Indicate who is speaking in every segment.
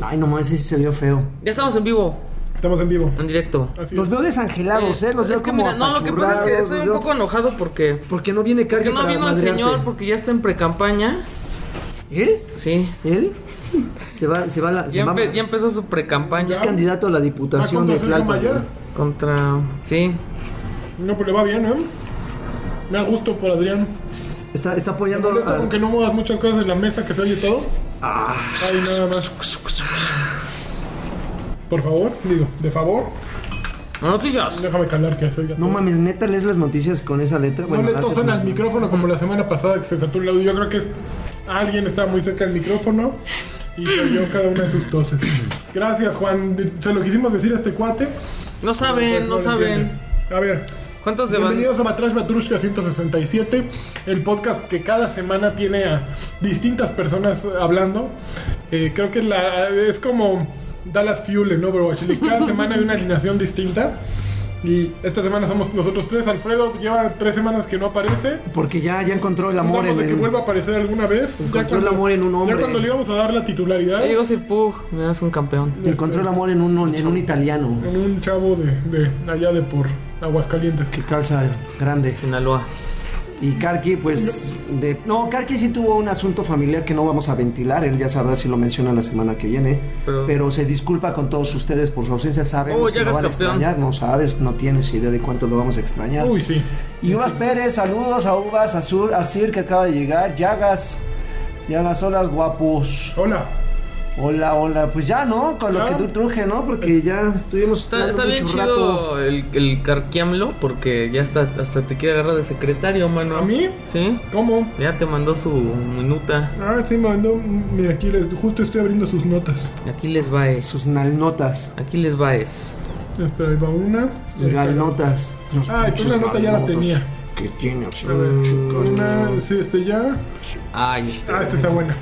Speaker 1: Ay, nomás ese sí se vio feo.
Speaker 2: Ya estamos en vivo,
Speaker 3: Estamos en vivo.
Speaker 2: en directo.
Speaker 3: Así
Speaker 1: Los
Speaker 3: es.
Speaker 1: veo desangelados, ¿eh? Los
Speaker 2: Es
Speaker 1: veo
Speaker 2: que
Speaker 1: como
Speaker 2: mira, no, lo que pasa es que
Speaker 1: apachurrados,
Speaker 2: estoy
Speaker 1: los
Speaker 2: un
Speaker 1: veo-
Speaker 2: poco enojado porque,
Speaker 1: Porque no viene
Speaker 2: porque
Speaker 1: carga
Speaker 2: no
Speaker 1: para
Speaker 2: vino el
Speaker 1: madrearte.
Speaker 2: señor, porque ya está en pre-campaña.
Speaker 1: ¿Él?
Speaker 2: Sí,
Speaker 1: ¿Él? Se va, se va la... se
Speaker 2: ya,
Speaker 1: va-
Speaker 2: empe- ya empezó su pre-campaña
Speaker 1: Es candidato a la
Speaker 3: Ah,
Speaker 1: diputación
Speaker 3: contra
Speaker 1: de
Speaker 3: Sergio
Speaker 1: Tlalpan.
Speaker 3: Mayer.
Speaker 2: contra... Sí,
Speaker 3: No, pero le va bien, ¿eh? Me da gusto por Adrián.
Speaker 1: Está, está
Speaker 3: Me
Speaker 1: apoyando
Speaker 3: molesta
Speaker 1: a...
Speaker 3: con que no muevas muchas cosas de la mesa, que se oye todo.
Speaker 1: Ah.
Speaker 3: Ahí nada más. Por favor, digo, de favor,
Speaker 2: noticias.
Speaker 3: déjame calar que se oiga.
Speaker 1: No
Speaker 3: todo.
Speaker 1: mames, neta, lees las noticias con esa letra.
Speaker 3: No
Speaker 1: Bueno,
Speaker 3: le
Speaker 1: haces
Speaker 3: tosan al
Speaker 1: más-
Speaker 3: micrófono como la semana pasada que se saturó el audio. Yo creo que es- alguien estaba muy cerca del micrófono y se oyó cada una de sus toses. Gracias, Juan. Se lo quisimos decir a este cuate.
Speaker 2: No
Speaker 3: Pues
Speaker 2: saben, Eh, no
Speaker 3: lo
Speaker 2: saben.
Speaker 3: entiende. A ver.
Speaker 2: ¿Cuántos de van?
Speaker 3: Bienvenidos a Batrash Batrushka 167, el podcast que cada semana tiene a distintas personas hablando. Eh, creo que la, es como Dallas Fuel en Overwatch. League. Cada semana hay una alineación distinta. Y esta semana somos nosotros tres. Alfredo lleva tres semanas que no aparece.
Speaker 1: Porque ya, ya encontró el amor en
Speaker 3: Dudamos de que
Speaker 1: el...
Speaker 3: vuelva a aparecer alguna vez.
Speaker 1: Encontró el amor en un hombre.
Speaker 3: ya cuando le íbamos a dar la
Speaker 1: ¿eh?
Speaker 3: titularidad
Speaker 2: Ya llegó Sir Pug, me das un campeón.
Speaker 1: Encontró el amor en un, en un italiano.
Speaker 3: en un chavo de, de allá de por Aguascalientes.
Speaker 1: Que calza grande.
Speaker 2: Sinaloa.
Speaker 1: Y Karki, pues, de... No, Karki sí tuvo un asunto familiar que no vamos a ventilar, él ya sabrá si lo menciona la semana que viene,
Speaker 2: Pero-
Speaker 1: pero, se disculpa con todos ustedes por su ausencia, sabemos
Speaker 2: Oh,
Speaker 1: que
Speaker 2: llegas
Speaker 1: lo van a
Speaker 2: campeón.
Speaker 1: extrañar, no sabes, no tienes idea de cuánto lo vamos a extrañar.
Speaker 3: Uy, sí.
Speaker 1: Y Uvas Pérez, saludos a Uvas, a Sur, a Sir que acaba de llegar, Llagas, Llagas, hola guapos,
Speaker 3: Hola.
Speaker 1: hola, hola, pues ya, ¿no? Con lo
Speaker 3: Ya.
Speaker 1: que tú truje, ¿no? Porque ya estuvimos
Speaker 2: Está, está
Speaker 1: hablando
Speaker 2: bien
Speaker 1: mucho rato.
Speaker 2: chido el, el carquiamlo porque ya hasta, hasta te quiere agarrar de secretario, mano.
Speaker 3: ¿A mí?
Speaker 2: Sí.
Speaker 3: ¿Cómo?
Speaker 2: Ya te mandó su minuta.
Speaker 3: Ah, sí, me mandó. Mira, aquí les, justo estoy abriendo sus notas.
Speaker 2: Aquí les va es.
Speaker 1: Sus nalnotas,
Speaker 2: Aquí les va es.
Speaker 3: Espera, ahí va una.
Speaker 1: sus galnotas. los
Speaker 3: Ah,
Speaker 1: pinches
Speaker 3: entonces la nota ya la
Speaker 1: galnotas
Speaker 3: tenía.
Speaker 1: Que tiene, o sea,
Speaker 3: A ver, una. Sí, este ya.
Speaker 2: Ay.
Speaker 3: Ah, esta está buena.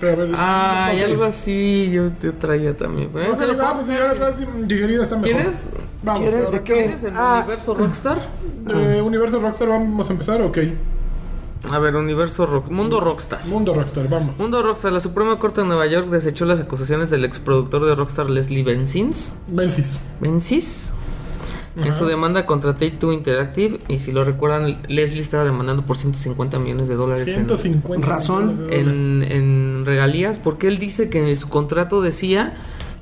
Speaker 3: Pero a ver.
Speaker 2: Ay,
Speaker 1: Ah,
Speaker 3: ok.
Speaker 2: algo así yo te traía también. ¿eh? pero
Speaker 3: No
Speaker 2: se
Speaker 3: sé,
Speaker 2: lo puedo
Speaker 3: vamos, señora Rossi, digerida está mejor.
Speaker 2: ¿Quieres?
Speaker 3: Vamos.
Speaker 1: ¿Quieres de
Speaker 3: ahora.
Speaker 1: qué?
Speaker 2: ¿Eres el
Speaker 1: Ah,
Speaker 2: universo Rockstar?
Speaker 3: Eh, Universo Rockstar, vamos a empezar, ok.
Speaker 2: A ver, universo Rockstar. Mundo Rockstar.
Speaker 3: Mundo Rockstar, vamos.
Speaker 2: Mundo Rockstar, la Suprema Corte de Nueva York desechó las acusaciones del exproductor de Rockstar Leslie Benzins.
Speaker 3: Mensis.
Speaker 2: Benzis. En su demanda contra Take Two Interactive, y si lo recuerdan, Leslie estaba demandando por 150 millones de dólares en-
Speaker 3: 150.
Speaker 1: Razón.
Speaker 3: millones de dólares.
Speaker 2: en, en regalías, porque él dice que en su contrato decía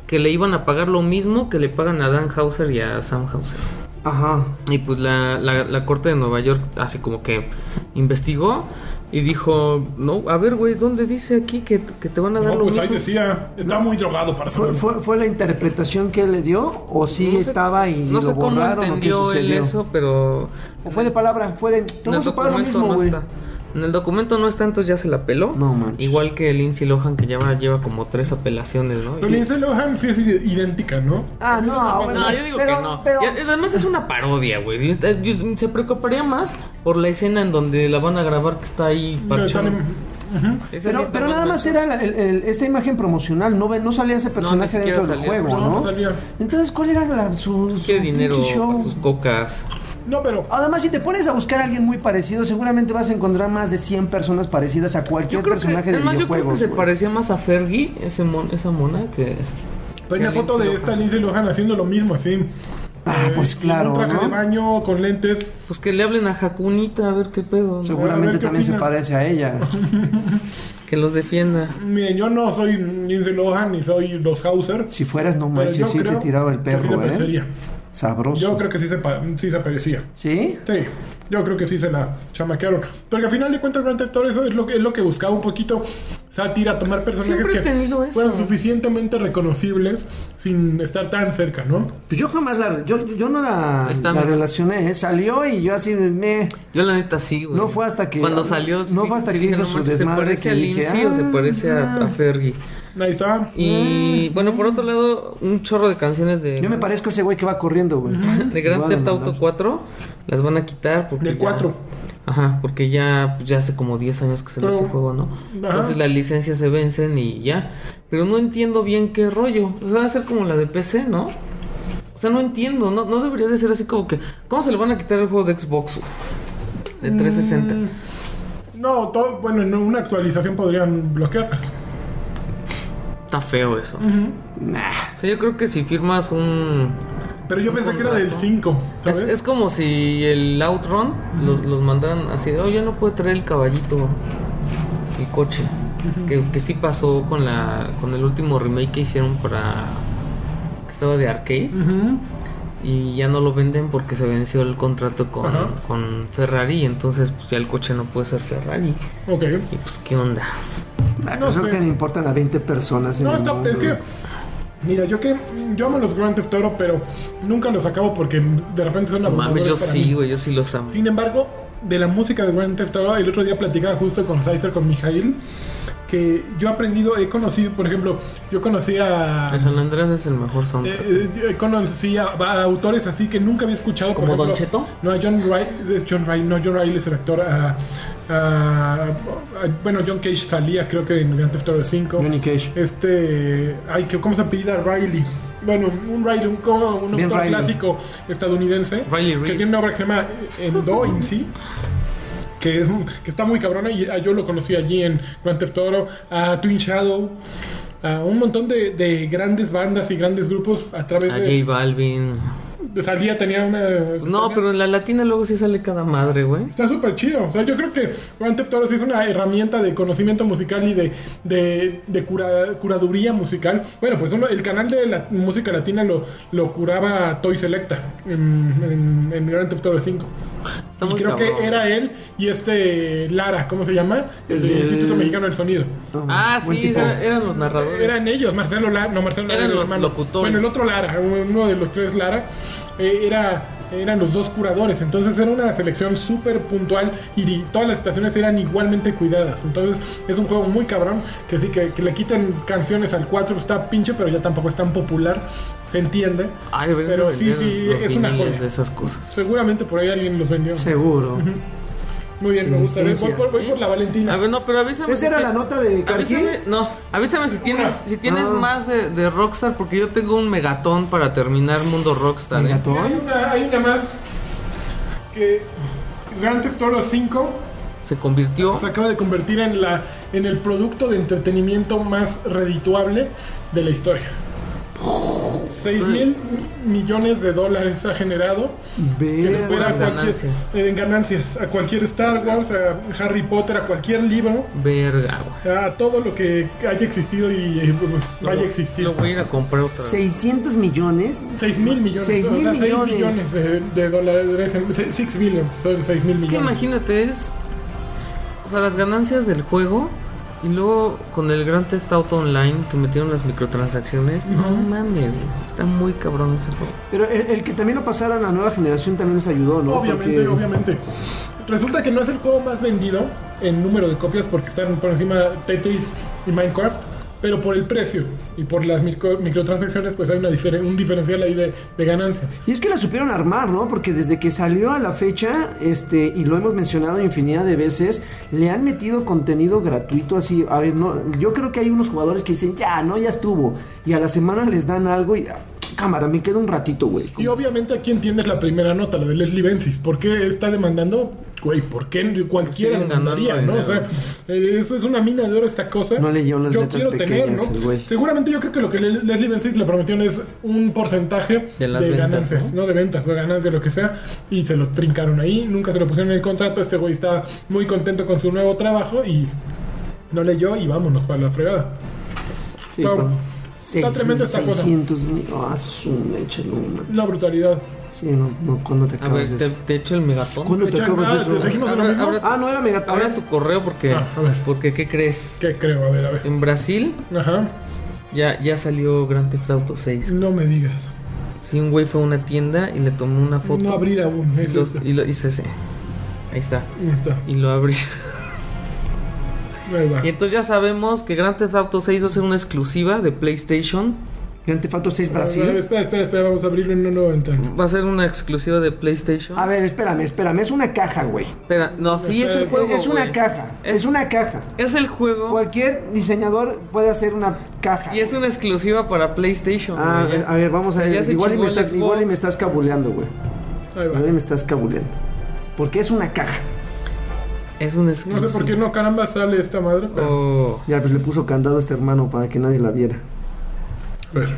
Speaker 2: que le iban a pagar lo mismo que le pagan a Dan Hauser y a Sam Hauser.
Speaker 1: Ajá.
Speaker 2: Y pues la, la- la Corte de Nueva York así como que investigó y dijo, no, a ver, güey, ¿dónde dice aquí que, que te van a dar
Speaker 3: No,
Speaker 2: lo
Speaker 3: pues ahí
Speaker 2: mismo?
Speaker 3: decía. Está muy drogado para
Speaker 1: ¿Fue,
Speaker 3: saber.
Speaker 1: fue, fue la interpretación que él le dio? ¿O sí
Speaker 2: No sé-
Speaker 1: estaba y
Speaker 2: no
Speaker 1: lo
Speaker 2: sé cómo
Speaker 1: borraron? ¿O qué
Speaker 2: entendió él
Speaker 1: sucedió?
Speaker 2: eso, pero
Speaker 1: ¿O fue de palabra? ¿Fue de.? Tú
Speaker 2: en el
Speaker 1: vas a pagar lo
Speaker 2: documento
Speaker 1: mismo,
Speaker 2: no
Speaker 1: güey.
Speaker 2: está. En el documento no está, entonces ya se la peló.
Speaker 1: No manches.
Speaker 2: Igual que Lindsay Lohan, que ya va- lleva como tres apelaciones, ¿no?
Speaker 3: Pero
Speaker 2: Y-
Speaker 3: Lindsay Lohan sí es idéntica, ¿no?
Speaker 1: Ah, no, bueno.
Speaker 2: No, yo digo
Speaker 1: pero,
Speaker 2: que no.
Speaker 1: Pero,
Speaker 2: Y además es una parodia, güey. Eh, yo- Se preocuparía más por la escena en donde la van a grabar que está ahí
Speaker 3: Están
Speaker 2: parchada.
Speaker 3: en- Ujú.
Speaker 2: Esa sí
Speaker 1: pero,
Speaker 2: está
Speaker 1: pero nada más
Speaker 2: mensa.
Speaker 1: era la- el- el- esta imagen promocional. No, ve- no salía ese personaje
Speaker 2: ni siquiera
Speaker 1: dentro del
Speaker 2: salía,
Speaker 1: juego,
Speaker 3: no,
Speaker 1: ¿no?
Speaker 3: no salía.
Speaker 1: Entonces, ¿cuál era la, su, su
Speaker 2: Quiere
Speaker 1: pinche
Speaker 2: dinero
Speaker 1: show?
Speaker 2: a sus cocas.
Speaker 3: No, pero
Speaker 1: Además, si te pones a buscar a alguien muy parecido, seguramente vas a encontrar más de 100 personas parecidas a
Speaker 2: Yo
Speaker 1: cualquier
Speaker 2: creo, que,
Speaker 1: personaje de
Speaker 2: además, yo creo que
Speaker 1: videojuegos.
Speaker 2: se
Speaker 1: güey.
Speaker 2: parecía más a Fergie, ese mon- esa mona, que...
Speaker 3: Hay Pues una
Speaker 2: que a
Speaker 3: foto de
Speaker 2: Lindsay
Speaker 3: esta
Speaker 2: Lohan.
Speaker 3: Lindsay Lohan haciendo lo mismo, así.
Speaker 1: Ah,
Speaker 3: Eh,
Speaker 1: pues claro,
Speaker 3: Un traje
Speaker 1: ¿no?
Speaker 3: de baño con lentes.
Speaker 2: Pues que le hablen a Jacunita a ver qué pedo. ¿no?
Speaker 3: A ver,
Speaker 1: Seguramente
Speaker 3: ¿qué
Speaker 1: también se
Speaker 3: opinan?
Speaker 1: parece a ella.
Speaker 2: Que los defienda.
Speaker 3: Miren, yo no soy Lindsay Lohan ni soy los Hauser.
Speaker 1: Si fueras, no
Speaker 3: pero yo
Speaker 1: manches, sí te
Speaker 3: creo
Speaker 1: tiraba el
Speaker 3: que sí le
Speaker 1: perro, ¿eh?
Speaker 3: parecería.
Speaker 1: Sabroso.
Speaker 3: Yo creo que sí se, pa- sí se parecía.
Speaker 1: ¿Sí?
Speaker 3: Sí, yo creo que sí se la chamaquearon. Porque al final de cuentas, Grand Theft Auto eso es lo que, es lo que buscaba un poquito sátira, tomar personajes
Speaker 2: Siempre he tenido
Speaker 3: que
Speaker 2: eso.
Speaker 3: fueran suficientemente reconocibles sin estar tan cerca, ¿no?
Speaker 1: Pues yo jamás la... Yo, yo no la,
Speaker 2: Está
Speaker 1: la
Speaker 2: bien.
Speaker 1: relacioné, ¿eh? Salió y yo así me...
Speaker 2: Yo la neta sí, güey.
Speaker 1: No fue hasta que-
Speaker 2: Cuando salió...
Speaker 1: no fue hasta que
Speaker 2: dije,
Speaker 1: hizo
Speaker 2: "No
Speaker 1: su
Speaker 2: manches,
Speaker 1: desmadre
Speaker 2: ¿Se parece
Speaker 1: que
Speaker 2: a
Speaker 1: dije,
Speaker 2: Lindsay o se
Speaker 1: "Ah,
Speaker 2: parece a, a Fergie?
Speaker 3: Ahí está.
Speaker 2: Y bueno, por otro lado, un chorro de canciones de,
Speaker 1: Yo me parezco a ese güey que va corriendo, güey.
Speaker 2: de Grand
Speaker 1: Voy a
Speaker 2: Theft Auto
Speaker 1: demandar.
Speaker 2: 4 las van a quitar porque
Speaker 3: Del
Speaker 2: ya-
Speaker 3: 4.
Speaker 2: Ajá, porque ya pues, ya hace como 10 años que se
Speaker 3: Pero-
Speaker 2: lo ese juego, ¿no? Entonces las licencias se vencen y ya. Pero no entiendo bien qué rollo. O sea, va a ser como la de PC, ¿no? O sea, no entiendo, no, no debería de ser así como que ¿cómo se le van a quitar el juego de Xbox güey? de 360?
Speaker 3: No, todo, bueno, en una actualización podrían bloquearlas.
Speaker 2: Está feo eso. O sea, yo creo que si firmas un...
Speaker 3: Pero yo
Speaker 2: Un
Speaker 3: pensé que era del
Speaker 2: contrato.
Speaker 3: 5,
Speaker 2: Es,
Speaker 3: ¿sabes?
Speaker 2: es como si el Outrun los, los mandaran así de, oye, no puede traer el caballito, el coche. que, que sí pasó con la con el último remake que hicieron para... que estaba de arcade.
Speaker 3: Ujú.
Speaker 2: Y ya no lo venden porque se venció el contrato con,
Speaker 3: Ajá.
Speaker 2: con Ferrari. Entonces, pues ya el coche no puede ser Ferrari.
Speaker 3: Ok.
Speaker 2: Y pues, ¿qué onda?
Speaker 1: A
Speaker 3: No
Speaker 1: pesar
Speaker 3: sé.
Speaker 1: que le importan a 20 personas. en
Speaker 3: No,
Speaker 1: el
Speaker 3: está,
Speaker 1: mundo.
Speaker 3: es que. Mira, yo que. Yo amo los Grand Theft Auto, pero nunca los acabo porque de repente son
Speaker 2: No mames,
Speaker 3: abrumadores
Speaker 2: yo
Speaker 3: para
Speaker 2: sí,
Speaker 3: mí.
Speaker 2: güey, yo sí los amo.
Speaker 3: Sin embargo, de la música de Grand Theft Auto, el otro día platicaba justo con Cypher, con Mijail, que yo he aprendido, he conocido, por ejemplo, yo conocí a.
Speaker 2: El San Andrés es el mejor soundtrack.
Speaker 3: eh, eh, yo conocí a, a autores así que nunca había escuchado. por
Speaker 2: ¿Como Don
Speaker 3: ejemplo,
Speaker 2: Cheto?
Speaker 3: No, a John Riley. Es John Riley, no, John Riley es el actor. a- a- a- bueno, John Cage salía, creo que en Grand Theft Auto 5.
Speaker 1: Johnny Cage.
Speaker 3: Este. Ay, que- ¿cómo se apellida? Riley. Bueno, un Riley, un, como un
Speaker 1: Bien
Speaker 3: autor
Speaker 1: Riley.
Speaker 3: clásico estadounidense.
Speaker 2: Riley
Speaker 3: que
Speaker 2: Reid.
Speaker 3: tiene una obra que se llama eh, Endo in sí. Que, es, que está muy cabrona y ah, yo lo conocí allí en Grand Theft Auto, a Twin Shadow, a un montón de, de grandes bandas y grandes grupos a través
Speaker 2: A J
Speaker 3: de,
Speaker 2: Balvin.
Speaker 3: de salía tenía una...
Speaker 2: No,
Speaker 3: salía-
Speaker 2: pero en la latina luego sí sale cada madre, güey.
Speaker 3: Está súper chido. O sea, yo creo que Grand Theft Auto sí es una herramienta de conocimiento musical y de, de, de cura- curaduría musical. Bueno, pues uno- el canal de la música latina lo, lo curaba Toy Selecta en, en, en Grand Theft Auto 5.
Speaker 2: Está
Speaker 3: y
Speaker 2: muy
Speaker 3: creo
Speaker 2: cabrón.
Speaker 3: que era él y este Lara, ¿cómo se llama? El,
Speaker 1: El-
Speaker 3: del Instituto Mexicano del Sonido.
Speaker 1: No,
Speaker 2: Ah,
Speaker 1: buen
Speaker 2: sí,
Speaker 1: tipo.
Speaker 2: era- eran los narradores.
Speaker 3: Eran ellos, Marcelo Lara, no Marcelo Lara,
Speaker 2: Eran
Speaker 3: era el
Speaker 2: los
Speaker 3: hermano.
Speaker 2: locutores.
Speaker 3: Bueno, el otro Lara, uno de los tres Lara, eh, era, eran los dos curadores. Entonces era una selección súper puntual y di- todas las estaciones eran igualmente cuidadas. Entonces es un juego muy cabrón que sí, que, que le quiten canciones al 4, está pinche, pero ya tampoco es tan popular, se entiende.
Speaker 2: Ay, deberían
Speaker 3: pero
Speaker 2: de
Speaker 3: sí,
Speaker 2: vender
Speaker 3: sí,
Speaker 2: los
Speaker 3: es una
Speaker 2: viniles
Speaker 3: joya.
Speaker 2: de esas cosas.
Speaker 3: Seguramente por ahí alguien los vendió.
Speaker 1: Seguro.
Speaker 3: Muy bien,
Speaker 1: Sin
Speaker 3: me gusta. Voy,
Speaker 1: licencia.
Speaker 3: voy- voy
Speaker 2: Sí.
Speaker 3: por la Valentina.
Speaker 2: A ver, no, pero avísame.
Speaker 1: Esa era
Speaker 2: si-
Speaker 1: la nota de Karki.
Speaker 2: Avísame, no, avísame si tienes, si tienes
Speaker 1: Ah.
Speaker 2: más de, de Rockstar, porque yo tengo un megatón para terminar Mundo Rockstar. ¿eh?
Speaker 1: Megatón.
Speaker 3: Hay una, hay una más que Grand Theft Auto 5
Speaker 2: Se convirtió.
Speaker 3: se acaba de convertir en la en el producto de entretenimiento más redituable de la historia. 6 mil millones de dólares ha generado que
Speaker 1: Verga.
Speaker 3: supera a cualquier,
Speaker 2: ganancias.
Speaker 3: en ganancias a cualquier Star Wars, a Harry Potter, a cualquier libro,
Speaker 2: Verga, güey.
Speaker 3: a todo lo que haya existido y eh, vaya a existir.
Speaker 2: Lo voy a ir a comprar otra vez.
Speaker 1: 600 millones.
Speaker 3: 6 mil millones,
Speaker 1: Seis mil
Speaker 3: seis
Speaker 1: millones.
Speaker 3: millones de, de dólares, 6 billions, son 6 mil millones.
Speaker 2: Es que imagínate, es. O sea, las ganancias del juego. Y luego con el Grand Theft Auto Online que metieron las microtransacciones. No mames, güey. Está muy cabrón ese juego.
Speaker 1: Pero el, el que también lo pasaran a la nueva generación también les ayudó, ¿no?
Speaker 3: Obviamente,
Speaker 1: Porque-
Speaker 3: obviamente. Resulta que no es el juego más vendido en número de copias porque están por encima Tetris y Minecraft, pero por el precio y por las micro- microtransacciones, pues hay una diferen- un diferencial ahí de, de ganancias.
Speaker 1: Y es que la supieron armar, ¿no? Porque desde que salió a la fecha, este, y lo hemos mencionado infinidad de veces, le han metido contenido gratuito así. A ver, no, yo creo que hay unos jugadores que dicen, ya, no, ya estuvo. Y a la semana les dan algo y, ah, cámara, me queda un ratito, güey.
Speaker 3: Y obviamente aquí entiendes la primera nota, la de Leslie Benzies. ¿Por qué está demandando? Güey, ¿por qué cualquiera
Speaker 2: Siguen ganando
Speaker 3: demandaría, no? O sea, eh, eso es una mina de oro esta cosa.
Speaker 1: No leyó las letras pequeñas, el güey.
Speaker 3: Seguramente yo creo que lo que Le- Leslie Benzies le prometió es un porcentaje
Speaker 2: De
Speaker 3: de,
Speaker 2: las ventas,
Speaker 3: ganancias, ¿no? De ventas, de ganancias, lo que sea. Y se lo trincaron ahí, nunca se lo pusieron en el contrato. Este güey está muy contento con su nuevo trabajo y no leyó y vámonos para la fregada.
Speaker 1: Sí,
Speaker 3: claro.
Speaker 1: claro.
Speaker 3: Está tremenda esta cosa.
Speaker 1: 600 mil. Ah, su leche, no, no.
Speaker 3: Una brutalidad.
Speaker 1: Sí, no, no, ¿cuándo te
Speaker 2: A
Speaker 1: acabas
Speaker 2: ver,
Speaker 1: de
Speaker 2: Ah, te,
Speaker 1: eso?
Speaker 2: te echo el megatón.
Speaker 1: ¿Cuándo te
Speaker 3: Echa-
Speaker 1: acabas
Speaker 3: ah,
Speaker 1: de
Speaker 3: ¿te
Speaker 1: eso?
Speaker 3: seguimos en lo
Speaker 2: Abre-
Speaker 3: mismo?
Speaker 2: abre-
Speaker 1: Ah, no, era mega
Speaker 2: Ahora tu correo porque,
Speaker 3: Ah, a ver.
Speaker 2: porque ¿qué crees?
Speaker 3: ¿Qué creo? A ver, a ver.
Speaker 2: En Brasil
Speaker 3: Ajá.
Speaker 2: ya, ya salió Grand Theft Auto 6.
Speaker 3: No me digas.
Speaker 2: Sí, un güey fue a una tienda y le tomó una foto.
Speaker 3: No este. abrir aún.
Speaker 2: y,
Speaker 3: Eso
Speaker 2: lo,
Speaker 3: está.
Speaker 2: y lo- y se- se- Ahí está.
Speaker 3: Ahí está.
Speaker 2: Y lo abrí.
Speaker 3: Ahí va.
Speaker 2: Y entonces ya sabemos que Grand Theft Auto 6 va a ser una exclusiva de PlayStation.
Speaker 1: Grand Theft Auto 6
Speaker 3: A ver,
Speaker 1: Brasil.
Speaker 3: espera, espera, espera, vamos a abrirlo en una nueva ventana.
Speaker 2: Va a ser una exclusiva de PlayStation.
Speaker 1: A ver, espérame, espérame. Es una caja, güey.
Speaker 2: Espera, no, sí es el juego.
Speaker 1: Es una
Speaker 2: güey.
Speaker 1: caja.
Speaker 2: Es,
Speaker 1: Es una caja.
Speaker 2: es el juego
Speaker 1: Cualquier diseñador puede hacer una caja.
Speaker 2: y es una exclusiva para PlayStation.
Speaker 1: Ah,
Speaker 2: güey, ya.
Speaker 1: a ver, vamos a
Speaker 2: Ya
Speaker 1: ver.
Speaker 2: se
Speaker 1: Igual y,
Speaker 2: chingó
Speaker 1: me
Speaker 2: el
Speaker 1: estás,
Speaker 2: Xbox.
Speaker 1: igual y me estás cabuleando, güey.
Speaker 3: Ahí va.
Speaker 1: Igual y me estás cabuleando. Porque es una caja.
Speaker 2: Es un
Speaker 3: No
Speaker 2: exclusivo.
Speaker 3: sé por qué no caramba sale esta madre, pero.
Speaker 2: Oh,
Speaker 1: Ya, pues le puso candado a este hermano para que nadie la viera.
Speaker 3: A ver.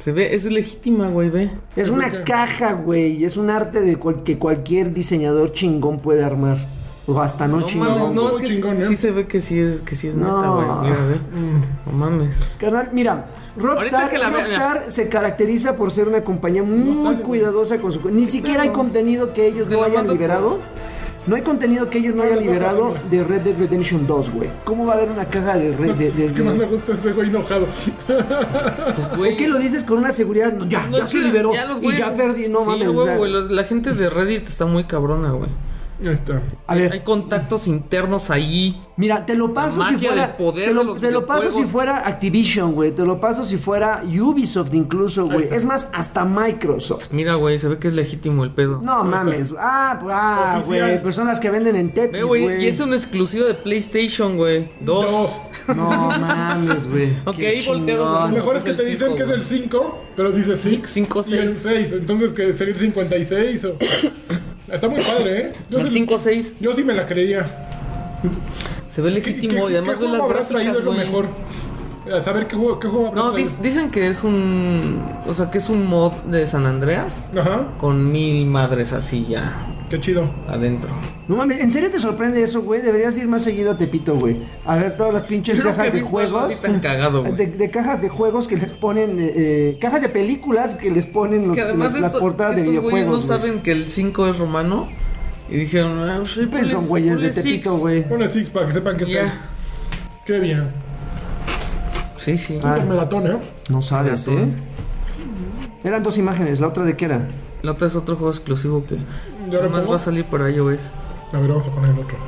Speaker 2: se ve, es legítima, güey, ve.
Speaker 1: Es una
Speaker 3: Ok.
Speaker 1: caja, güey. Es un arte de cual- que cualquier diseñador chingón puede armar. O hasta no,
Speaker 2: No
Speaker 1: chingón.
Speaker 2: mames, no,
Speaker 1: güey.
Speaker 2: es que
Speaker 3: chingón,
Speaker 2: sí,
Speaker 3: ¿eh?
Speaker 2: sí se ve que sí es, que sí es
Speaker 1: No.
Speaker 2: neta, güey. Mira, ve.
Speaker 3: Mm.
Speaker 2: No mames.
Speaker 1: Carnal, mira, Rockstar,
Speaker 2: Ahorita que la vea-
Speaker 1: Rockstar se caracteriza por ser una compañía muy
Speaker 3: sale, güey.
Speaker 1: cuidadosa con su... Ni siquiera hay contenido que ellos
Speaker 2: Te
Speaker 1: no
Speaker 2: la
Speaker 1: hayan
Speaker 2: mando por-
Speaker 1: liberado. No hay contenido que ellos no
Speaker 3: No,
Speaker 1: hayan
Speaker 3: las bajas,
Speaker 1: liberado
Speaker 3: güey.
Speaker 1: de Red Dead Redemption 2, güey. ¿Cómo va a haber una caja de Red Dead
Speaker 3: Lo que más me
Speaker 1: Redemption?
Speaker 3: gusta es este güey enojado.
Speaker 2: Pues, güey.
Speaker 1: Es que lo dices con una seguridad, no, ya,
Speaker 2: no
Speaker 1: ya
Speaker 2: es
Speaker 1: se
Speaker 2: que
Speaker 1: liberó.
Speaker 2: Ya los
Speaker 1: y
Speaker 2: güeyes-
Speaker 1: ya perdí, no
Speaker 2: Sí,
Speaker 1: mames. o
Speaker 2: güey,
Speaker 1: sea,
Speaker 2: güey, los- la gente de Reddit está muy cabrona, güey.
Speaker 3: Ahí está.
Speaker 1: a ver,
Speaker 2: Hay contactos internos ahí.
Speaker 1: Mira, te lo paso si
Speaker 2: magia
Speaker 1: fuera.
Speaker 2: del poder
Speaker 1: te
Speaker 2: de
Speaker 1: lo,
Speaker 2: los
Speaker 1: te lo paso si
Speaker 2: videojuegos.
Speaker 1: fuera Activision, güey. Te lo paso si fuera Ubisoft, incluso, güey.
Speaker 3: está.
Speaker 1: Es más, hasta Microsoft.
Speaker 2: Mira, güey, se ve que es legítimo el pedo.
Speaker 1: No mames. Ah, pues, ah,
Speaker 3: Oficial.
Speaker 1: güey. Pues son las que venden en
Speaker 2: Ve,
Speaker 1: Tepis,
Speaker 2: güey,
Speaker 1: güey.
Speaker 2: y es un exclusivo de PlayStation, güey. Dos.
Speaker 3: Dos.
Speaker 1: No mames, güey.
Speaker 2: Ok,
Speaker 1: Qué
Speaker 2: ahí volteados a
Speaker 3: Lo
Speaker 1: chingón.
Speaker 2: tu-
Speaker 3: mejor es
Speaker 2: es
Speaker 3: que
Speaker 2: el
Speaker 3: te dicen
Speaker 2: cinco,
Speaker 3: que es
Speaker 2: güey.
Speaker 3: el 5, pero dice 6.
Speaker 2: Cinco,
Speaker 3: Y el
Speaker 2: seis.
Speaker 3: 6, entonces que sería el 56 o... Está muy padre, ¿eh? Yo,
Speaker 2: El
Speaker 3: sí,
Speaker 2: 5 6
Speaker 3: yo sí me la creía.
Speaker 2: se ve
Speaker 3: ¿Qué,
Speaker 2: legítimo
Speaker 3: qué-
Speaker 2: y además
Speaker 3: qué
Speaker 2: ve
Speaker 3: juego
Speaker 2: las
Speaker 3: habrá traído
Speaker 2: gráficas,
Speaker 3: es lo
Speaker 2: güey.
Speaker 3: mejor? A saber qué juego, qué juego habrá
Speaker 2: No,
Speaker 3: traído.
Speaker 2: dis- dicen que es un o sea, que es un mod de San Andreas
Speaker 3: Ajá,
Speaker 2: con mil madres así ya
Speaker 3: qué chido.
Speaker 2: adentro.
Speaker 1: No mames, ¿en serio te sorprende eso, güey? Deberías ir más seguido a Tepito, güey. A ver todas las pinches
Speaker 2: Yo nunca
Speaker 1: cajas
Speaker 2: he
Speaker 1: de
Speaker 2: visto algo
Speaker 1: juegos.
Speaker 2: así tan cagado, güey.
Speaker 1: de, de cajas de juegos que les ponen. eh, eh, cajas de películas que les ponen los-
Speaker 2: que además
Speaker 1: las, las
Speaker 2: esto-
Speaker 1: portadas de
Speaker 2: estos güeyes
Speaker 1: videojuegos.
Speaker 2: no
Speaker 1: güey.
Speaker 2: saben que el 5 es romano y dijeron, "Ah, pues, ahí
Speaker 1: Pues son
Speaker 2: ponle-
Speaker 1: güeyes de
Speaker 2: ponle
Speaker 1: Tepito,
Speaker 2: six".
Speaker 1: güey.
Speaker 3: Pone 6 para que sepan que es
Speaker 2: Ya.
Speaker 3: 6. Qué bien.
Speaker 2: Sí, sí.
Speaker 1: Ah.
Speaker 3: Un melatón, ¿eh?
Speaker 1: No sabes,
Speaker 2: Fíjate.
Speaker 1: ¿eh? Eran dos imágenes, ¿la otra de qué era?
Speaker 2: La otra es otro juego exclusivo que
Speaker 3: Yo
Speaker 2: además
Speaker 3: repongo.
Speaker 2: va a salir para iOS.
Speaker 3: A ver, vamos a poner el otro.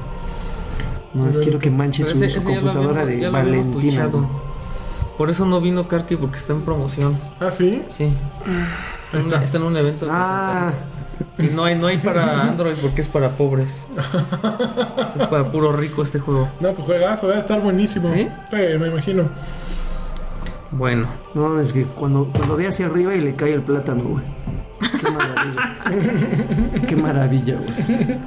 Speaker 1: No, les
Speaker 3: Pero-
Speaker 1: quiero que manchen
Speaker 2: Pero
Speaker 1: su,
Speaker 2: ese-
Speaker 1: su
Speaker 2: ese ya lo
Speaker 1: computadora
Speaker 2: habíamos-
Speaker 1: de
Speaker 2: ya lo habíamos
Speaker 1: Valentina.
Speaker 2: tuichado.
Speaker 1: güey.
Speaker 2: Por eso no vino Karki porque está en promoción.
Speaker 3: Ah, ¿sí?
Speaker 2: Sí. Está, en una- está en un evento. de
Speaker 1: Ah,
Speaker 2: presentación. Y no hay, no hay para Android porque es para pobres. es para puro rico este juego.
Speaker 3: No, pues juegazo, va a estar buenísimo.
Speaker 2: ¿Sí?
Speaker 3: me imagino.
Speaker 2: Bueno,
Speaker 1: no mames, que cuando, cuando ve hacia arriba y le cae el plátano, güey. Qué maravilla. qué maravilla, güey.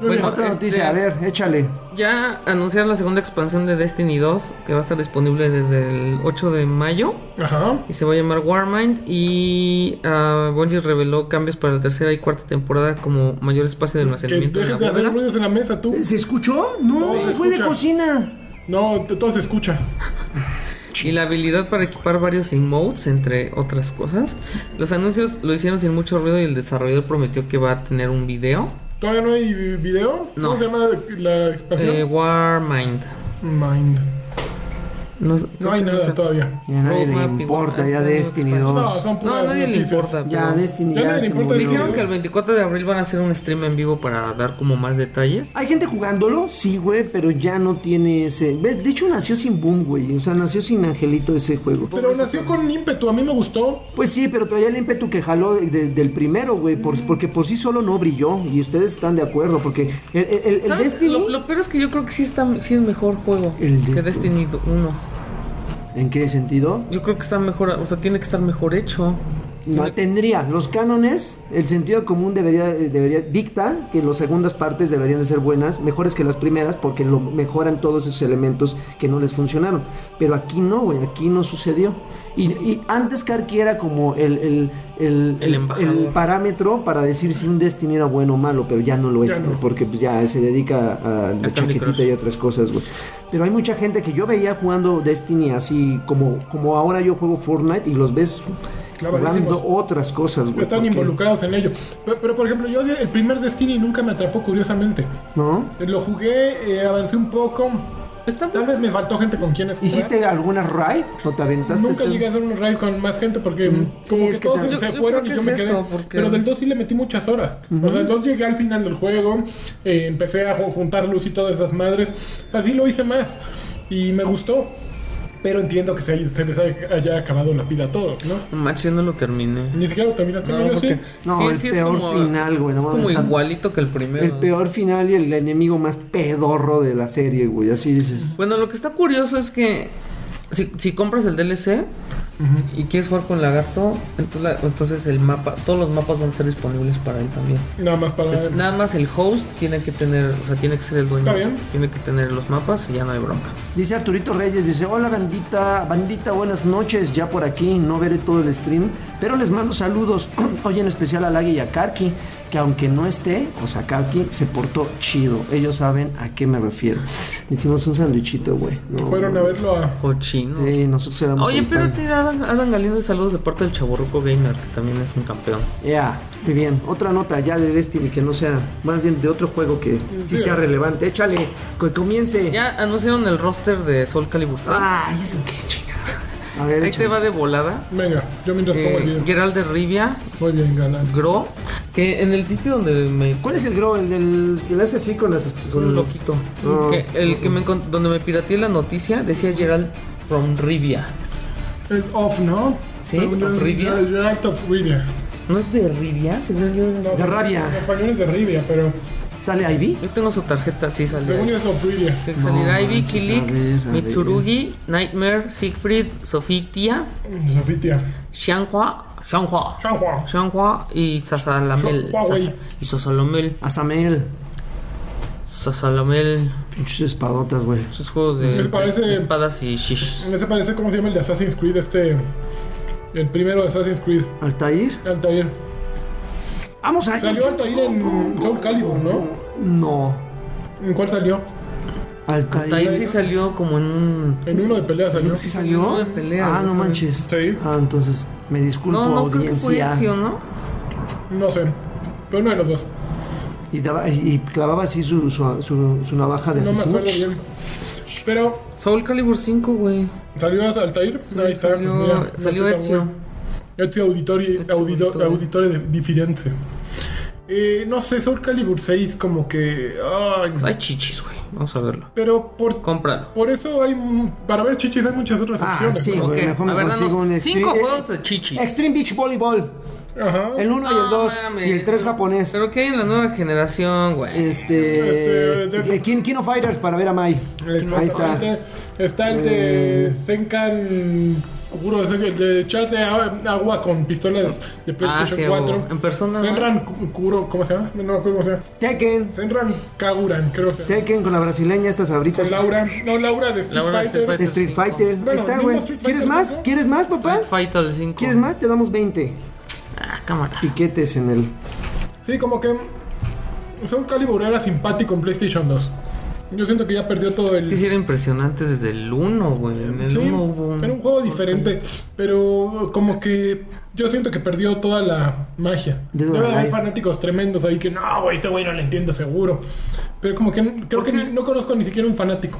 Speaker 2: Bueno,
Speaker 1: otra
Speaker 2: este-
Speaker 1: noticia, a ver, échale.
Speaker 2: ya anunciaron la segunda expansión de Destiny 2 que va a estar disponible desde el 8 de mayo.
Speaker 3: Ajá.
Speaker 2: Y se va a llamar Warmind. Y ah, Bungie reveló cambios para la tercera y cuarta temporada como mayor espacio de
Speaker 3: Que
Speaker 2: almacenamiento. en la
Speaker 3: dejes de hacer
Speaker 2: bóveda.
Speaker 3: ruidos en la mesa, tú.
Speaker 1: ¿Se escuchó? No,
Speaker 3: No, se
Speaker 1: fue de
Speaker 3: escucha.
Speaker 1: cocina.
Speaker 3: No, te- todo se escucha.
Speaker 2: y la habilidad para equipar varios emotes, entre otras cosas. Los anuncios lo hicieron sin mucho ruido y el desarrollador prometió que va a tener un video.
Speaker 3: ¿Todavía no hay vi- video?
Speaker 2: No.
Speaker 3: ¿Cómo se llama la expansión?
Speaker 2: Eh, Warmind.
Speaker 3: Mind.
Speaker 2: No, es-
Speaker 3: No hay
Speaker 2: creo que
Speaker 3: nada
Speaker 2: sea-
Speaker 3: todavía.
Speaker 1: Ya a nadie le
Speaker 2: Roadmap igual,
Speaker 1: importa, ya
Speaker 2: está en
Speaker 1: Destiny
Speaker 2: expansión.
Speaker 3: No,
Speaker 1: 2.
Speaker 3: son
Speaker 2: No, a
Speaker 3: puras
Speaker 2: nadie le
Speaker 3: noticias.
Speaker 2: importa.
Speaker 1: Ya
Speaker 2: pero-
Speaker 1: Destiny
Speaker 3: Ya
Speaker 1: ya,
Speaker 3: nadie le
Speaker 1: se
Speaker 3: importa
Speaker 1: murió.
Speaker 2: Dijeron
Speaker 3: No.
Speaker 2: que el 24 de abril van a hacer un stream en vivo para dar como más detalles.
Speaker 1: Hay gente jugándolo, sí, güey, pero ya no tiene ese. ¿Ves? De hecho, nació sin boom, güey. O sea, nació sin angelito ese juego.
Speaker 3: Pero nació con ímpetu, a mí me gustó.
Speaker 1: Pues sí, pero traía el ímpetu que jaló de- de- del primero, güey. por- porque por sí solo no brilló. Y ustedes están de acuerdo, porque el, el- el- el
Speaker 2: ¿Sabes?
Speaker 1: Destiny.
Speaker 2: Lo, lo peor es que yo creo que sí, está, sí es mejor juego
Speaker 1: El
Speaker 2: que
Speaker 1: Destiny.
Speaker 2: Destiny 1.
Speaker 1: ¿En qué sentido?
Speaker 2: Yo creo que está mejor, o sea, tiene que estar mejor hecho.
Speaker 1: No tendría. Los cánones, el sentido común debería, eh, debería dicta que las segundas partes deberían de ser buenas, mejores que las primeras, porque lo mejoran todos esos elementos que no les funcionaron. Pero aquí no, güey, aquí no sucedió. Y, y antes Karki era como el, el, el,
Speaker 2: El embajador.
Speaker 1: parámetro para decir si un Destiny era bueno o malo, pero ya no lo
Speaker 3: Ya
Speaker 1: es,
Speaker 3: no.
Speaker 1: güey, porque pues, ya se dedica a la
Speaker 2: Candy Crush.
Speaker 1: chaquetita y otras cosas, güey. Pero hay mucha gente que yo veía jugando Destiny así como, como ahora yo juego Fortnite y los ves
Speaker 3: Clavadísimos.
Speaker 1: jugando otras cosas, güey.
Speaker 3: Están
Speaker 1: porque-
Speaker 3: involucrados en ello. Pero, pero, por ejemplo, yo el primer Destiny nunca me atrapó, curiosamente.
Speaker 1: ¿No?
Speaker 3: Lo jugué, eh, avancé un poco.
Speaker 2: Está
Speaker 3: Tal vez me faltó gente con quien escuchar.
Speaker 1: ¿Hiciste alguna raid? ¿No te aventaste?
Speaker 3: Nunca
Speaker 1: ese-
Speaker 3: llegué a hacer un raid con más gente porque como
Speaker 1: Sí,
Speaker 3: que
Speaker 1: es que
Speaker 3: todos
Speaker 1: también-
Speaker 3: se
Speaker 2: Yo- yo
Speaker 3: fueron y
Speaker 2: creo
Speaker 3: yo
Speaker 2: que
Speaker 3: me
Speaker 2: es
Speaker 3: quedé.
Speaker 2: eso, porque-
Speaker 3: Pero del 2 sí le metí muchas horas. O sea, el 2 llegué al final del juego, eh, empecé a ju- juntar luz y todas esas madres. O sea, sí lo hice más y me gustó. Pero entiendo que se, se les haya, haya acabado la pila a todos, ¿no?
Speaker 2: Macho, yo no lo terminé.
Speaker 3: Ni siquiera lo terminaste,
Speaker 2: No,
Speaker 3: ¿no? Yo
Speaker 2: porque-
Speaker 3: sí.
Speaker 1: No, el peor final, güey, no
Speaker 2: es
Speaker 1: mames,
Speaker 2: como
Speaker 1: está-
Speaker 2: igualito que el primero.
Speaker 1: El peor final y el enemigo más pedorro de la serie, güey. Así dices.
Speaker 2: Bueno, lo que está curioso es que si, si compras el DLC,
Speaker 3: Ujú.
Speaker 2: y quieres jugar con Lagarto, entonces, la- entonces el mapa, todos los mapas van a estar disponibles para él también.
Speaker 3: Nada más para.
Speaker 2: Entonces, nada más el host tiene que tener, o sea, tiene que ser el dueño.
Speaker 3: Está bien.
Speaker 2: Tiene que tener los mapas y ya no hay bronca.
Speaker 1: Dice Arturito Reyes, dice, hola bandita, bandita, buenas noches, ya por aquí, no veré todo el stream, pero les mando saludos, hoy en especial a Lagui y a Karki, que aunque no esté, o sea, Karki se portó chido, ellos saben a qué me refiero. Le Hicimos un sandwichito, güey. No,
Speaker 3: Fueron a
Speaker 1: no.
Speaker 3: verlo a.
Speaker 2: Cochino.
Speaker 1: Sí, nosotros éramos...
Speaker 2: Oye,
Speaker 1: el
Speaker 2: pero
Speaker 1: pan.
Speaker 2: tira Adam, Adam Galindo y saludos de parte del Chaborruco Gamer, que también es un campeón.
Speaker 1: Ya, qué bien. Otra nota ya de Destiny que no sea, más bien de otro juego que sí
Speaker 3: Sí.
Speaker 1: sea relevante. Échale, que comience.
Speaker 2: Ya anunciaron el roster de Soul Calibur 6.
Speaker 1: Ay, eso qué chingada. A ver,
Speaker 2: Ahí
Speaker 1: échale.
Speaker 2: te va de volada.
Speaker 3: Venga, yo mientras pongo el
Speaker 2: Eh,
Speaker 3: video.
Speaker 2: Geralt de Rivia,
Speaker 3: Muy bien, galán.
Speaker 2: Gro, que en el sitio donde me...
Speaker 1: ¿Cuál es el grow? El del que le hace así con las con
Speaker 2: Un
Speaker 1: los-
Speaker 2: loquito.
Speaker 1: No.
Speaker 2: Que- el que me encont- donde me pirateé la noticia decía Geralt from Rivia.
Speaker 3: Es off, ¿no?
Speaker 2: Sí,
Speaker 3: Según yo,
Speaker 2: of
Speaker 3: es-
Speaker 2: Rivia.
Speaker 3: es Geralt of Rivia.
Speaker 2: ¿No es de Rivia? Según yo...
Speaker 3: No,
Speaker 1: De Rabia.
Speaker 3: En español es de Rivia, pero
Speaker 1: ¿Sale Ivy?
Speaker 2: Yo tengo su tarjeta, sí, sale.
Speaker 3: según yo es of Rivia.
Speaker 2: Tiene que salir
Speaker 1: No
Speaker 2: Ivy,
Speaker 1: manches, a ver, a
Speaker 2: Kilik,
Speaker 1: ver.
Speaker 2: Mitsurugi, Nightmare, Siegfried, Sofitia,
Speaker 3: Sofitia.
Speaker 2: Xianghua, Xianghua,
Speaker 3: Chanhua.
Speaker 2: Xianghua y Sasalamel.
Speaker 3: Xianghua, güey.
Speaker 2: Sasa- Y Sasalamel,
Speaker 1: Asamel.
Speaker 2: Sasalamel,
Speaker 1: Pinches espadotas, güey.
Speaker 2: esos juegos de,
Speaker 3: Me parece-
Speaker 2: de espadas y shish.
Speaker 3: Ese parece cómo se llama el de Assassin's Creed, este. El primero de Assassin's Creed.
Speaker 1: Altair.
Speaker 3: Altair.
Speaker 1: Vamos a
Speaker 3: Salió Altair en Soul Calibur, ¿no?
Speaker 1: No.
Speaker 3: ¿En cuál salió?
Speaker 1: Altair.
Speaker 2: Tair sí salió como en un.
Speaker 3: En uno de pelea salió.
Speaker 1: ¿Sí
Speaker 2: Uno
Speaker 1: salió?
Speaker 2: de pelea,
Speaker 1: ah, no
Speaker 2: ¿no?
Speaker 1: manches.
Speaker 3: Sí.
Speaker 1: Ah, entonces me disculpo
Speaker 2: No, no creo que fue
Speaker 1: audiencia.
Speaker 2: Ezio, ¿no?
Speaker 3: No sé. Pero uno de los dos.
Speaker 1: y, daba- y clavaba así su, su, su- su navaja de
Speaker 3: No me
Speaker 1: asesino.
Speaker 3: acuerdo bien. Pero
Speaker 2: Soul Calibur 5, güey.
Speaker 3: salió Altair. Ahí está.
Speaker 2: salió-
Speaker 3: mira,
Speaker 2: salió
Speaker 3: este
Speaker 2: Ezio.
Speaker 3: güey. Ezio Auditori,
Speaker 2: Ezio
Speaker 3: audito-
Speaker 2: Auditore.
Speaker 3: auditore de Diferente. Eh, no sé, Soul Calibur 6 como que... ay,
Speaker 2: Hay chichis, güey. Vamos a verlo.
Speaker 3: pero por,
Speaker 2: Cómpralo.
Speaker 3: por eso hay... mm, Para ver chichis hay muchas otras
Speaker 1: Ah,
Speaker 3: opciones.
Speaker 1: sí,
Speaker 3: ¿no?
Speaker 1: güey.
Speaker 2: Ok,
Speaker 1: Mejor me
Speaker 2: a ver,
Speaker 1: consigo
Speaker 2: danos
Speaker 1: un
Speaker 2: cinco
Speaker 1: Extreme-
Speaker 2: juegos de chichis.
Speaker 1: Extreme Beach Volleyball.
Speaker 3: Ajá.
Speaker 1: El 1 y el
Speaker 2: No
Speaker 1: 2.
Speaker 2: mames.
Speaker 1: Y el 3 japonés.
Speaker 2: Pero que hay en la nueva generación,
Speaker 1: Eh,
Speaker 2: güey.
Speaker 1: Este.
Speaker 3: Este, de-
Speaker 1: King, King of Fighters para ver a Mai. Ahí está.
Speaker 3: Exactamente. Está el de
Speaker 1: Eh.
Speaker 3: Senkan Kuro, el de chat de a- agua con pistolas de PlayStation
Speaker 2: sí, a
Speaker 3: 4.
Speaker 2: huevo. En persona, ¿no?
Speaker 3: Senran Ku- Kuro, ¿cómo se llama? No me acuerdo cómo se llama.
Speaker 1: Tekken.
Speaker 3: Senran Kaguran, creo que se llama.
Speaker 1: Tekken con la brasileña, estas abritas.
Speaker 3: Con Laura. No, Laura de Street
Speaker 2: Laura de
Speaker 3: Fighter.
Speaker 2: Street Fighter.
Speaker 1: Street
Speaker 2: Sí.
Speaker 1: Fighter.
Speaker 3: Bueno,
Speaker 1: Ahí está,
Speaker 3: mismo
Speaker 1: güey.
Speaker 3: Street Fighter
Speaker 1: ¿Quieres más?
Speaker 3: cinco.
Speaker 1: ¿Quieres más, papá?
Speaker 2: Street Fighter 5.
Speaker 1: ¿Quieres más? Te damos 20
Speaker 2: Ah, cámara.
Speaker 1: piquetes en el.
Speaker 3: Sí, como que. Soul Calibur era simpático en PlayStation 2. Yo siento que ya perdió todo el.
Speaker 2: Es que sí era impresionante desde el 1, güey. En el
Speaker 3: Sí,
Speaker 2: 1 hubo un...
Speaker 3: era un juego diferente, pero como que yo siento que perdió toda la magia.
Speaker 1: Dead or
Speaker 3: Debe haber
Speaker 1: Alive.
Speaker 3: fanáticos tremendos ahí que no, güey, este güey no le entiendo seguro. Pero como que n- creo
Speaker 2: ¿Por
Speaker 3: que
Speaker 2: qué?
Speaker 3: ni- no conozco ni siquiera un fanático.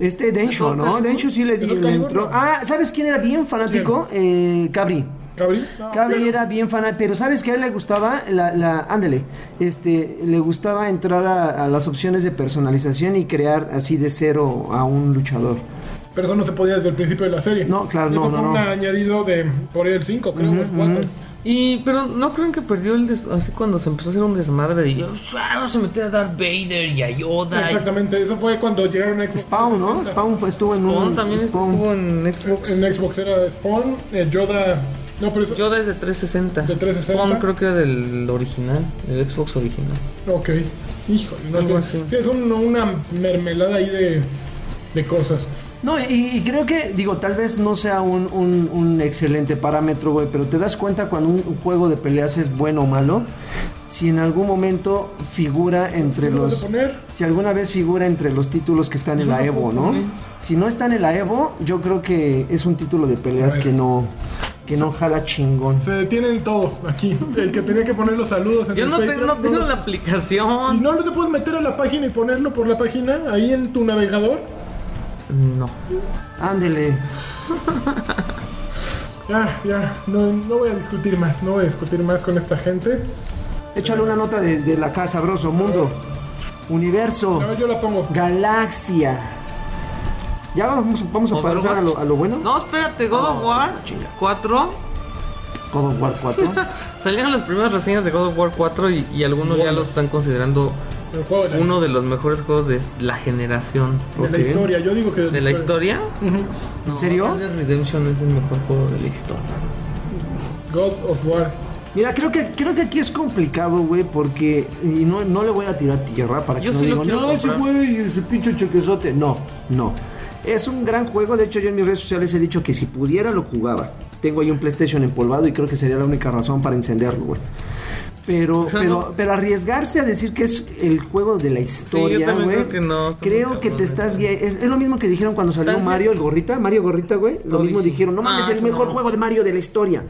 Speaker 1: Este Densho, ¿no?
Speaker 2: Calibur?
Speaker 1: Densho sí le, di-
Speaker 3: ¿El Soul
Speaker 1: le
Speaker 3: Calibur?
Speaker 1: entró. Ah, ¿sabes quién era bien fanático? Eh, Cabri.
Speaker 3: ¿Cabri? No,
Speaker 1: Cabri
Speaker 3: claro.
Speaker 1: era bien fanático, pero ¿sabes qué? A él le gustaba, la, la, ándale, este, le gustaba entrar a, a las opciones de personalización y crear así de cero a un luchador.
Speaker 3: Pero eso no se podía desde el principio de la serie.
Speaker 1: No, claro,
Speaker 3: Eso
Speaker 1: no,
Speaker 3: fue
Speaker 1: no,
Speaker 3: un
Speaker 1: no.
Speaker 3: añadido de por ahí el 5, creo, o el 4.
Speaker 2: Y, pero ¿no creen que perdió el... des- Así cuando se empezó a hacer un desmadre de... Yo, vamos a meter a Darth Vader y a Yoda. y-
Speaker 3: Exactamente, eso fue cuando llegaron a Xbox.
Speaker 1: Spawn, ¿no?
Speaker 3: 360.
Speaker 1: Spawn fue- estuvo en
Speaker 2: Spawn
Speaker 1: un.
Speaker 2: también estuvo en Xbox.
Speaker 3: En Xbox era Spawn, eh, Yoda. No, pero eso.
Speaker 2: Yoda es de 360.
Speaker 3: ¿De 360?
Speaker 2: Spawn creo que era del original. Del Xbox original.
Speaker 3: Ok. Híjole, no
Speaker 2: Algo
Speaker 3: sé.
Speaker 2: así.
Speaker 3: Sí, es un- una mermelada ahí de, de cosas.
Speaker 1: No, y, y creo que, digo, tal vez no sea un, un- un excelente parámetro, güey, pero te das cuenta cuando un, un juego de peleas es bueno o malo, si en algún momento figura entre
Speaker 3: ¿Lo vas
Speaker 1: los...
Speaker 3: a poner?
Speaker 1: Si alguna vez figura entre los títulos que están en la Evo, ¿no? Si no está en la Evo, yo creo que es un título de peleas
Speaker 3: Bueno.
Speaker 1: que no que no jala chingón.
Speaker 3: Se detienen todo aquí. El que tenía que poner los saludos en
Speaker 2: Yo
Speaker 3: el
Speaker 2: no, te-
Speaker 3: Patreon,
Speaker 2: no tengo
Speaker 3: no.
Speaker 2: la
Speaker 3: ¿Y
Speaker 2: aplicación.
Speaker 3: no lo te puedes meter a la página y ponerlo por la página ahí en tu navegador?
Speaker 2: No.
Speaker 1: Ándele.
Speaker 3: Ya, Ah, ya. No, no voy a discutir más. No voy a discutir más con esta gente.
Speaker 1: Échale una nota de, de la casa, broso. Mundo.
Speaker 2: Oh.
Speaker 1: Universo.
Speaker 3: A ver, yo la pongo.
Speaker 1: Galaxia. Ya vamos, vamos a
Speaker 2: Overwatch.
Speaker 1: pasar a lo, a lo bueno.
Speaker 2: No, espérate. God
Speaker 3: Oh,
Speaker 2: of War
Speaker 1: chinga.
Speaker 2: 4.
Speaker 1: God of War 4.
Speaker 2: Salieron las primeras reseñas de God of War 4 y, y algunos ya lo están considerando
Speaker 3: El juego de la,
Speaker 2: uno de los mejores juegos de la generación.
Speaker 3: de la
Speaker 1: Ok.
Speaker 3: historia. Yo digo que.
Speaker 2: ¿De la historia?
Speaker 3: Ujú.
Speaker 1: ¿En serio?
Speaker 2: Red Dead Redemption es el mejor juego de la historia.
Speaker 3: God of War.
Speaker 1: Mira, creo que, creo que aquí es complicado, güey, porque. Y no, no le voy a tirar tierra para que
Speaker 2: Yo
Speaker 1: no
Speaker 2: sí lo
Speaker 1: digan,
Speaker 2: quiero
Speaker 1: no, ese
Speaker 2: comprar".
Speaker 1: güey, ese pinche chequezote. No, no. Es un gran juego. De hecho, yo en mis redes sociales he dicho que si pudiera lo jugaba. Tengo ahí un PlayStation empolvado y creo que sería la única razón para encenderlo, güey. Pero, pero, pero arriesgarse a decir que es el juego de la historia,
Speaker 2: yo también
Speaker 1: güey,
Speaker 2: creo que no, está muy
Speaker 1: creo que
Speaker 2: cabrón,
Speaker 1: te
Speaker 2: ¿eh?
Speaker 1: estás guia- es, es lo mismo que dijeron cuando salió
Speaker 2: Tan-
Speaker 1: Mario el gorrita, Mario gorrita, güey. Lo
Speaker 2: Todo
Speaker 1: mismo
Speaker 2: dice,
Speaker 1: dijeron, no
Speaker 2: "Ah,
Speaker 1: mames, el
Speaker 2: eso
Speaker 1: mejor
Speaker 2: no".
Speaker 1: juego de Mario de la historia.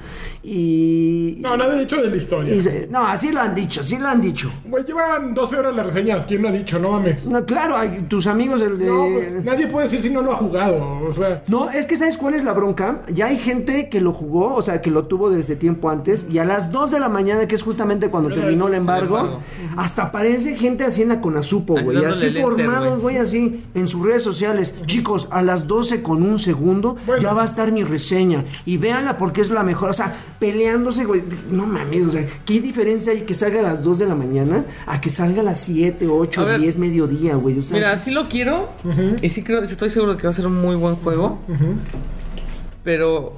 Speaker 1: Y
Speaker 3: No, nada de hecho de la historia.
Speaker 1: y se- no, así lo han dicho, así lo han dicho.
Speaker 3: Güey, llevan 12 horas las reseñas. ¿Quién lo ha dicho? No mames.
Speaker 1: No, claro, hay- tus amigos, el de.
Speaker 3: No, pues, güey, nadie puede decir si no lo ha jugado. O sea,
Speaker 1: No, es que ¿sabes cuál es la bronca? Ya hay gente que lo jugó, o sea, que lo tuvo desde tiempo antes, y a las 2 de la mañana, que es justamente cuando
Speaker 3: Era
Speaker 1: terminó el
Speaker 3: el
Speaker 1: embargo,
Speaker 2: embargo.
Speaker 1: hasta aparece gente así en la Conazupo, güey,
Speaker 2: Ayudándole
Speaker 1: así
Speaker 2: al enter,
Speaker 1: formados,
Speaker 2: güey.
Speaker 1: güey, así en sus redes sociales. Chicos, a las 12 con un segundo
Speaker 3: Bueno.
Speaker 1: ya va a estar mi reseña, y véanla porque es la mejor, o sea, peleándose, güey, no mames, o sea, ¿qué diferencia hay que salga a las 2 de la mañana a que salga a las 7, 8,
Speaker 2: A ver.
Speaker 1: 10, mediodía, güey? O sea,
Speaker 2: Mira, sí lo quiero.
Speaker 3: Ujú.
Speaker 2: Y sí creo, sí estoy seguro que va a ser un muy buen juego.
Speaker 3: ujú.
Speaker 2: Pero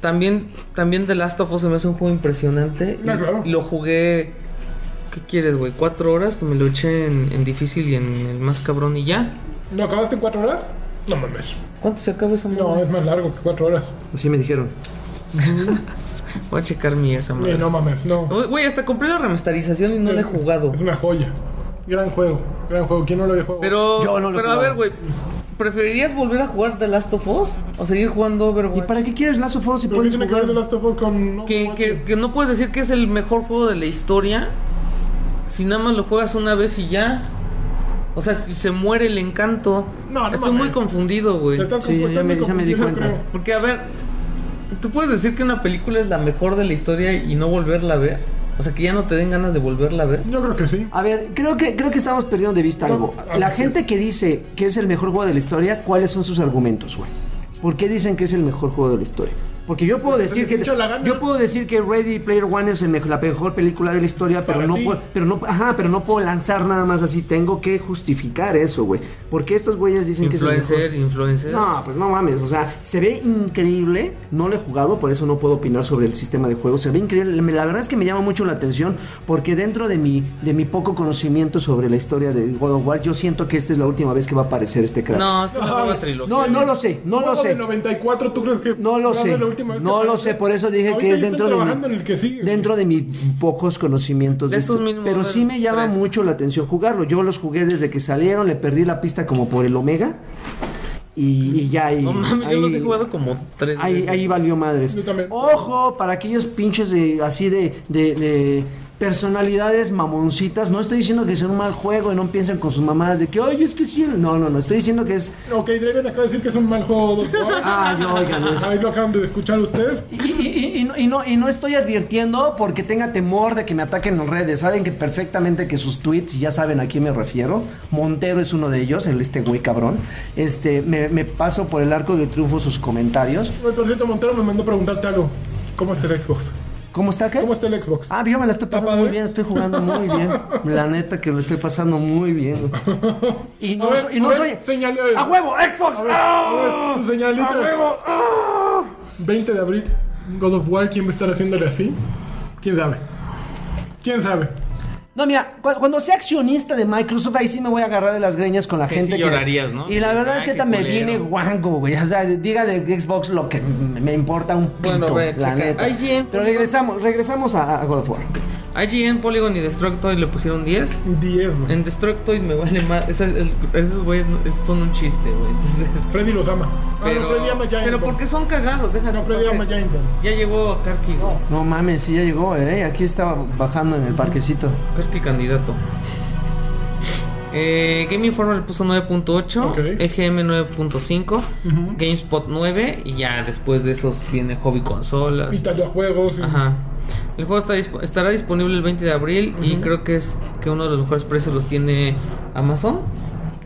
Speaker 2: también, también The Last of Us se me hace un juego impresionante.
Speaker 3: Ah,
Speaker 2: Y
Speaker 3: claro.
Speaker 2: Lo jugué. ¿Qué quieres, güey? Cuatro horas que me lo eché en, en difícil y en el más cabrón y ya.
Speaker 3: ¿lo acabaste en 4 horas? No mames.
Speaker 2: ¿Cuánto se acaba esa
Speaker 3: No,
Speaker 2: madre?
Speaker 3: es más largo que 4 horas.
Speaker 1: así me dijeron.
Speaker 2: Voy a checar mi esa
Speaker 3: Eh,
Speaker 2: madre.
Speaker 3: no mames, no.
Speaker 2: Güey, hasta compré la remasterización y no la he jugado.
Speaker 3: Es una joya. Gran juego. Gran juego. ¿Quién no lo había jugado?
Speaker 2: Pero,
Speaker 1: Yo no lo he
Speaker 2: pero a
Speaker 1: jugado.
Speaker 2: ver, güey. ¿Preferirías volver a jugar The Last of Us o seguir jugando
Speaker 1: ¿Y
Speaker 2: Overwatch?
Speaker 1: para qué quieres Lazo of Us si
Speaker 3: ¿Pero qué
Speaker 1: puedes
Speaker 3: tiene que
Speaker 1: jugar?
Speaker 3: ver The Last of Us con.?
Speaker 2: Que, que- que no puedes decir que es el mejor juego de la historia si nada más lo juegas una vez y ya. O sea, si se muere el encanto.
Speaker 3: No, no
Speaker 2: Estoy
Speaker 3: mames.
Speaker 2: muy confundido, güey.
Speaker 3: Te estás
Speaker 1: Sí, ya
Speaker 3: confundiendo
Speaker 1: me-
Speaker 3: y
Speaker 1: ya me di
Speaker 3: confundiendo,
Speaker 1: cuenta.
Speaker 3: creo.
Speaker 2: Porque, a ver, tú puedes decir que una película es la mejor de la historia y no volverla a ver. O sea, que ya no te den ganas de volverla a ver.
Speaker 3: Yo creo que sí.
Speaker 1: A ver, creo que, creo que estamos perdiendo de vista
Speaker 3: No,
Speaker 1: algo.
Speaker 3: a
Speaker 1: La
Speaker 3: ver.
Speaker 1: gente que dice que es el mejor juego de la historia, ¿cuáles son sus argumentos, güey? ¿Por qué dicen que es el mejor juego de la historia? Porque yo puedo
Speaker 3: Porque
Speaker 1: decir
Speaker 3: les
Speaker 1: que
Speaker 3: hincha la gana.
Speaker 1: yo puedo decir que Ready Player One es el mej- la mejor película de la historia, pero
Speaker 3: Para
Speaker 1: no
Speaker 3: ti.
Speaker 1: puedo, pero no, ajá, pero no puedo lanzar nada más así. Tengo que justificar eso, güey. Porque estos güeyes dicen que es el
Speaker 2: Influencer,
Speaker 1: mejor.
Speaker 2: influencer.
Speaker 1: No, pues no mames, o sea, se ve increíble, no lo he jugado, por eso no puedo opinar sobre el sistema de juego, se ve increíble, Me- la verdad es que me llama mucho la atención porque dentro de mi, de mi poco conocimiento sobre la historia de God of War, yo siento que esta es la última vez que va a aparecer este crack.
Speaker 2: No, es una
Speaker 3: Ay,
Speaker 2: nueva trilogía.
Speaker 1: no, no lo sé, no lo
Speaker 3: Juego
Speaker 1: sé.
Speaker 3: del 94, ¿tú crees que.?
Speaker 1: No lo
Speaker 3: va a ser
Speaker 1: sé.
Speaker 3: la última vez que
Speaker 1: No lo
Speaker 3: aparece?
Speaker 1: sé, por eso dije
Speaker 3: Ahorita
Speaker 1: que es
Speaker 3: ya están
Speaker 1: dentro de
Speaker 3: trabajando
Speaker 1: mi,
Speaker 3: en el que sigue.
Speaker 1: dentro de mis pocos conocimientos.
Speaker 2: De estos
Speaker 1: esto.
Speaker 2: mínimo
Speaker 1: Pero sí me llama
Speaker 2: tres.
Speaker 1: mucho la atención jugarlo. Yo los jugué desde que salieron, le perdí la pista como por el Omega. Y, y ya ahí.
Speaker 2: No mames, yo los he
Speaker 1: ahí-
Speaker 2: jugado como tres
Speaker 1: Ahí,
Speaker 2: veces.
Speaker 1: ahí valió madres.
Speaker 3: Yo también.
Speaker 1: Ojo, para aquellos pinches de así de, de- de personalidades mamoncitas. No estoy diciendo que sea un mal juego y no piensen con sus mamadas de que, ay, es que sí. No, no, no. Estoy diciendo que es.
Speaker 3: Ok, Draven acaba de decir que es un mal juego.
Speaker 1: Ay, oigan, es-
Speaker 3: Ahí lo acaban de escuchar ustedes.
Speaker 1: Y, y- y- y no, y no- y no estoy advirtiendo porque tenga temor de que me ataquen en redes. Saben que perfectamente que sus tweets, y ya saben a quién me refiero. Montero es uno de ellos, el este güey cabrón. Este, me, me paso por el arco del triunfo sus comentarios.
Speaker 3: Oye, Por cierto, Montero me mandó preguntarte algo. ¿Cómo está el Xbox?
Speaker 1: ¿Cómo está acá?
Speaker 3: ¿Cómo está el Xbox?
Speaker 1: Ah, yo me la estoy pasando
Speaker 3: padre?
Speaker 1: muy bien, estoy jugando muy bien. La neta que lo estoy pasando muy bien. Y no,
Speaker 3: A ver,
Speaker 1: so- y no
Speaker 3: a ver,
Speaker 1: soy.
Speaker 3: señale.
Speaker 1: ¡A huevo! ¡Xbox!
Speaker 3: A ver, a ver, su señalita.
Speaker 1: Ah. ¡A huevo! ¡Ah!
Speaker 3: 20 de abril, God of War, ¿quién va a estar haciéndole así? ¿Quién sabe? ¿Quién sabe?
Speaker 1: No, mira, cu- cuando sea accionista de Microsoft, ahí sí me voy a agarrar de las greñas con la
Speaker 2: Sí,
Speaker 1: gente
Speaker 2: sí
Speaker 1: que.
Speaker 2: llorarías, ¿no?
Speaker 1: Y la verdad
Speaker 2: Ay,
Speaker 1: es que
Speaker 2: qué
Speaker 1: también
Speaker 2: culero.
Speaker 1: viene guango, güey. O sea, diga de Xbox lo que m- me importa un pito,
Speaker 2: Bueno, ve,
Speaker 1: la
Speaker 2: checa.
Speaker 1: neta.
Speaker 2: Ay, ¿eh? Jen,
Speaker 1: Pero regresamos, regresamos a, a God of War.
Speaker 2: Allí en Polygon y Destructoid le pusieron 10.
Speaker 3: 10, güey.
Speaker 2: En Destructoid me vale más. Esa- el- esos güeyes no- es- son un chiste, güey. Entonces.
Speaker 3: Freddy los ama. Ah, no,
Speaker 2: Pero,
Speaker 3: Freddy ama Giant
Speaker 2: pero
Speaker 3: Bomb.
Speaker 2: porque son cagados, deja
Speaker 3: No,
Speaker 2: que
Speaker 3: Freddy
Speaker 2: pase.
Speaker 3: ama Giant Bomb.
Speaker 2: Ya llegó Karki, güey.
Speaker 1: No mames, sí ya llegó, eh. Aquí estaba bajando en el parquecito.
Speaker 2: Karki candidato. Eh, Game Informer le puso 9.8,
Speaker 3: Ok.
Speaker 2: EGM 9.5,
Speaker 3: Ujú.
Speaker 2: GameSpot 9 y ya después de esos viene Hobby Consolas.
Speaker 3: Italia Juegos. y-
Speaker 2: Ajá. El juego está disp- estará disponible el 20 de abril y creo que es que uno de los mejores precios los tiene Amazon.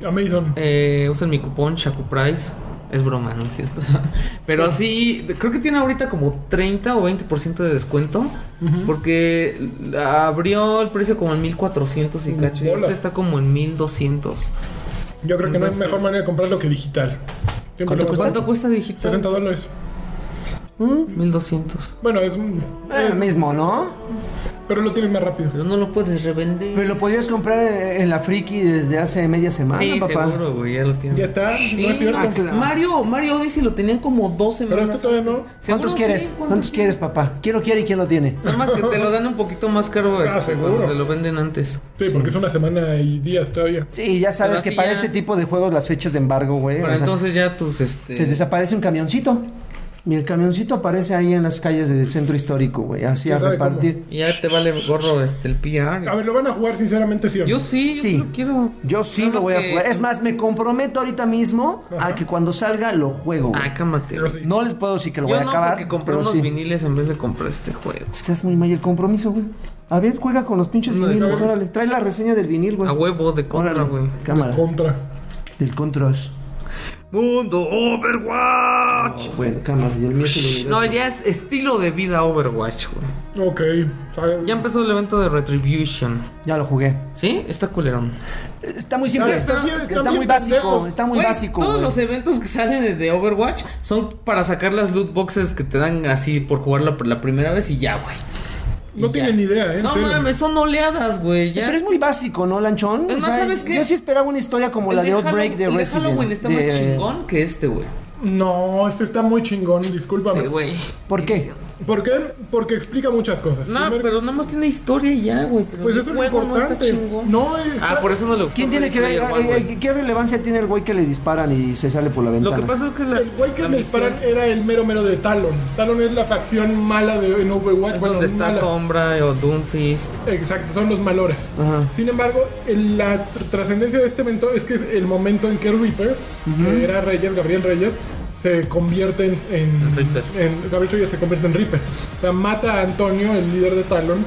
Speaker 3: Amazon.
Speaker 2: Eh, usen mi cupón ShakuPrice Es broma, ¿no es cierto? Pero sí, creo que tiene ahorita como 30 o 20% de descuento. Porque la- abrió el precio como en 1400 y
Speaker 3: Mm,
Speaker 2: cacho. Y ahorita
Speaker 3: bolas.
Speaker 2: está como en 1200.
Speaker 3: Yo creo que no es
Speaker 2: Entonces-
Speaker 3: mejor manera de comprarlo que digital.
Speaker 2: ¿Cuánto
Speaker 3: Siempre lo
Speaker 2: cuesta,
Speaker 3: compro-
Speaker 2: ¿Cuánto cuesta digital?
Speaker 3: 60 dólares.
Speaker 2: 1200.
Speaker 3: Bueno, es,
Speaker 1: Es lo
Speaker 3: es-
Speaker 1: mismo, ¿no?
Speaker 3: pero lo tienes más rápido.
Speaker 2: Pero no lo puedes revender.
Speaker 1: Pero lo podías comprar eh, en la friki desde hace media semana,
Speaker 2: sí,
Speaker 1: papá.
Speaker 2: seguro, güey, ya lo tienen.
Speaker 3: Ya está, no es cierto.
Speaker 1: ah, claro.
Speaker 2: Mario, Mario Odyssey lo tenían como 12
Speaker 3: Pero este todavía no.
Speaker 1: ¿Cuántos quieres? ¿Cuántos, quieres, papá? ¿Quién lo quiere y quién lo tiene?
Speaker 2: Nada más que te lo dan un poquito más caro
Speaker 3: Ah,
Speaker 2: este,
Speaker 3: seguro.
Speaker 2: cuando te lo venden antes.
Speaker 3: Sí, porque es una semana y días todavía.
Speaker 1: Sí, ya sabes
Speaker 2: Pero
Speaker 1: que
Speaker 2: así
Speaker 1: para
Speaker 2: ya-
Speaker 1: este tipo de juegos las fechas de embargo, güey.
Speaker 2: Pero
Speaker 1: o sea,
Speaker 2: entonces ya tus este
Speaker 1: Se desaparece un camioncito. Y el camioncito aparece ahí en las calles del centro histórico, güey. Así
Speaker 3: ¿Quién
Speaker 1: a
Speaker 3: sabe
Speaker 1: repartir.
Speaker 2: ya te vale gorro este el PR.
Speaker 3: A ver, ¿lo van a jugar sinceramente sí o no?
Speaker 2: yo sí, yo
Speaker 1: Sí.
Speaker 2: sí lo quiero.
Speaker 1: Yo sí
Speaker 2: Nada
Speaker 1: lo
Speaker 2: más
Speaker 1: voy a
Speaker 2: que-
Speaker 1: jugar. Es más, me comprometo ahorita mismo a que cuando salga lo juego. güey.
Speaker 2: Ay, cámate.
Speaker 3: Yo sí.
Speaker 1: No les puedo decir que lo
Speaker 2: Ah, Yo
Speaker 1: voy a
Speaker 2: no,
Speaker 1: acabar.
Speaker 2: porque compré
Speaker 1: pero
Speaker 2: unos
Speaker 1: sí.
Speaker 2: viniles en vez de comprar este juego.
Speaker 1: Estás muy mal el compromiso, güey. A ver, juega con los pinches
Speaker 2: No,
Speaker 1: viniles,
Speaker 3: no, no.
Speaker 1: órale. Trae la reseña del vinil, güey.
Speaker 2: A huevo de contra,
Speaker 1: Órale,
Speaker 2: güey.
Speaker 1: cámara.
Speaker 3: Contra.
Speaker 1: Del Contras.
Speaker 2: Mundo Overwatch.
Speaker 1: Bueno, cámara. y el mío es el
Speaker 2: No,
Speaker 1: universo.
Speaker 2: ya es estilo de vida Overwatch, güey.
Speaker 3: Ok. sabe-
Speaker 2: Ya empezó el evento de Retribution.
Speaker 1: Ya lo jugué.
Speaker 2: ¿Sí? Está culerón.
Speaker 1: Está muy simple.
Speaker 3: Ya,
Speaker 1: Está,
Speaker 3: están bien- están
Speaker 1: muy
Speaker 3: bien
Speaker 1: básico.
Speaker 3: pendejos.
Speaker 1: Está muy
Speaker 2: Güey,
Speaker 1: básico.
Speaker 2: Todos
Speaker 1: güey.
Speaker 2: los eventos que salen de, de Overwatch son para sacar las loot boxes que te dan así por jugarla por la primera vez y ya, güey.
Speaker 3: No
Speaker 2: Y
Speaker 3: tienen
Speaker 2: ya.
Speaker 3: idea, ¿eh? En
Speaker 2: No
Speaker 3: serio.
Speaker 2: mames, son oleadas, güey. Ya.
Speaker 1: Pero es muy básico, ¿no, Lanchón?
Speaker 2: Es más, ¿sabes qué?
Speaker 1: Yo sí esperaba una historia como
Speaker 2: El
Speaker 1: la de
Speaker 2: Halloween-
Speaker 1: Outbreak de
Speaker 2: el
Speaker 1: Resident.
Speaker 2: Halloween está
Speaker 1: de-
Speaker 2: más chingón que este, güey.
Speaker 3: No, este está muy chingón,
Speaker 2: Este,
Speaker 3: discúlpame.
Speaker 2: güey.
Speaker 1: ¿Por qué?
Speaker 2: Dice-
Speaker 3: ¿Por qué? Porque explica muchas cosas.
Speaker 2: No,
Speaker 3: Primero-
Speaker 2: pero nada más tiene historia y ya, güey. Pero
Speaker 3: Pues
Speaker 2: el
Speaker 3: eso es lo
Speaker 2: juego no está
Speaker 3: importante.
Speaker 2: chingón.
Speaker 3: No, está-
Speaker 2: Ah, por eso no le gustó.
Speaker 1: ¿Quién tiene
Speaker 2: Ready
Speaker 1: que ver?
Speaker 2: Player One,
Speaker 1: eh,
Speaker 2: güey.
Speaker 1: eh, ¿Qué relevancia tiene el güey que le disparan y se sale por la
Speaker 2: Lo
Speaker 1: ventana?
Speaker 2: que pasa es que la,
Speaker 3: El güey que
Speaker 2: la
Speaker 3: me
Speaker 2: misión
Speaker 3: disparan era el mero mero de Talon. Talon es la facción mala de en Overwatch.
Speaker 2: es
Speaker 3: bueno,
Speaker 2: donde está
Speaker 3: mala.
Speaker 2: Sombra o Doomfist.
Speaker 3: Exacto, son los malores.
Speaker 1: Ajá.
Speaker 3: Sin embargo, el- la tr- trascendencia de este evento es que es el momento en que Reaper, que era Reyes, Gabriel Reyes, se convierte en, en-
Speaker 2: Reaper.
Speaker 3: en- Gabriel Reyes se convierte en Reaper. O sea, mata a Antonio, el líder de Talon.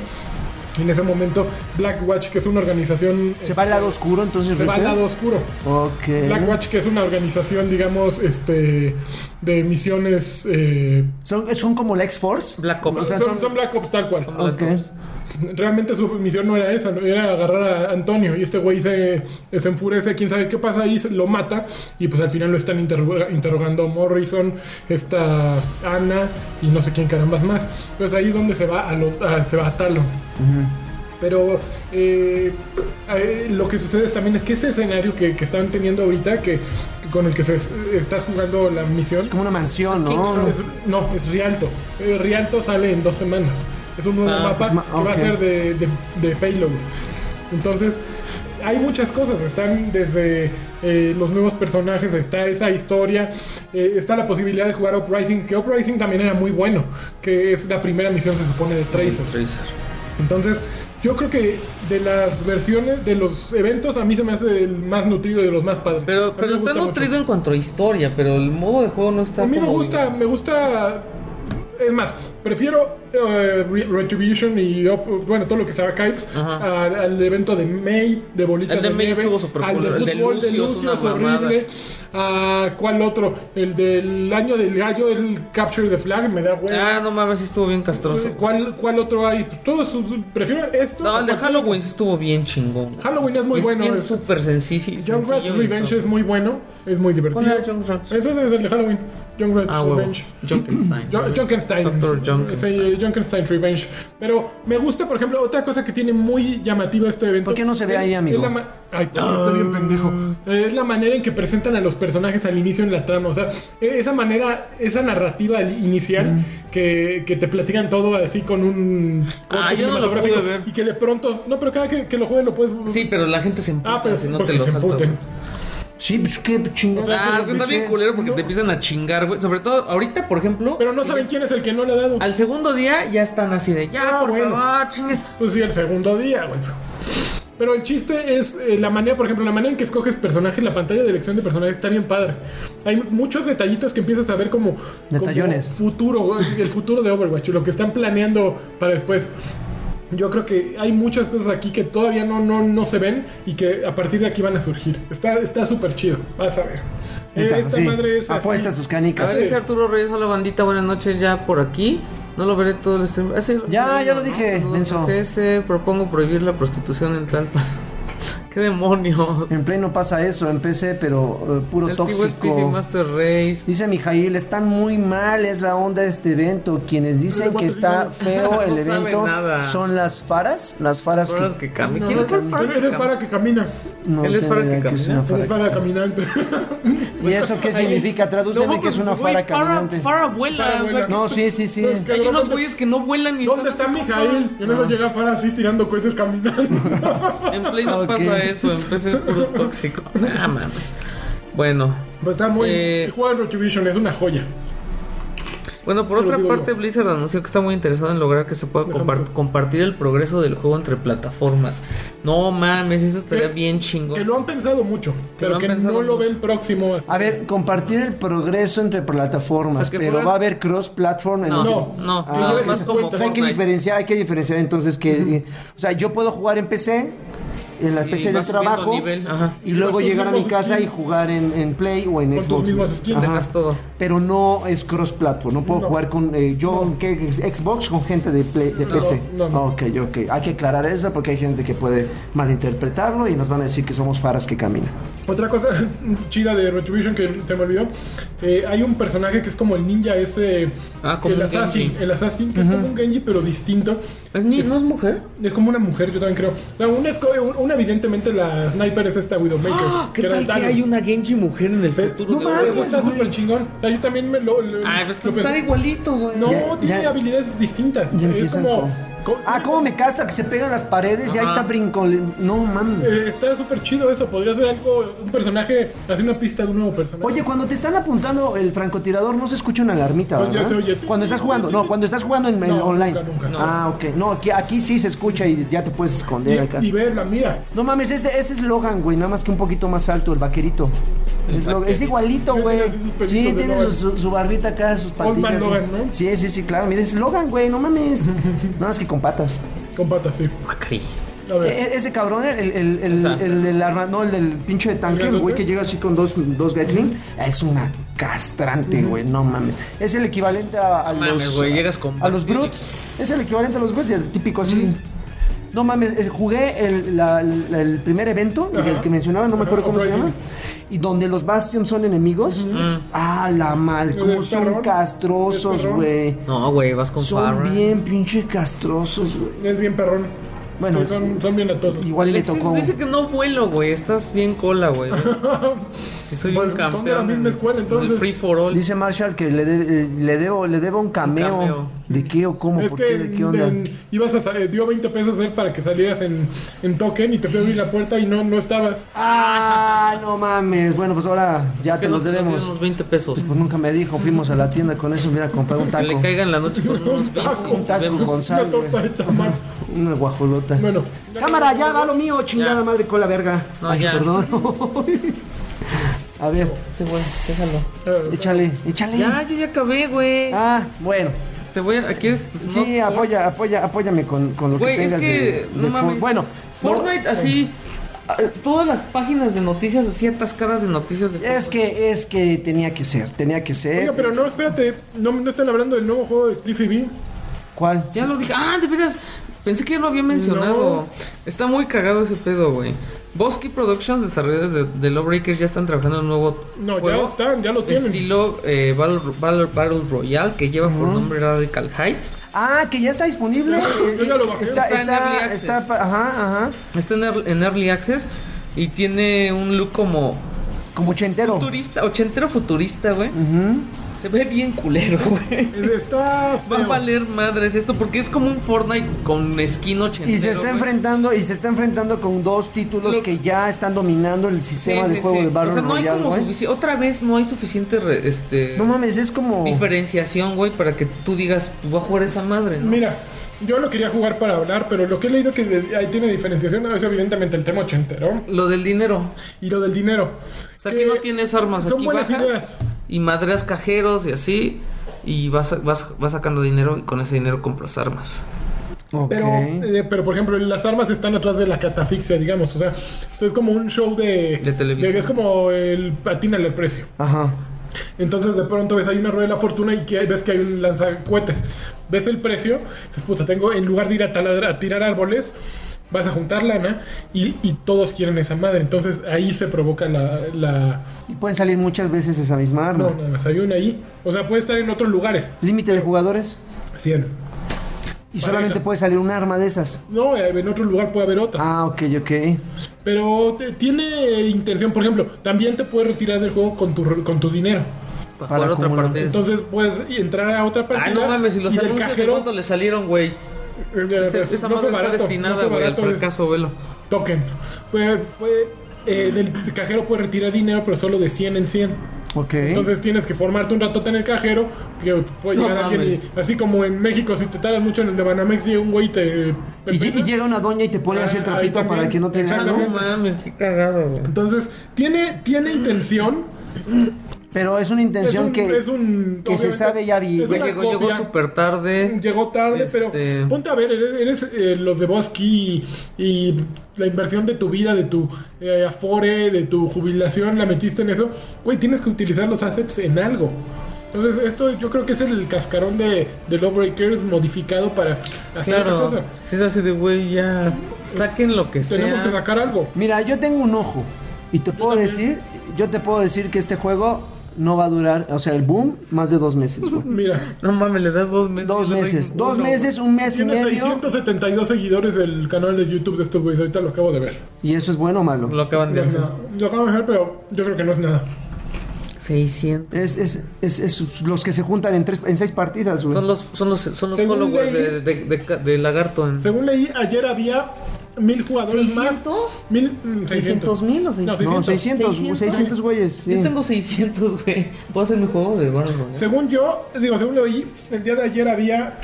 Speaker 3: Y en ese momento, Blackwatch, que es una organización.
Speaker 1: ¿Se va Eh. al lado oscuro entonces?
Speaker 3: se va al
Speaker 1: Rupert?
Speaker 3: lado oscuro.
Speaker 1: Ok.
Speaker 3: Blackwatch, que es una organización, digamos, este de misiones. eh,
Speaker 1: ¿Son, son como la X-Force?
Speaker 2: Black Ops.
Speaker 1: O sea,
Speaker 3: son,
Speaker 1: son-
Speaker 3: son Black Ops tal cual.
Speaker 2: Son Black
Speaker 1: Ok.
Speaker 2: Ops.
Speaker 3: Realmente su misión no era esa, ¿no? era agarrar a Antonio y este güey se, se enfurece, quién sabe qué pasa ahí, se- lo mata y pues al final lo están interroga- interrogando Morrison, esta Ana y no sé quién carambas más. Entonces ahí es donde se va a, lo- a- se va a Talon. Pero eh, eh, lo que sucede es también es que ese escenario que, que están teniendo ahorita, que con el que se, estás jugando la misión,
Speaker 1: Como una mansión, ¿no?
Speaker 3: no, es, no, es Rialto. Eh, Rialto sale en dos semanas. Es un nuevo
Speaker 2: Ah,
Speaker 3: mapa
Speaker 1: pues ma-
Speaker 3: que va a
Speaker 1: ok.
Speaker 3: ser de, de, de payload. Entonces, hay muchas cosas. Están desde eh, los nuevos personajes, está esa historia, eh, está la posibilidad de jugar Uprising, que Uprising también era muy bueno, que es la primera misión, se supone, de Tracer.
Speaker 2: Tracer.
Speaker 3: Entonces, yo creo que de las versiones, de los eventos, a mí se me hace el más nutrido y de los más padres. A
Speaker 2: Pero,
Speaker 3: mí
Speaker 2: pero
Speaker 3: me
Speaker 2: está
Speaker 3: gusta mucho.
Speaker 2: nutrido en cuanto a historia, pero el modo de juego no está
Speaker 3: A mí me
Speaker 2: como-
Speaker 3: gusta, me gusta. Es más, prefiero eh, Re- Retribution y Up- bueno, todo lo que sea Kives
Speaker 2: Ajá.
Speaker 3: al, al evento de May, de Bolitas
Speaker 2: El de May
Speaker 3: nieve,
Speaker 2: estuvo súper
Speaker 3: al
Speaker 2: cool,
Speaker 3: de
Speaker 2: el de
Speaker 3: fútbol, de
Speaker 2: Lucio es
Speaker 3: Lucio,
Speaker 2: una
Speaker 3: es horrible. a ¿Cuál otro? El del año del gallo, el Capture the Flag, me da hueva.
Speaker 2: Ah, no mames, sí estuvo bien castroso.
Speaker 3: Eh, ¿Cuál, ¿Cuál otro hay? Pues Todos, sus- prefiero esto.
Speaker 2: No, el de
Speaker 3: aparte-
Speaker 2: Halloween sí estuvo bien chingón.
Speaker 3: Halloween es muy
Speaker 2: Y
Speaker 3: bueno.
Speaker 2: Es súper sencillo.
Speaker 3: Junkrat's
Speaker 2: sencillo y
Speaker 3: Revenge
Speaker 2: está-
Speaker 3: es muy bueno, es muy divertido.
Speaker 2: ¿Cuál era Junkrat's?
Speaker 3: Eso es el de Halloween. Junkrat's
Speaker 2: Ah, huevo.
Speaker 3: Revenge.
Speaker 2: Junkenstein.
Speaker 3: Jo- Junkenstein.
Speaker 2: Doctor
Speaker 3: Sí,
Speaker 2: Junkenstein.
Speaker 3: sí, Junkenstein Revenge. Pero me gusta, por ejemplo, otra cosa que tiene muy llamativa este evento.
Speaker 1: ¿Por qué no se ve
Speaker 3: Es-
Speaker 1: ahí, amigo?
Speaker 3: es la ma- Ay, porque estoy bien pendejo. Eh, Es la manera en que presentan a los personajes al inicio en la trama. O sea, e- esa manera, esa narrativa al- inicial
Speaker 1: Mm.
Speaker 3: que, que te platican todo así con un.
Speaker 2: Ah,
Speaker 3: corte
Speaker 2: yo no lo
Speaker 3: cinematográfico
Speaker 2: pude ver.
Speaker 3: Y que de pronto. No, pero cada que, que lo juegues lo puedes.
Speaker 2: Sí, pero la gente se emputa
Speaker 3: Ah, pero
Speaker 2: si
Speaker 3: es
Speaker 2: no te
Speaker 3: porque
Speaker 2: lo
Speaker 3: se
Speaker 2: saltas.
Speaker 3: emputen.
Speaker 2: güey.
Speaker 1: Sí, pues qué chingada.
Speaker 2: Ah, es que está bien culero porque
Speaker 3: No.
Speaker 2: te empiezan a chingar, güey. Sobre todo ahorita, por ejemplo.
Speaker 3: Pero no saben quién es el que no le ha dado.
Speaker 2: Al segundo día ya están así de ya,
Speaker 3: Ah,
Speaker 2: por
Speaker 3: bueno.
Speaker 2: favor, chingue.
Speaker 3: Pues sí, el segundo día, güey. Pero el chiste es eh, la manera, por ejemplo, la manera en que escoges personajes, la pantalla de elección de personajes está bien padre. Hay muchos detallitos que empiezas a ver como, como
Speaker 1: Detallones.
Speaker 3: futuro, güey, el futuro de Overwatch, lo que están planeando para después. Yo creo que hay muchas cosas aquí que todavía no, no, no se ven y que a partir de aquí van a surgir. Está está súper chido, vas a ver.
Speaker 1: Neta,
Speaker 3: esta
Speaker 1: sí.
Speaker 3: madre es así.
Speaker 1: Apuesta sus
Speaker 2: A
Speaker 1: canicas.
Speaker 2: ver, dice Arturo Reyes, hola bandita, buenas noches ya por aquí. No lo veré todo el stream. Ah, sí,
Speaker 1: Ya,
Speaker 2: que
Speaker 1: ya lo
Speaker 2: ¿no?
Speaker 1: dije,
Speaker 2: Saludos,
Speaker 1: menso.
Speaker 2: GS, propongo prohibir la prostitución en Tlalpan. ¡Qué demonios!
Speaker 1: En Play no pasa eso, en PC, pero eh, puro
Speaker 2: El tío es PC
Speaker 1: tóxico.
Speaker 2: Master Race.
Speaker 1: Dice Mijail, están muy mal, es la onda de este evento. Quienes dicen que está feo el
Speaker 2: No saben
Speaker 1: evento
Speaker 2: nada.
Speaker 1: son las faras, las faras
Speaker 2: Horas
Speaker 1: que...
Speaker 2: que cambien.
Speaker 3: No,
Speaker 2: ¿Quién
Speaker 3: no,
Speaker 2: es que
Speaker 3: no,
Speaker 2: Fran?
Speaker 3: eres para que camina.
Speaker 1: No
Speaker 2: Él es
Speaker 1: tengo
Speaker 2: fara que
Speaker 1: idea qué es
Speaker 2: camina.
Speaker 1: una
Speaker 3: Eres
Speaker 1: fara
Speaker 3: para caminante.
Speaker 1: que- ¿Y eso qué significa? Tradúceme
Speaker 2: No, pues,
Speaker 1: que es una
Speaker 2: güey,
Speaker 1: fara
Speaker 2: para-
Speaker 1: caminante.
Speaker 2: Para vuela.
Speaker 3: Para
Speaker 2: o sea,
Speaker 3: vuela.
Speaker 1: No, sí, sí, sí.
Speaker 3: Los que-
Speaker 2: hay unos güeyes que no vuelan y
Speaker 3: ¿Dónde está
Speaker 2: están así como-
Speaker 3: Mijail? Yo no sé llegar para así tirando cohetes caminando.
Speaker 2: En Play no
Speaker 1: Ok.
Speaker 2: pasa eso, en PC es puro tóxico. Ah, mames. Bueno.
Speaker 3: Pues está muy.
Speaker 2: Eh.
Speaker 3: el juego de Retribution es una joya.
Speaker 2: Bueno, por
Speaker 3: Te lo
Speaker 2: otra
Speaker 3: digo
Speaker 2: parte,
Speaker 3: yo.
Speaker 2: Blizzard anunció que está muy interesado en lograr que se pueda
Speaker 3: Déjame
Speaker 2: compar-
Speaker 3: eso.
Speaker 2: compartir el progreso del juego entre plataformas. No mames, eso estaría
Speaker 3: Que-
Speaker 2: bien chingón.
Speaker 3: Que lo han pensado mucho,
Speaker 2: lo
Speaker 3: pero
Speaker 2: han
Speaker 3: que
Speaker 2: pensado
Speaker 3: no lo
Speaker 2: mucho.
Speaker 3: ven próximo. así.
Speaker 1: A ver, compartir el progreso entre plataformas,
Speaker 2: O sea, que
Speaker 1: pero
Speaker 2: juegas-
Speaker 1: va a haber cross-platform en
Speaker 2: No,
Speaker 1: ese-
Speaker 2: no,
Speaker 3: No.
Speaker 2: no,
Speaker 1: Ah,
Speaker 2: nada
Speaker 3: ok.
Speaker 2: más como
Speaker 1: O sea, hay que
Speaker 2: Fortnite.
Speaker 1: diferenciar, hay que diferenciar entonces que, eh, o sea, yo puedo jugar en PC, en la
Speaker 2: Y
Speaker 1: PC
Speaker 2: va
Speaker 1: del
Speaker 2: subiendo
Speaker 1: trabajo,
Speaker 2: nivel, ajá.
Speaker 1: y luego
Speaker 3: Con tus
Speaker 1: llegar a mi
Speaker 3: mismos
Speaker 1: casa y
Speaker 3: skins.
Speaker 1: jugar en, en Play o en
Speaker 3: Con tus
Speaker 1: Xbox.
Speaker 3: mismos skins.
Speaker 1: Ajá.
Speaker 2: Tengas todo.
Speaker 1: Pero no es cross-platform, no puedo
Speaker 3: No.
Speaker 1: jugar con eh, yo con qué, Xbox con gente de, Play- de PC.
Speaker 3: no, no.
Speaker 1: Ok, ok, hay que aclarar eso porque hay gente que puede malinterpretarlo y nos van a decir que somos faras que caminan.
Speaker 3: Otra cosa chida de Retribution que se me olvidó. eh, hay un personaje que es como el ninja ese.
Speaker 2: Ah, como
Speaker 3: el
Speaker 2: un
Speaker 3: assassin.
Speaker 2: Genji.
Speaker 3: El assassin, que es como un Genji, pero distinto.
Speaker 2: ¿Es Pues ni- ¿No es mujer?
Speaker 3: Es como una mujer, yo también creo. O sea, una, esco- un- una evidentemente la sniper es esta Widowmaker.
Speaker 2: Ah, ¿Qué
Speaker 3: era
Speaker 2: tal
Speaker 3: el
Speaker 2: que
Speaker 3: Thanos.
Speaker 2: hay una Genji mujer en el
Speaker 3: Pero-
Speaker 2: futuro?
Speaker 3: no
Speaker 2: de
Speaker 3: mames, eso
Speaker 2: Overwatch?
Speaker 3: está súper chingón. O sea, yo también me lo. lo-
Speaker 2: Ah, pues
Speaker 3: lo pensé.
Speaker 2: está igualito, güey.
Speaker 3: No,
Speaker 1: Ya-
Speaker 3: tiene
Speaker 1: ya-
Speaker 3: habilidades distintas.
Speaker 1: Ya
Speaker 3: es
Speaker 1: empiezan
Speaker 3: como.
Speaker 1: con-
Speaker 3: co-
Speaker 1: Ah, ¿cómo me casta? Que se pegan las paredes y ahí
Speaker 2: Ajá.
Speaker 1: está brincón. No mames.
Speaker 3: Eh, está súper chido eso. Podría ser algo. Un personaje. Hacer una pista de un nuevo personaje.
Speaker 1: Oye, cuando te están apuntando el francotirador, no se escucha una alarmita,
Speaker 3: Oye,
Speaker 1: ¿verdad?
Speaker 3: se oye.
Speaker 1: Cuando estás jugando, no, cuando estás jugando en, en
Speaker 3: No,
Speaker 1: online.
Speaker 3: nunca, nunca. No.
Speaker 1: Ah, ok. No, aquí, aquí sí se escucha y ya te puedes
Speaker 3: y,
Speaker 1: esconder acá.
Speaker 3: y verla, mira.
Speaker 1: No mames, ese, ese es Logan, güey, nada más que un poquito más alto, el vaquerito. es, lo- es
Speaker 2: vaquerito.
Speaker 1: igualito,
Speaker 3: Tiene
Speaker 1: güey.
Speaker 3: así sus pelitos
Speaker 1: Sí,
Speaker 3: de
Speaker 1: tiene su,
Speaker 3: Logan.
Speaker 1: su- su barrita acá, sus
Speaker 3: Old man
Speaker 1: patitas.
Speaker 3: Logan,
Speaker 1: güey.
Speaker 3: ¿no?
Speaker 1: Sí, sí, sí, claro. Mira, es Logan, güey, no mames. nada más que con patas.
Speaker 3: Con patas, sí.
Speaker 2: Macri.
Speaker 3: A ver.
Speaker 1: E- e- ese cabrón, el, el, el,
Speaker 2: sea.
Speaker 1: el del arma, no, el del pinche de tanque,
Speaker 3: ¿El
Speaker 1: el güey
Speaker 3: grandote?
Speaker 1: que llega así con dos, dos Gatling, es una castrante, güey, no mames. Es el equivalente a, a
Speaker 2: mames,
Speaker 1: los.
Speaker 2: güey, llegas con
Speaker 1: A los
Speaker 2: Bass,
Speaker 1: Brutes. Es el equivalente a los Brutes, el típico así. No mames, es- jugué el, la- la- el primer evento,
Speaker 3: Ajá.
Speaker 1: el que mencionaba, no me
Speaker 3: Ajá,
Speaker 1: acuerdo cómo se
Speaker 3: Uprising.
Speaker 1: llama. Y donde los Bastion son enemigos. Ah, la madre,
Speaker 3: ¿El
Speaker 1: cómo
Speaker 3: del
Speaker 1: son
Speaker 3: perrón?
Speaker 1: castrosos,
Speaker 3: ¿El perrón?
Speaker 1: güey.
Speaker 2: No, güey, vas con
Speaker 1: Son
Speaker 2: Farrah.
Speaker 1: bien pinche castrosos, güey.
Speaker 3: Es bien perrón.
Speaker 1: eh. Bueno.
Speaker 3: Sí, son, son bien a todos.
Speaker 1: Igual y le
Speaker 2: Alexis
Speaker 1: tocó.
Speaker 2: dice que no vuelo, güey. Estás bien cola, güey. Si soy
Speaker 3: Pues,
Speaker 2: un
Speaker 3: son de la
Speaker 2: campeón.
Speaker 3: misma
Speaker 2: en-
Speaker 3: escuela,
Speaker 2: en el
Speaker 3: entonces.
Speaker 2: Free for all.
Speaker 1: Dice Marshall que le, de- eh, le debo le debo un cameo.
Speaker 2: cameo.
Speaker 1: ¿De qué o cómo?
Speaker 3: Es
Speaker 1: ¿Por
Speaker 3: que
Speaker 1: qué? ¿De qué onda?
Speaker 3: en- ibas a, sa- eh, dio 20 pesos él para que salieras en, en token y te fui a abrir la puerta y no, no estabas.
Speaker 1: Ah, no mames. Bueno, pues ahora ya
Speaker 2: ¿Por qué
Speaker 1: te
Speaker 2: no
Speaker 1: los
Speaker 2: te
Speaker 1: debemos.
Speaker 2: das unos 20 pesos.
Speaker 1: Pues nunca me dijo, fuimos a la tienda con eso, hubiera comprado un
Speaker 2: Que
Speaker 1: taco.
Speaker 2: le caigan la noche con unos beats y
Speaker 3: Un
Speaker 1: taco
Speaker 2: vemos.
Speaker 1: con sal,
Speaker 3: Una torta
Speaker 1: güey.
Speaker 3: de tamal.
Speaker 1: Una guajolota.
Speaker 3: Bueno.
Speaker 1: Cámara, ya va lo mío, chingada
Speaker 2: Ya.
Speaker 1: madre con la verga.
Speaker 2: No,
Speaker 1: Ay,
Speaker 2: ya.
Speaker 1: perdón. a ver,
Speaker 2: Este güey, déjalo.
Speaker 3: Eh,
Speaker 1: échale, échale.
Speaker 2: Ya, yo ya acabé, güey.
Speaker 1: Ah, bueno.
Speaker 2: Te voy a. ¿Quieres tus
Speaker 1: Sí,
Speaker 2: notes,
Speaker 1: apoya, apoya, apóyame con, con lo
Speaker 2: Güey,
Speaker 1: que
Speaker 2: es
Speaker 1: tengas
Speaker 2: que.
Speaker 1: de-
Speaker 2: no
Speaker 1: de For-
Speaker 2: mames.
Speaker 1: Bueno,
Speaker 2: Fortnite así. ah, Todas las páginas de noticias, así atascadas de noticias de
Speaker 1: Es que, es que tenía que ser, tenía que ser.
Speaker 3: Oiga, pero no, espérate. No, no están hablando del nuevo juego de Cliffy B.
Speaker 1: ¿Cuál?
Speaker 2: Ya lo dije. Ah, de veras. Pensé que ya lo había mencionado.
Speaker 3: No.
Speaker 2: Está muy cagado ese pedo, güey. Bosky Productions, desarrolladores de, de Lawbreakers, ya están trabajando en un nuevo
Speaker 3: No, ya
Speaker 2: juego
Speaker 3: están, ya lo tienen.
Speaker 2: Estilo eh, Battle, Battle, Battle Royale, que lleva por nombre Radical Heights.
Speaker 1: Ah, que ya está disponible. Eh,
Speaker 3: Yo ya lo bajé.
Speaker 1: Está,
Speaker 2: Está en Early
Speaker 1: está,
Speaker 2: Access.
Speaker 1: está pa- ajá, ajá.
Speaker 2: Está en, ear- en Early Access y tiene un look como
Speaker 1: Como ochentero.
Speaker 2: futurista, ochentero futurista, güey.
Speaker 1: Ujú.
Speaker 2: Se ve bien culero, güey.
Speaker 3: Eh, Está
Speaker 2: Va a
Speaker 3: feo.
Speaker 2: valer madres esto porque es como un Fortnite con skin ochentero.
Speaker 1: Y se está
Speaker 2: güey.
Speaker 1: enfrentando, y se está enfrentando con dos títulos
Speaker 2: Lo-
Speaker 1: que ya están dominando el
Speaker 2: Sí,
Speaker 1: sistema
Speaker 2: sí,
Speaker 1: de juego
Speaker 2: sí.
Speaker 1: del Battle
Speaker 2: O sea, no hay
Speaker 1: Royale,
Speaker 2: como
Speaker 1: güey.
Speaker 2: sufici- Otra vez no hay suficiente re- este
Speaker 1: No mames, es como.
Speaker 2: diferenciación, güey, para que tú digas, "Pues, voy a jugar esa madre, ¿no?
Speaker 3: Mira, yo lo quería jugar para hablar, pero lo que he leído que de- ahí tiene diferenciación es evidentemente el tema ochentero
Speaker 2: Lo del dinero.
Speaker 3: y lo del dinero.
Speaker 2: O sea, aquí no tienes armas,
Speaker 3: Son
Speaker 2: aquí
Speaker 3: buenas
Speaker 2: bajas
Speaker 3: ideas.
Speaker 2: y madreas cajeros y así y vas, vas, vas sacando dinero y con ese dinero compras armas.
Speaker 1: Ok.
Speaker 3: Pero, eh, pero por ejemplo, las armas están atrás de la catafixia, digamos. O sea, esto es como un show de.
Speaker 2: De televisión.
Speaker 3: es como el patínale el precio.
Speaker 1: Ajá.
Speaker 3: Entonces de pronto ves hay una rueda de la fortuna y que, ves que hay un lanzacohetes. Ves el precio, dices, puta, tengo, en lugar de ir a, taladra- a tirar árboles, vas a juntar lana y, y todos quieren esa madre. Entonces ahí se provoca la... la-
Speaker 1: Y pueden salir muchas veces esa misma arma.
Speaker 3: No, nada más, hay una ahí. O sea, puede estar en otros lugares.
Speaker 1: Límite de jugadores.
Speaker 3: 100.
Speaker 1: Y solamente
Speaker 3: Parejas.
Speaker 1: puede salir un arma de esas.
Speaker 3: No, eh, en otro lugar puede haber otra.
Speaker 1: Ah, ok, ok.
Speaker 3: Pero te- tiene intención, por ejemplo, también te puedes retirar del juego con tu, re- con tu dinero.
Speaker 2: Para,
Speaker 1: Para
Speaker 2: jugar Pues otra
Speaker 1: acumular.
Speaker 2: partida.
Speaker 3: Entonces puedes entrar a otra partida.
Speaker 2: Ay, no mames, y los
Speaker 3: del
Speaker 2: anuncios de
Speaker 3: cajero-
Speaker 2: cuánto le salieron, güey.
Speaker 3: Eh, eh,
Speaker 2: Esa,
Speaker 3: pues,
Speaker 2: esa
Speaker 3: no
Speaker 2: madre
Speaker 3: fue
Speaker 2: está
Speaker 3: barato, no
Speaker 2: destinada,
Speaker 3: fue
Speaker 2: güey, al
Speaker 3: barato el-
Speaker 2: fracaso, velo.
Speaker 3: token. Fue, fue eh, del cajero puede retirar dinero, pero solo de 100 en 100.
Speaker 1: Ok.
Speaker 3: Entonces tienes que formarte un ratote en el cajero, que puede
Speaker 2: No
Speaker 3: llegar alguien
Speaker 2: mames.
Speaker 3: y, así como en México, si te tardas mucho en el de Banamex, llega un güey y te...
Speaker 1: y, lle- y llega una doña y te pone así el
Speaker 3: Ah, ahí
Speaker 1: trapito
Speaker 3: también.
Speaker 1: para que no te
Speaker 2: Ah,
Speaker 1: vean,
Speaker 2: no
Speaker 1: ¿no?
Speaker 3: Exactamente.
Speaker 2: mames, qué cagado, güey.
Speaker 3: Entonces, tiene, tiene intención.
Speaker 1: Pero es una
Speaker 3: Es
Speaker 1: intención
Speaker 3: un-
Speaker 1: que.
Speaker 3: es un-
Speaker 1: que se
Speaker 3: obviamente,
Speaker 1: sabe ya vi-
Speaker 3: es
Speaker 1: ya
Speaker 2: Ya
Speaker 3: una
Speaker 2: llegó, llegó
Speaker 3: copia.
Speaker 2: súper tarde.
Speaker 3: Llegó tarde,
Speaker 2: Este-
Speaker 3: pero ponte a ver, eres, eres, eh, los de Bosky y, y la inversión de tu vida, de tu eh, afore, de tu jubilación, la metiste en eso. Güey, tienes que utilizar los assets en algo. Entonces, esto yo creo que es el cascarón de, de Lawbreakers modificado para hacer otra
Speaker 2: Claro.
Speaker 3: cosa.
Speaker 2: Si es así de, güey, ya. Saquen lo que sea.
Speaker 3: Tenemos que sacar algo.
Speaker 1: Mira, yo tengo un ojo. Y te puedo decir. Yo te puedo decir que este juego no va a durar. O sea, el boom, más de dos meses, güey.
Speaker 3: Mira,
Speaker 2: No mames, le das dos meses.
Speaker 1: Dos
Speaker 2: le doy
Speaker 1: meses.
Speaker 2: uno.
Speaker 1: Dos meses, un mes y
Speaker 3: tiene
Speaker 1: medio.
Speaker 3: 672 seguidores el canal de YouTube de estos güeyes. Ahorita lo acabo de ver.
Speaker 1: ¿Y eso es bueno o malo?
Speaker 2: Lo acaban de hacer.
Speaker 3: Lo acabo de ver, pero yo creo que no es nada.
Speaker 2: 600.
Speaker 1: Es, es, es, es los que se juntan en tres en seis partidas, güey.
Speaker 2: Son los, son los, son los
Speaker 3: Según
Speaker 2: followers
Speaker 3: leí-
Speaker 2: de, de, de, de Lagarto. en-
Speaker 3: Según leí, ayer había mil jugadores más.
Speaker 2: ¿600?
Speaker 3: Mil, mm,
Speaker 2: 600 mil o 600.
Speaker 1: No, 600,
Speaker 2: 600.
Speaker 1: 600 güeyes. sí.
Speaker 2: Yo tengo 600, güey. Puedo hacer mi juego de Battle Royale.
Speaker 3: Según yo, digo, según leí, el día de ayer había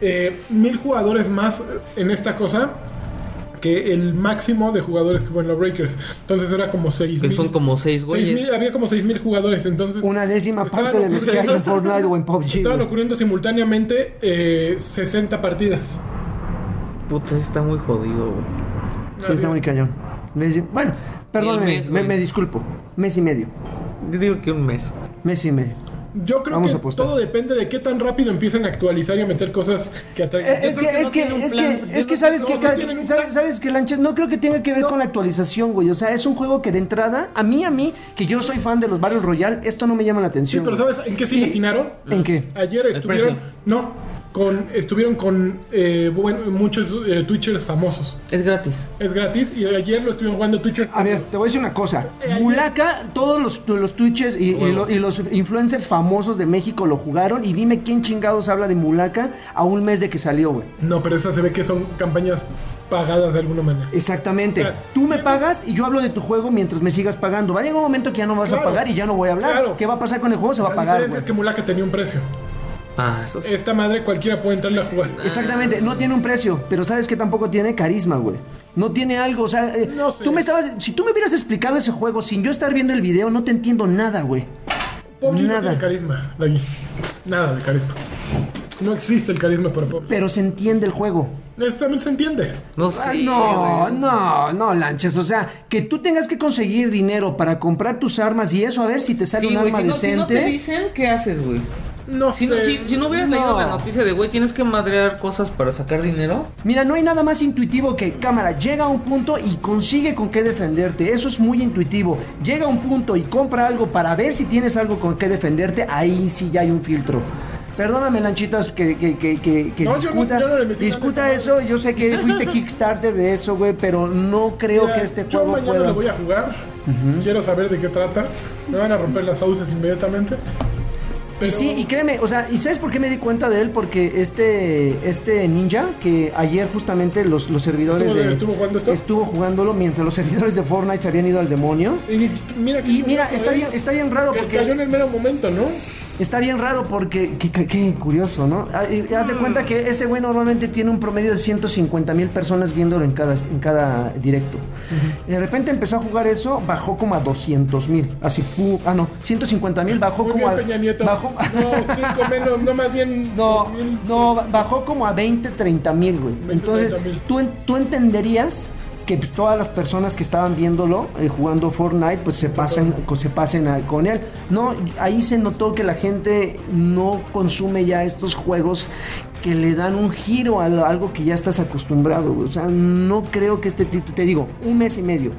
Speaker 3: eh, mil jugadores más eh, en esta cosa que el máximo de jugadores que hubo en los Breakers. Entonces era como seis
Speaker 2: Que
Speaker 3: mil.
Speaker 2: son como 6
Speaker 3: Seis
Speaker 2: güeyes.
Speaker 3: mil, había como seis mil jugadores, entonces...
Speaker 1: Una décima
Speaker 3: Estaban
Speaker 1: parte de los que hay en
Speaker 3: ocurriendo-
Speaker 1: Fortnite o en PUBG.
Speaker 3: Estaban
Speaker 1: güey.
Speaker 3: ocurriendo simultáneamente eh, 60 partidas.
Speaker 2: Puta, sí está muy jodido, güey.
Speaker 1: Sí, está muy cañón. Les- Bueno, perdóname,
Speaker 2: Y el mes,
Speaker 1: me,
Speaker 2: güey.
Speaker 1: me disculpo. Mes y medio.
Speaker 2: Yo digo que un mes.
Speaker 1: Mes y medio.
Speaker 3: Yo creo
Speaker 1: Vamos a
Speaker 3: que
Speaker 1: apostar.
Speaker 3: todo depende de qué tan rápido empiecen a actualizar y a meter cosas que atraigan.
Speaker 1: Eh, Es
Speaker 2: creo
Speaker 1: que,
Speaker 2: que
Speaker 1: es
Speaker 2: no
Speaker 1: que,
Speaker 2: tienen un
Speaker 1: es
Speaker 2: plan.
Speaker 1: que,
Speaker 2: Yo
Speaker 1: es
Speaker 3: creo
Speaker 1: que
Speaker 3: que
Speaker 1: sabes
Speaker 3: no,
Speaker 1: que,
Speaker 3: sí
Speaker 1: Car-
Speaker 3: tienen un
Speaker 1: sabes,
Speaker 3: plan.
Speaker 1: sabes que Lanchas, no creo que tenga que ver con la actualización, güey. O sea, es un juego que de entrada, a mí, a mí, que yo soy fan de los Battle Royale, esto no me llama la
Speaker 3: Sí,
Speaker 1: atención.
Speaker 3: pero
Speaker 1: güey.
Speaker 3: ¿sabes en qué se latinaron?
Speaker 1: ¿En qué?
Speaker 3: Ayer estuvieron.
Speaker 2: precio.
Speaker 3: No, con, estuvieron con eh, bueno, muchos eh, Twitchers famosos.
Speaker 2: Es gratis.
Speaker 3: Es gratis y ayer lo estuvieron jugando Twitchers.
Speaker 1: A ver, te voy a decir una cosa.
Speaker 3: Eh, ayer-
Speaker 1: Mulaka, todos los, los Twitches y, y
Speaker 2: Huevo.
Speaker 1: lo- y los influencers famosos de México lo jugaron. Y dime quién chingados habla de Mulaka a un mes de que salió, güey.
Speaker 3: No, pero esas se ve que son campañas pagadas de alguna manera.
Speaker 1: Exactamente.
Speaker 3: Ah,
Speaker 1: Tú me
Speaker 3: sí,
Speaker 1: pagas y yo hablo de tu juego mientras me sigas pagando. Va a llegar un momento que ya no vas
Speaker 3: Claro,
Speaker 1: a pagar y ya no voy a hablar.
Speaker 3: claro.
Speaker 1: ¿Qué va a pasar con el juego? Se va a
Speaker 3: La
Speaker 1: pagar,
Speaker 3: diferencia
Speaker 1: güey.
Speaker 3: es que Mulaka tenía un precio.
Speaker 2: Ah, eso
Speaker 1: Eh,
Speaker 2: sí.
Speaker 3: Esta madre cualquiera puede entrarle a jugar.
Speaker 1: Exactamente, no tiene un precio, pero sabes que tampoco tiene carisma, güey. No tiene algo, o sea, eh,
Speaker 3: No sé.
Speaker 1: tú me estabas, si tú me hubieras explicado ese juego sin yo estar viendo el video, no te entiendo nada, güey.
Speaker 3: PUBG no
Speaker 1: nada.
Speaker 3: tiene carisma, Dagui. Nada de carisma. No existe el carisma para PUBG.
Speaker 1: Pero se entiende el juego.
Speaker 3: Esto también se entiende.
Speaker 2: No
Speaker 1: Ah,
Speaker 2: sé.
Speaker 1: no,
Speaker 2: güey.
Speaker 1: no, no, lanches. O sea, que tú tengas que conseguir dinero para comprar tus armas y eso, a ver si te sale
Speaker 2: Sí,
Speaker 1: un
Speaker 2: güey,
Speaker 1: arma
Speaker 2: si no, si no te
Speaker 1: decente.
Speaker 2: dicen, ¿qué haces, güey?
Speaker 3: No
Speaker 2: Si no,
Speaker 3: sé.
Speaker 2: si, si no hubieras
Speaker 1: No.
Speaker 2: leído la noticia de, güey, tienes que madrear cosas para sacar dinero.
Speaker 1: Mira, no hay nada más intuitivo que cámara, llega a un punto y consigue con qué defenderte. Eso es muy intuitivo. Llega a un punto y compra algo para ver si tienes algo con qué defenderte. Ahí sí ya hay un filtro. Perdóname, Lanchitas, que, que, que, que, que
Speaker 3: No, yo no-
Speaker 1: discuta,
Speaker 3: yo no le metí
Speaker 1: discuta
Speaker 3: nada.
Speaker 1: eso. Yo sé que fuiste Kickstarter de eso, güey, pero no creo
Speaker 3: Mira,
Speaker 1: que este
Speaker 3: yo
Speaker 1: juego
Speaker 3: mañana
Speaker 1: pueda.
Speaker 3: lo voy a jugar. Quiero saber de qué trata. Me van a romper las sauces inmediatamente.
Speaker 1: Y
Speaker 3: Pero-
Speaker 1: sí, y créeme, o sea, ¿y sabes por qué me di cuenta de él? Porque este, este ninja, que ayer justamente los, los servidores
Speaker 3: ¿Estuvo-
Speaker 1: de-
Speaker 3: estuvo jugando esto?
Speaker 1: estuvo jugándolo mientras los servidores de Fortnite se habían ido al demonio.
Speaker 3: y mira, qué
Speaker 1: Y mira,
Speaker 3: curioso,
Speaker 1: está
Speaker 3: ¿eh?
Speaker 1: bien, está bien raro
Speaker 3: Que Cayó en
Speaker 1: porque
Speaker 3: el mero momento, ¿no?
Speaker 1: está bien raro porque qué, qué- qué curioso, ¿no? Ah, y Haz de cuenta que ese güey normalmente tiene un promedio de 150 mil personas viéndolo en cada en cada directo. Y De repente empezó a jugar eso, bajó como a 200 mil, así, pu- ah no, 150 mil bajó
Speaker 3: Muy
Speaker 1: como
Speaker 3: bien, Peña Nieto.
Speaker 1: a, bajó como...
Speaker 3: No, 5 menos, no más bien.
Speaker 1: No,
Speaker 3: 2000.
Speaker 1: no, bajó como a 20, 30 mil, güey.
Speaker 3: 20,
Speaker 1: Entonces,
Speaker 3: 30,000.
Speaker 1: tú, en- tú entenderías que pues, todas las personas que estaban viéndolo eh, jugando Fortnite, pues se pasen, co- se pasen a- con él. No, ahí se notó que la gente no consume ya estos juegos que le dan un giro a lo- algo que ya estás acostumbrado. güey. O sea, no creo que este título, te digo, un mes y medio.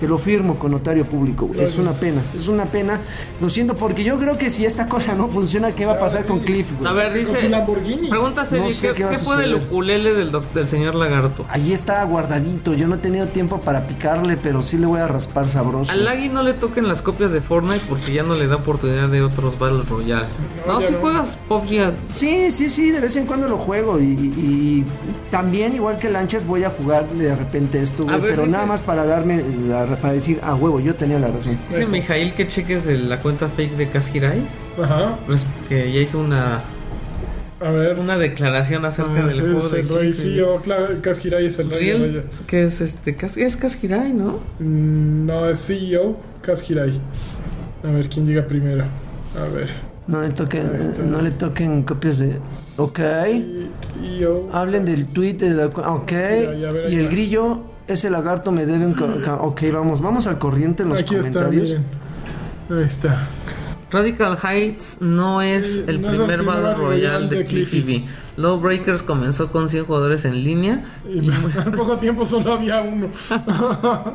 Speaker 1: Te lo firmo con notario público, güey. Es una
Speaker 3: Pues
Speaker 1: pena, es una pena. Lo siento, porque yo creo que si esta cosa no funciona, ¿qué va a
Speaker 3: Claro,
Speaker 1: pasar
Speaker 3: sí.
Speaker 1: con Cliff, güey?
Speaker 2: A ver,
Speaker 3: Con
Speaker 2: dice.
Speaker 3: tu Lamborghini.
Speaker 2: Pregunta seria,
Speaker 1: No sé
Speaker 2: ¿qué,
Speaker 1: qué va a
Speaker 2: qué fue del
Speaker 1: suceder.
Speaker 2: ukulele del, doc- del señor Lagarto?
Speaker 1: Allí está guardadito. Yo no he tenido tiempo para picarle, pero sí le voy a raspar sabroso.
Speaker 2: Al Lagui no le toquen las copias de Fortnite porque ya no le da oportunidad de otros Battle Royale.
Speaker 3: No,
Speaker 2: No,
Speaker 3: ya
Speaker 2: si
Speaker 3: no.
Speaker 2: juegas PUBG,
Speaker 1: Sí, sí, sí, de vez en cuando lo juego. Y, y- y también, igual que Lanchas, voy a jugar de repente esto,
Speaker 2: A
Speaker 1: güey,
Speaker 2: ver,
Speaker 1: pero
Speaker 2: dice-
Speaker 1: nada más para darme, la- para decir, a huevo, yo tenía la razón.
Speaker 2: dice
Speaker 3: Eso.
Speaker 2: Mijail que cheques el- la cuenta fake de Kashirai,
Speaker 3: Ajá.
Speaker 2: res- que ya hizo una,
Speaker 3: A ver. Ah,
Speaker 2: una declaración acerca del juego
Speaker 3: es
Speaker 2: de
Speaker 3: el rey,
Speaker 2: Cliff.
Speaker 3: sí, oh, claro, Kashirai es el rey de
Speaker 2: Riel,
Speaker 3: reyes.
Speaker 2: que es este, Kas- es Kashirai, ¿no?
Speaker 3: Mm, No, es CEO Kashirai. A ver quién llega primero. A ver.
Speaker 1: No le toquen, no le toquen copias de. Ok.
Speaker 3: CEO.
Speaker 1: Hablen del tweet de la. cu- Ok.
Speaker 3: Ya, ya, a ver,
Speaker 1: Y el
Speaker 3: ya.
Speaker 1: grillo, ese lagarto me debe un. co- ca- Ok, vamos, vamos al corriente en los
Speaker 3: Aquí está,
Speaker 1: comentarios.
Speaker 3: miren. Ahí está.
Speaker 2: Radical Heights no es
Speaker 3: Eh,
Speaker 2: el
Speaker 3: no es el
Speaker 2: primer
Speaker 3: primer
Speaker 2: Battle
Speaker 3: Battle Royale
Speaker 2: Royale
Speaker 3: de
Speaker 2: de Cliffy
Speaker 3: Cliffy.
Speaker 2: B. Lawbreakers comenzó con 100 jugadores en línea.
Speaker 3: Y al poco tiempo solo había uno.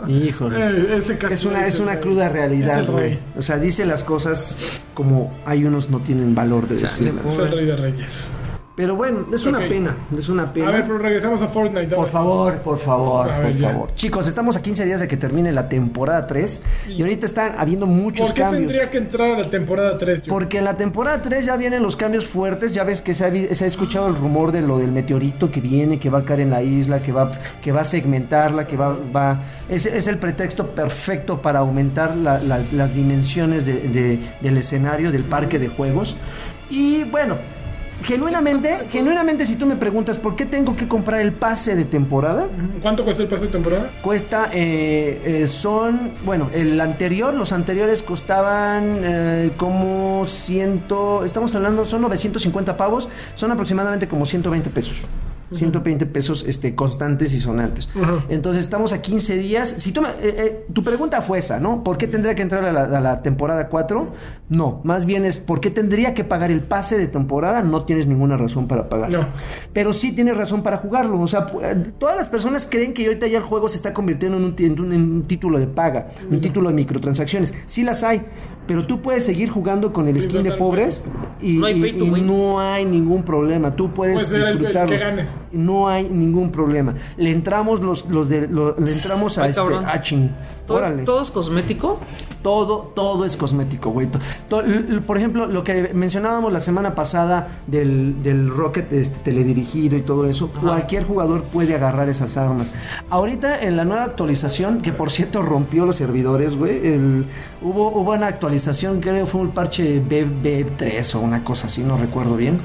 Speaker 1: Híjoles.
Speaker 3: Eh, ese Kashirai
Speaker 1: Es una, es
Speaker 3: el
Speaker 1: una
Speaker 3: rey.
Speaker 1: cruda
Speaker 3: Es
Speaker 1: realidad,
Speaker 3: el
Speaker 1: güey.
Speaker 3: rey.
Speaker 1: O sea, dice las cosas como hay unos no tienen valor de
Speaker 2: Chale,
Speaker 1: decirlas.
Speaker 2: pobre.
Speaker 3: Es el rey de reyes.
Speaker 1: Pero bueno, es una
Speaker 3: Ok.
Speaker 1: pena, es una pena.
Speaker 3: A ver, pero regresamos a Fortnite.
Speaker 1: por
Speaker 3: ahora sí.
Speaker 1: favor, por favor,
Speaker 3: A
Speaker 1: por
Speaker 3: ver, ya.
Speaker 1: favor. Chicos, estamos a 15 días de que termine la temporada 3 y ahorita están habiendo muchos
Speaker 3: ¿Por qué
Speaker 1: cambios.
Speaker 3: tendría que entrar a la temporada 3?
Speaker 1: Porque en la temporada 3 ya vienen los cambios fuertes, ya ves que se ha, vi- se ha escuchado el rumor de lo del meteorito que viene, que va a caer en la isla, que va, que va a segmentarla, que va... va es, es el pretexto perfecto para aumentar la- las, las dimensiones de- de- del escenario, del parque de juegos. Y bueno, genuinamente, genuinamente si tú me preguntas por qué tengo que comprar el pase de temporada,
Speaker 3: ¿Cuánto cuesta el pase de temporada?
Speaker 1: Cuesta, eh, eh, son, bueno, el anterior, los anteriores costaban eh, como 100, estamos hablando, son 950 pavos, son aproximadamente como 120 pesos. 120 pesos este, constantes y sonantes.
Speaker 3: Ujú.
Speaker 1: Entonces estamos a 15 días. Si tú me- eh, eh, tu pregunta fue esa, ¿no? ¿Por qué tendría que entrar a la, a la temporada 4? No, más bien es ¿por qué tendría que pagar el pase de temporada? No tienes ninguna razón para pagarlo.
Speaker 3: No.
Speaker 1: Pero sí tienes razón para jugarlo. O sea, pu- eh, todas las personas creen que ahorita ya el juego se está convirtiendo en un, ti- en un- en un título de paga, un título de microtransacciones. Sí las hay, pero tú puedes seguir jugando con el
Speaker 3: Sí,
Speaker 1: skin de
Speaker 3: totalmente.
Speaker 1: pobres y
Speaker 2: No hay
Speaker 1: y-
Speaker 2: pay to
Speaker 1: y
Speaker 2: win.
Speaker 1: no hay ningún problema. Tú puedes
Speaker 3: Puede ser el- el que
Speaker 1: disfrutarlo.
Speaker 3: ganes.
Speaker 1: No hay ningún problema. Le entramos los, los de lo- le entramos a
Speaker 2: Ay,
Speaker 1: este
Speaker 2: cabrón.
Speaker 1: a chin.
Speaker 2: ¿Todo,
Speaker 1: Órale.
Speaker 2: es, todo es cosmético?
Speaker 1: Todo, todo es cosmético, güey. To- to- l- l- por ejemplo, lo que mencionábamos la semana pasada del, del rocket este, teledirigido y todo eso, cualquier jugador puede agarrar esas armas. Ahorita en la nueva actualización, que por cierto rompió los servidores, güey, el- hubo, hubo una actualización, creo fue un parche BB3 o una cosa así, no recuerdo bien.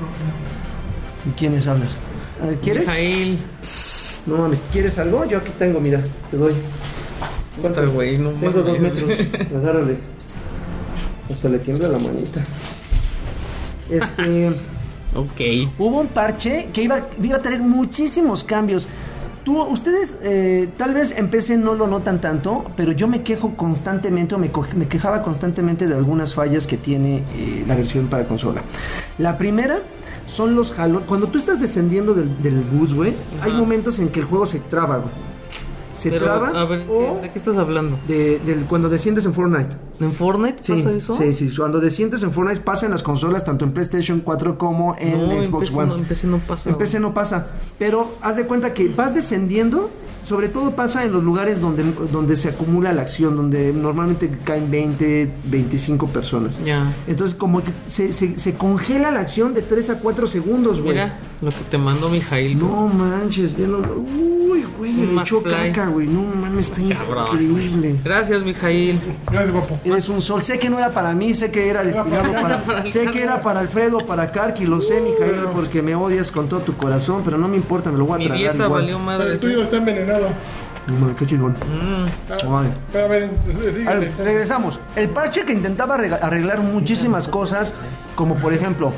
Speaker 1: ¿Y quiénes hablas? A ver, ¿Quieres?
Speaker 2: Mijail.
Speaker 1: No mames, ¿quieres algo? Yo aquí tengo, mira, te doy.
Speaker 2: Puta, güey, no
Speaker 1: Tengo dos
Speaker 2: mames.
Speaker 1: metros. Agárrale. Hasta le tiembla la manita. Este.
Speaker 2: Ok.
Speaker 1: Hubo un parche que iba, iba a traer muchísimos cambios. Tú, ustedes eh, tal vez en PC no lo notan tanto, pero yo me quejo constantemente o me, co- me quejaba constantemente de algunas fallas que tiene eh, la versión para consola. La primera son los jalones. Cuando tú estás descendiendo del, del bus, güey, hay
Speaker 2: Ajá.
Speaker 1: momentos en que el juego se traba, güey. Se
Speaker 2: Pero,
Speaker 1: traba
Speaker 2: a ver,
Speaker 1: o
Speaker 2: ¿de qué estás hablando?
Speaker 1: de- del, cuando desciendes en Fortnite.
Speaker 2: ¿En Fortnite
Speaker 1: Sí,
Speaker 2: pasa eso?
Speaker 1: sí, sí. Cuando desciendes en Fortnite pasa en las consolas, tanto en PlayStation 4 como en
Speaker 2: No, en
Speaker 1: Xbox
Speaker 2: PC
Speaker 1: One.
Speaker 2: no- en PC no pasa,
Speaker 1: En PC no pasa. Pero haz de cuenta que vas descendiendo, sobre todo pasa en los lugares donde, donde se acumula la acción, donde normalmente caen 20, 25 personas.
Speaker 2: Ya.
Speaker 1: Entonces como que se, se- se congela la acción de 3 a 4 segundos, güey.
Speaker 2: pues Mira lo que te mandó Mijail.
Speaker 1: No manches, ya no- Uy, güey,
Speaker 2: Un
Speaker 1: le echó
Speaker 2: McFly.
Speaker 1: caca, güey. No mames, está
Speaker 2: Cabrón.
Speaker 1: increíble.
Speaker 2: Gracias, Mijail.
Speaker 3: Gracias, guapo.
Speaker 1: Eres un sol. Sé que no era para mí, sé que era destinado para.
Speaker 2: para
Speaker 1: sé que
Speaker 2: Alejandro.
Speaker 1: era para Alfredo, para Karki, lo sé, Mijael, porque me odias con todo tu corazón, pero no me importa, me lo voy a
Speaker 2: Mi
Speaker 1: tragar
Speaker 2: dieta
Speaker 1: igual.
Speaker 2: valió madre.
Speaker 3: El tuyo está envenenado.
Speaker 1: No mames, qué chingón.
Speaker 2: Mm.
Speaker 3: Ah,
Speaker 1: Ay.
Speaker 3: pero a ver, eh,
Speaker 1: A
Speaker 3: síguele.
Speaker 1: ver, regresamos. El parche que intentaba arreg- arreglar muchísimas cosas Como por ejemplo,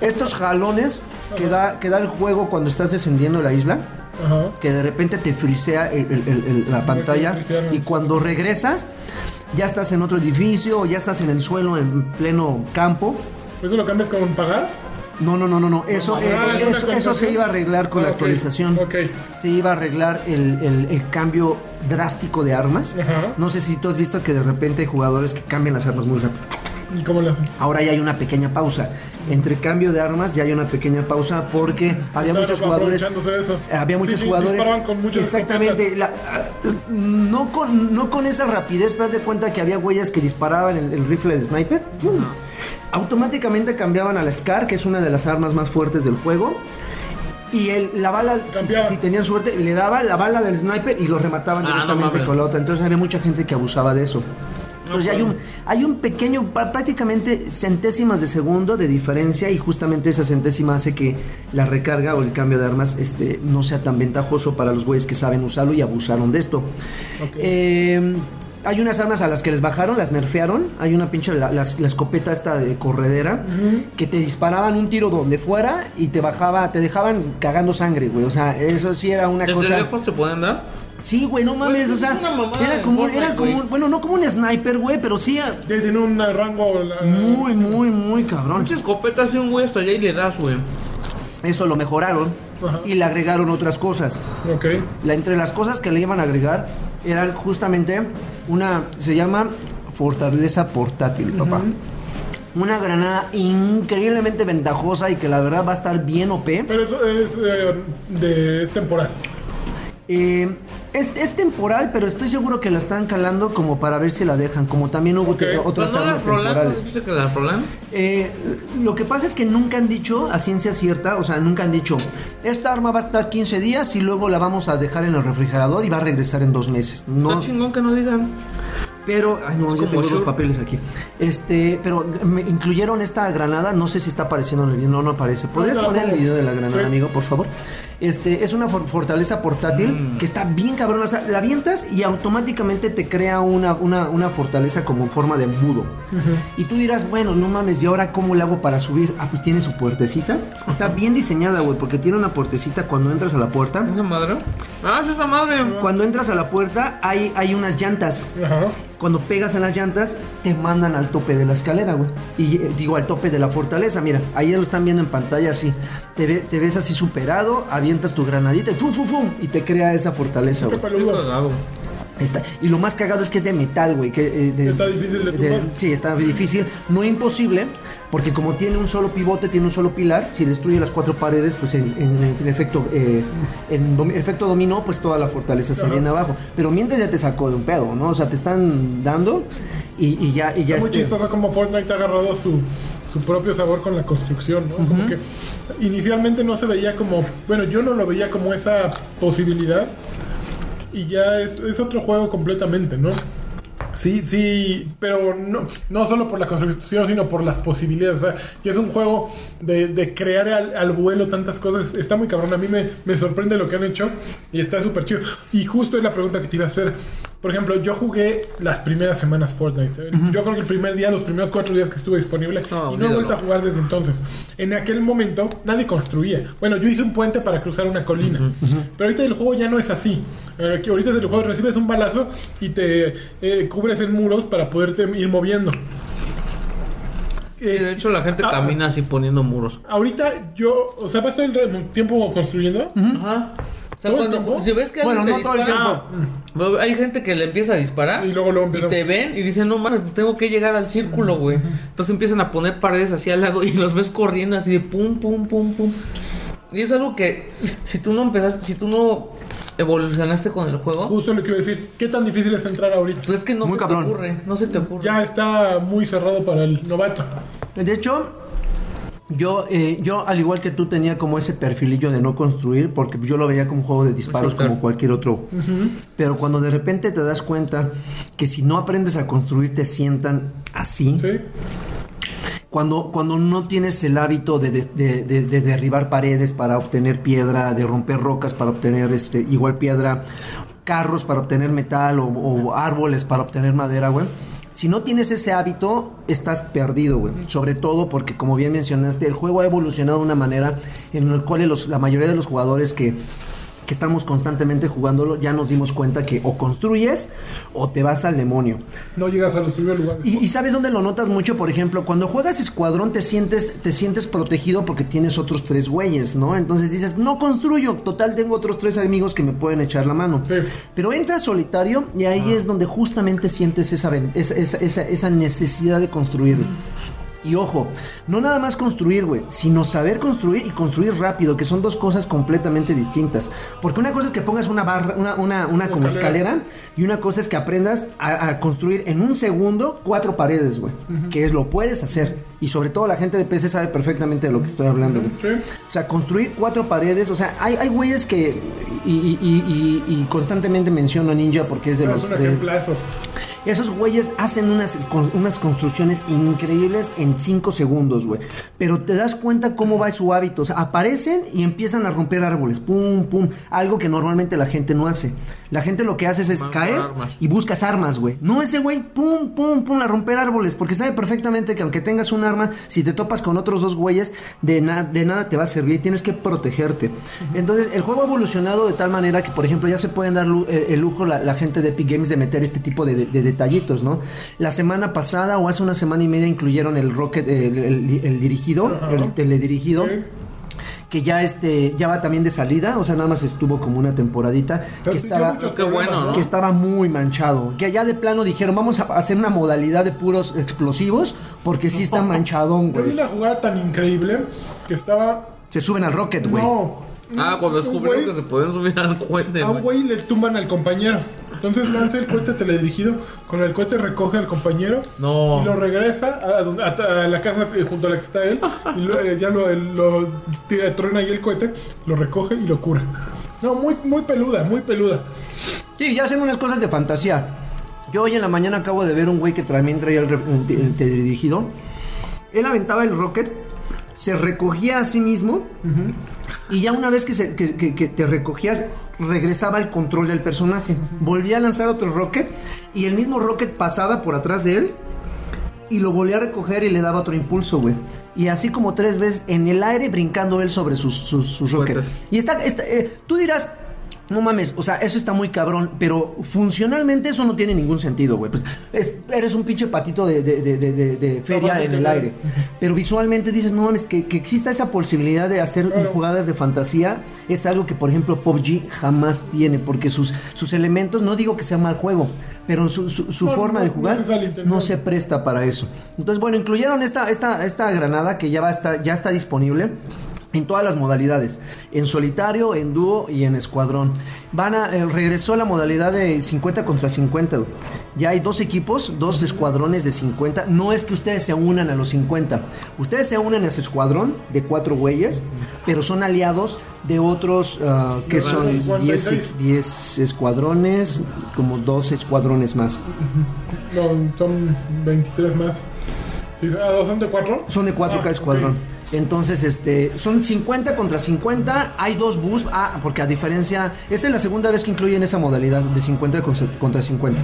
Speaker 1: estos jalones que da, que da el juego cuando estás descendiendo la isla,
Speaker 3: Ajá.
Speaker 1: que de repente te frisea el- el- el- el- la pantalla
Speaker 3: frisearon.
Speaker 1: y cuando regresas ya estás en otro edificio o ya estás en el suelo en pleno campo.
Speaker 3: ¿Eso lo cambias con pagar?
Speaker 1: No, no, no, no, no. Eso, eh,
Speaker 3: Ah, ¿es una
Speaker 1: eso, eso se
Speaker 3: actualización?
Speaker 1: iba a arreglar con
Speaker 3: Ah,
Speaker 1: la
Speaker 3: ok,
Speaker 1: actualización.
Speaker 3: ok.
Speaker 1: Se iba a arreglar el, el- el cambio drástico de armas.
Speaker 3: Ajá.
Speaker 1: No sé si tú has visto que de repente hay jugadores que cambian las armas muy rápido.
Speaker 3: ¿Y cómo lo hacen?
Speaker 1: Ahora ya hay una pequeña pausa. Entre cambio de armas ya hay una pequeña pausa porque había
Speaker 3: Claro,
Speaker 1: muchos jugadores.
Speaker 3: aprovechándose de eso.
Speaker 1: Había
Speaker 3: Sí,
Speaker 1: muchos
Speaker 3: sí,
Speaker 1: jugadores.
Speaker 3: disparaban con muchas
Speaker 1: exactamente. la- ah, no, con, no con esa rapidez, pero haz de cuenta que había huellas que disparaban el, el rifle de sniper. ¡Pum! Automáticamente cambiaban a la SCAR, que es una de las armas más fuertes del juego. Y el- la bala, si,
Speaker 3: Cambiaba.
Speaker 1: si tenían suerte, le daba la bala del sniper y lo remataban
Speaker 2: Ah, no
Speaker 1: directamente
Speaker 2: mames.
Speaker 1: con la otra. Entonces había mucha gente que abusaba de eso. Entonces ya hay un, hay un pequeño, pa- prácticamente centésimas de segundo de diferencia y justamente esa centésima hace que la recarga o el cambio de armas este, no sea tan ventajoso para los güeyes que saben usarlo y abusaron de esto. Eh, hay unas armas a las que les bajaron, las nerfearon. Hay una pinche, la, las- la escopeta esta de corredera, que te disparaban un tiro donde fuera y te bajaba, te dejaban cagando sangre, güey. O sea, eso sí era una
Speaker 2: ¿Desde
Speaker 1: cosa...
Speaker 2: lejos te pueden dar?
Speaker 1: Sí, güey, no mames,
Speaker 2: Güey,
Speaker 1: o
Speaker 2: Pues es
Speaker 1: sea,
Speaker 2: una mamada
Speaker 1: era
Speaker 2: de
Speaker 1: como,
Speaker 2: Fortnite,
Speaker 1: era como,
Speaker 2: güey.
Speaker 1: bueno, no como un sniper, güey, pero sí a-
Speaker 3: Ya tiene un eh, rango. la-
Speaker 1: muy, muy, muy cabrón.
Speaker 2: Muchas escopetas y un güey hasta allá y le das, güey.
Speaker 1: Eso lo mejoraron
Speaker 3: Ajá.
Speaker 1: y le agregaron otras cosas.
Speaker 3: Ok.
Speaker 1: La, entre las cosas que le iban a agregar eran justamente una, se llama fortaleza portátil, papá. Una granada increíblemente ventajosa y que la verdad va a estar bien OP.
Speaker 3: Pero eso es, eh, de, es temporal.
Speaker 1: Eh, es, es temporal, pero estoy seguro que la están calando como para ver si la dejan. Como también hubo
Speaker 3: Ok.
Speaker 1: te-
Speaker 2: Pero
Speaker 1: otras
Speaker 2: Pues no
Speaker 1: armas
Speaker 2: las rolan, ¿no
Speaker 1: temporales.
Speaker 2: dijiste que las rolan?
Speaker 1: Eh, lo que pasa es que nunca han dicho a ciencia cierta, o sea, nunca han dicho, esta arma va a estar 15 días y luego la vamos a dejar en el refrigerador y va a regresar en dos meses. No,
Speaker 2: Está chingón que no digan.
Speaker 1: pero, ay no,
Speaker 2: Es
Speaker 1: yo
Speaker 2: como
Speaker 1: tengo los
Speaker 2: Shure.
Speaker 1: papeles aquí. Este, pero me incluyeron esta granada, no sé si está apareciendo en el video, no, no aparece. ¿Podrías
Speaker 3: Ahorita la
Speaker 1: poner el
Speaker 3: pongo.
Speaker 1: video de la granada,
Speaker 3: Sí.
Speaker 1: amigo, por favor? Este, es una for- fortaleza portátil que está bien cabrona, o sea, la avientas y automáticamente te crea una, una, una fortaleza como en forma de embudo. Y tú dirás, bueno, no mames, ¿y ahora cómo le hago para subir? Ah, pues tiene su puertecita. Está bien diseñada, güey, porque tiene una puertecita cuando entras a la puerta.
Speaker 2: ¿Esa madre? Ah, es esa madre.
Speaker 1: Cuando entras a la puerta hay, hay unas llantas
Speaker 3: Ajá.
Speaker 1: cuando pegas en las llantas, te mandan al tope de la escalera, güey. Y eh, digo, al tope de la fortaleza. Mira, ahí ya lo están viendo en pantalla así. Te, ve- te ves así superado, avientas tu granadita y ¡fum, fum, fum! Y te crea esa fortaleza,
Speaker 3: Qué
Speaker 1: güey.
Speaker 2: Qué
Speaker 3: Este peludo.
Speaker 2: cagado.
Speaker 1: Está- y lo más cagado es que es de metal, güey. Que, eh, de-
Speaker 3: Está difícil de tumbar.
Speaker 1: Sí, está difícil. No imposible, porque como tiene un solo pivote, tiene un solo pilar, si destruye las cuatro paredes, pues en, en- en efecto, eh, en domi- efecto dominó, pues toda la fortaleza se
Speaker 3: Ajá.
Speaker 1: viene abajo. Pero mientras ya te sacó de un pedo, ¿no? O sea, te están dando y, y ya... Y ya
Speaker 3: Es muy
Speaker 1: este-
Speaker 3: chistoso como Fortnite ha agarrado su, su propio sabor con la construcción, ¿no? Como que inicialmente no se veía como, bueno, yo no lo veía como esa posibilidad y ya es, es otro juego completamente, ¿no? Sí, sí, pero no, no solo por la construcción, sino por las posibilidades. O sea, que es un juego de, de crear al, al vuelo tantas cosas. Está muy cabrón. A mí me, me sorprende lo que han hecho y está súper chido. Y justo es la pregunta que te iba a hacer. Por ejemplo, yo jugué las primeras semanas Fortnite. Yo creo que el primer día, los primeros cuatro días que estuve disponible,
Speaker 2: No,
Speaker 3: y no he vuelto
Speaker 2: olvídalo.
Speaker 3: a jugar desde entonces. En aquel momento nadie construía. Bueno, yo hice un puente para cruzar una colina. Pero ahorita el juego ya no es así. Eh, que ahorita es el juego recibes un balazo y te eh, cubres en muros para poderte ir moviendo.
Speaker 2: Sí,
Speaker 3: Eh,
Speaker 2: de hecho, la gente
Speaker 3: ah,
Speaker 2: camina así poniendo muros.
Speaker 3: Ahorita yo, o sea, paso el re- tiempo construyendo.
Speaker 2: Ajá. O sea,
Speaker 3: ¿Todo el
Speaker 2: cuando,
Speaker 3: tiempo?
Speaker 2: si ves que
Speaker 1: Bueno,
Speaker 2: alguien te
Speaker 1: ¿Mm? no todo el
Speaker 2: dispara,
Speaker 3: Ah,
Speaker 1: tiempo.
Speaker 2: Bueno, Hay gente que le empieza a disparar
Speaker 3: Y luego, luego empieza-
Speaker 2: y te ven y dicen, no mames, pues tengo que llegar al círculo, güey. Entonces empiezan a poner paredes hacia al lado y los ves corriendo así de pum, pum, pum, pum. Y es algo que si tú no empezaste, si tú no evolucionaste con el juego,
Speaker 3: Justo lo que iba a decir. ¿Qué tan difícil es entrar ahorita?
Speaker 2: pues es que no
Speaker 1: Muy
Speaker 2: se
Speaker 1: cabrón.
Speaker 2: te ocurre, no se te ocurre.
Speaker 3: Ya está muy cerrado para el novato.
Speaker 1: De hecho, yo, eh, yo al igual que tú tenía como ese perfilillo de no construir, porque yo lo veía como un juego de disparos
Speaker 2: Sí, claro.
Speaker 1: como cualquier otro. Pero cuando de repente te das cuenta que si no aprendes a construir te sientan así,
Speaker 3: ¿Sí?
Speaker 1: cuando, cuando no tienes el hábito de, de- de- de- de derribar paredes para obtener piedra, de romper rocas para obtener este, igual piedra, carros para obtener metal o, o árboles para obtener madera, güey. si no tienes ese hábito, estás perdido, güey. Sobre todo porque, como bien mencionaste, el juego ha evolucionado de una manera en la cual los- la mayoría de los jugadores que que estamos constantemente jugándolo, ya nos dimos cuenta que o construyes o te vas al demonio.
Speaker 3: No llegas a los primeros lugares.
Speaker 1: Y, y sabes dónde lo notas mucho, por ejemplo, cuando juegas escuadrón te sientes, te sientes protegido porque tienes otros tres güeyes, ¿no? Entonces dices, no construyo, total tengo otros tres amigos que me pueden echar la mano.
Speaker 3: Sí.
Speaker 1: Pero entras solitario y ahí es donde justamente sientes esa, ven- esa, esa- esa- esa necesidad de construir. Y ojo, no nada más construir, güey, sino saber construir y construir rápido, que son dos cosas completamente distintas. Porque una cosa es que pongas una barra, una, una, una como
Speaker 3: Escalera.
Speaker 1: escalera, y una cosa es que aprendas a, a construir en un segundo cuatro paredes, güey. Que es lo puedes hacer. Y sobre todo la gente de PC sabe perfectamente de lo que estoy hablando, güey.
Speaker 3: Sí.
Speaker 1: O sea, construir cuatro paredes. O sea, hay, hay güeyes que. Y, y- y- y- y constantemente menciono a Ninja porque es de
Speaker 3: Es
Speaker 1: los.
Speaker 3: un
Speaker 1: de-
Speaker 3: ejemplazo.
Speaker 1: esos güeyes hacen unas, con- unas construcciones increíbles en 5 segundos, güey. Pero te das cuenta cómo va su hábito. O sea, aparecen y empiezan a romper árboles. Pum, pum. Algo que normalmente la gente no hace. La gente lo que hace es
Speaker 2: Van por
Speaker 1: caer
Speaker 2: armas.
Speaker 1: y buscas armas, güey. No ese güey, pum, pum, pum, a romper árboles. Porque sabe perfectamente que aunque tengas un arma, si te topas con otros dos güeyes, de, na- de nada te va a servir. Tienes que protegerte. Entonces, el juego ha evolucionado de tal manera que, por ejemplo, ya se pueden dar lu- eh, el, el lujo la, la gente de Epic Games de meter este tipo de, de- de detallitos, ¿no? La semana pasada o hace una semana y media incluyeron el Rocket, el, el- el dirigido,
Speaker 3: Ajá.
Speaker 1: el teledirigido
Speaker 3: Sí.
Speaker 1: que ya este ya va también de salida, o sea, nada más estuvo como una temporadita que
Speaker 3: Entonces,
Speaker 1: estaba
Speaker 3: yo muchos
Speaker 2: Qué bueno,
Speaker 3: problemas,
Speaker 2: ¿no?
Speaker 1: que estaba muy manchado, que allá de plano dijeron, vamos a hacer una modalidad de puros explosivos porque sí está manchadón,
Speaker 3: Yo vi
Speaker 1: güey.
Speaker 3: una jugada tan increíble que estaba.
Speaker 1: Se suben al Rocket, güey.
Speaker 3: No.
Speaker 2: Ah, cuando
Speaker 3: un
Speaker 2: descubrieron
Speaker 3: güey-
Speaker 2: que se podían subir al cohete,
Speaker 3: A un
Speaker 2: güey.
Speaker 3: güey le tumban al compañero. Entonces lanza el cohete teledirigido. Con el cohete recoge al compañero.
Speaker 2: No.
Speaker 3: Y lo regresa a, donde- a- a la casa eh, junto a la que está él. Y lo- eh, ya lo, lo tira- truena ahí el cohete. Lo recoge y lo cura. No, muy, muy peluda, muy peluda.
Speaker 1: Sí, ya hacen unas cosas de fantasía. Yo hoy en la mañana acabo de ver un güey que también traía el, re- el te- el teledirigido. Él aventaba el rocket, se recogía a sí mismo. Y ya una vez que, se- que- que- que te recogías, regresaba el control del personaje. Volvía a lanzar otro rocket y el mismo rocket pasaba por atrás de él y lo volvía a recoger y le daba otro impulso, güey. Y así como tres veces en el aire brincando él sobre sus, sus, sus rockets.
Speaker 2: Cohetes.
Speaker 1: Y está, está- eh, tú dirás, no mames, o sea, eso está muy cabrón, pero funcionalmente eso no tiene ningún sentido, güey. Pues, es- eres un pinche patito de, de- de- de- de- de feria
Speaker 3: Trabajo
Speaker 1: en
Speaker 3: que
Speaker 1: el
Speaker 3: te-
Speaker 1: aire. Pero visualmente dices, no mames, que, que exista esa posibilidad de hacer
Speaker 3: Claro.
Speaker 1: jugadas de fantasía es algo que, por ejemplo, PUBG jamás tiene, porque sus, sus elementos, no digo que sea mal juego, pero su, su- su
Speaker 3: No,
Speaker 1: forma
Speaker 3: no,
Speaker 1: de
Speaker 3: no
Speaker 1: jugar
Speaker 3: es esa la intención.
Speaker 1: no se presta para eso. Entonces, bueno, incluyeron esta, esta, esta granada que ya, va a estar, ya está disponible en todas las modalidades, en solitario, en dúo y en escuadrón. Van a, eh, regresó la modalidad de 50 contra 50. güey. Ya hay dos equipos, dos escuadrones de 50. No es que ustedes se unan a los 50. Ustedes se unen a ese escuadrón de cuatro güeyes, pero son aliados de otros ah, que
Speaker 3: De
Speaker 1: son
Speaker 3: 46.
Speaker 1: 10, 10 escuadrones, como dos escuadrones más.
Speaker 3: No, son 23 más. Sí, ah, ¿no ¿Son de 4?
Speaker 1: Son de 4 cada escuadrón. Entonces, este, son 50 contra 50. Hay dos bus. Ah, porque a diferencia, esta es la segunda vez que incluyen esa modalidad de 50 con- contra 50.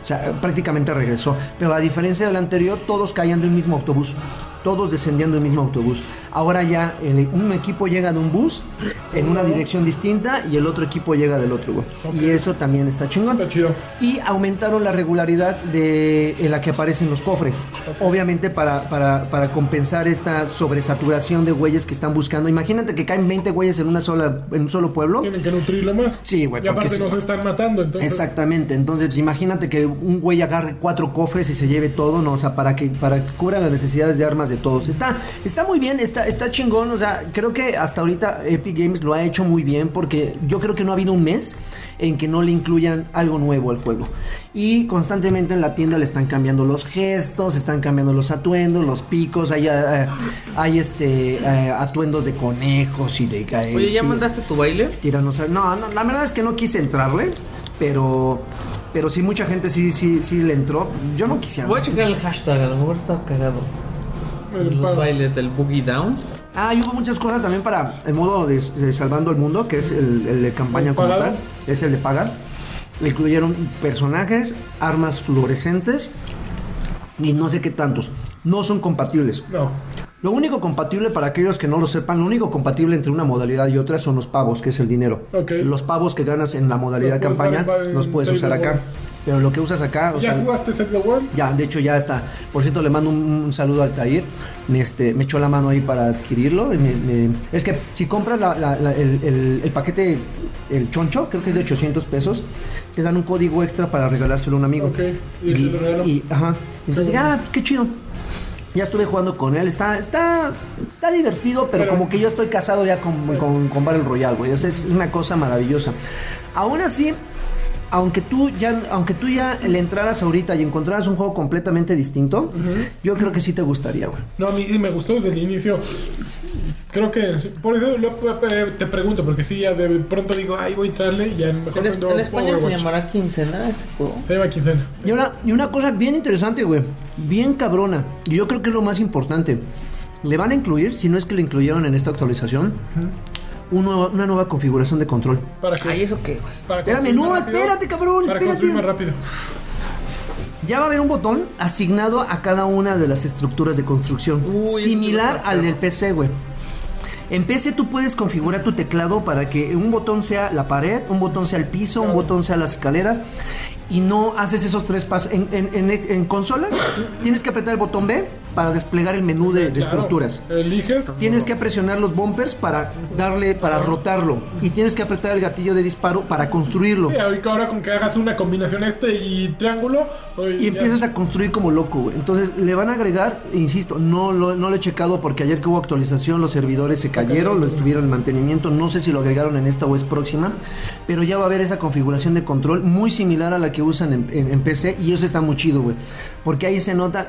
Speaker 1: O sea, prácticamente regresó. Pero a diferencia del anterior, todos caían de un mismo autobús. Todos descendían de un mismo autobús. Ahora ya el- un equipo llega de un bus en una dirección distinta y el otro equipo llega del otro. güey. Y eso también está chingón.
Speaker 3: Está chido.
Speaker 1: Y aumentaron la regularidad de, en la que aparecen los cofres. Obviamente para, para, para compensar esta sobresaturación de güeyes que están buscando. Imagínate que caen 20 güeyes en, una sola, en un solo pueblo.
Speaker 3: Tienen que nutrirlo más.
Speaker 1: Sí, güey,
Speaker 3: Y aparte
Speaker 1: porque sí.
Speaker 3: nos están matando, entonces.
Speaker 1: Exactamente, entonces pues, imagínate que un güey agarre cuatro cofres y se lleve todo, ¿no? O sea, para que, para que cubran las necesidades de armas de todos. Está, está muy bien, está, está chingón, o sea, creo que hasta ahorita Epic Games lo ha hecho muy bien porque yo creo que no ha habido un mes en que no le incluyan algo nuevo al juego. Y constantemente en la tienda le están cambiando los gestos, están cambiando los atuendos, los picos, hay, eh, hay este eh, atuendos de conejos y de... eh,
Speaker 2: Oye, ¿ya
Speaker 1: y-
Speaker 2: mandaste tu baile?
Speaker 1: Tiranosaurio. No, no, la verdad es que no quise entrarle, pero. Pero sí, mucha gente sí, sí, sí le entró. Yo no quisiera.
Speaker 2: Voy a checar el hashtag, a lo mejor está cagado.
Speaker 3: El
Speaker 2: Los
Speaker 3: pan.
Speaker 2: bailes del Boogie Down.
Speaker 1: Ah, y hubo muchas cosas también para el modo de, de Salvando el Mundo, que es el, el de campaña
Speaker 3: ¿El
Speaker 1: como
Speaker 3: pagado?
Speaker 1: tal. Es el de pagar. Le incluyeron personajes, armas fluorescentes, y no sé qué tantos. No son compatibles.
Speaker 3: No.
Speaker 1: Lo único compatible para aquellos que no lo sepan, lo único compatible entre una modalidad y otra son los pavos, que es el dinero.
Speaker 3: Ok.
Speaker 1: Los pavos que ganas en la modalidad
Speaker 3: Los puedes
Speaker 1: campaña
Speaker 3: usar en-
Speaker 1: los puedes
Speaker 3: en
Speaker 1: usar
Speaker 3: Table
Speaker 1: acá.
Speaker 3: Wars.
Speaker 1: Pero lo que usas acá, o
Speaker 3: ¿Ya
Speaker 1: sea,
Speaker 3: jugaste Set the World?
Speaker 1: ya, de hecho ya está. Por cierto, le mando un, un saludo al Tair. Me, este, me echó la mano ahí para adquirirlo. y me- me- es que si compras la- la- la- el, el- el paquete, el choncho, creo que es de 800 pesos, te dan un código extra para regalárselo a un amigo.
Speaker 3: Ok, y te lo regaló.
Speaker 1: y- ajá. Entonces,
Speaker 3: Qué bueno.
Speaker 1: ah, pues qué chido. Ya estuve jugando con él, está, está, está divertido, pero,
Speaker 3: Pero-
Speaker 1: como que yo estoy casado ya con, con, con Battle Royale, güey. O sea, es una cosa maravillosa. Aún así, aunque tú ya, aunque tú ya le entraras ahorita y encontraras un juego completamente distinto, yo creo que sí te gustaría, güey.
Speaker 3: No, a mí me gustó desde el inicio. Creo que por eso lo- eh, te pregunto, porque si ya de pronto digo, ay, voy a entrarle y ya mejor
Speaker 2: En, es-
Speaker 3: prendo
Speaker 2: en España se
Speaker 3: Overwatch.
Speaker 2: llamará quincena este juego.
Speaker 3: Se llama quincena.
Speaker 1: Y una, y una cosa bien interesante, güey. Bien cabrona. Y yo creo que es lo más importante. Le van a incluir, si no es que le incluyeron en esta actualización, un nuevo- una nueva configuración de control.
Speaker 3: ¿Para que
Speaker 2: Ay, eso qué, güey.
Speaker 3: para
Speaker 1: Espérame,
Speaker 3: construir
Speaker 1: no,
Speaker 3: más rápido.
Speaker 1: espérate, cabrón,
Speaker 3: Para
Speaker 1: espérate.
Speaker 3: construir más rápido.
Speaker 1: Ya va a haber un botón asignado a cada una de las estructuras de construcción.
Speaker 2: Uy,
Speaker 1: similar
Speaker 2: eso sí
Speaker 1: al del PC, güey. En PC tú puedes configurar tu teclado para que un botón sea la pared, un botón sea el piso, un botón sea las escaleras. Y no haces esos tres pasos. En, en- en- en consolas tienes que apretar el botón B para desplegar el menú de, de
Speaker 3: Claro,
Speaker 1: estructuras.
Speaker 3: Eliges.
Speaker 1: Tienes que presionar los bumpers para darle, para rotarlo. Y tienes que apretar el gatillo de disparo para construirlo.
Speaker 3: Sí, ahorita ahora con que hagas una combinación este y triángulo. pues, o-
Speaker 1: Y empiezas a construir como loco, güey. Entonces le van a agregar, insisto, no lo, no lo he checado porque ayer que hubo actualización los servidores se cayeron, lo estuvieron en mantenimiento, no sé si lo agregaron en esta o es próxima, pero ya va a haber esa configuración de control muy similar a la que usan en, en- en PC y eso está muy chido, güey. Porque ahí se nota,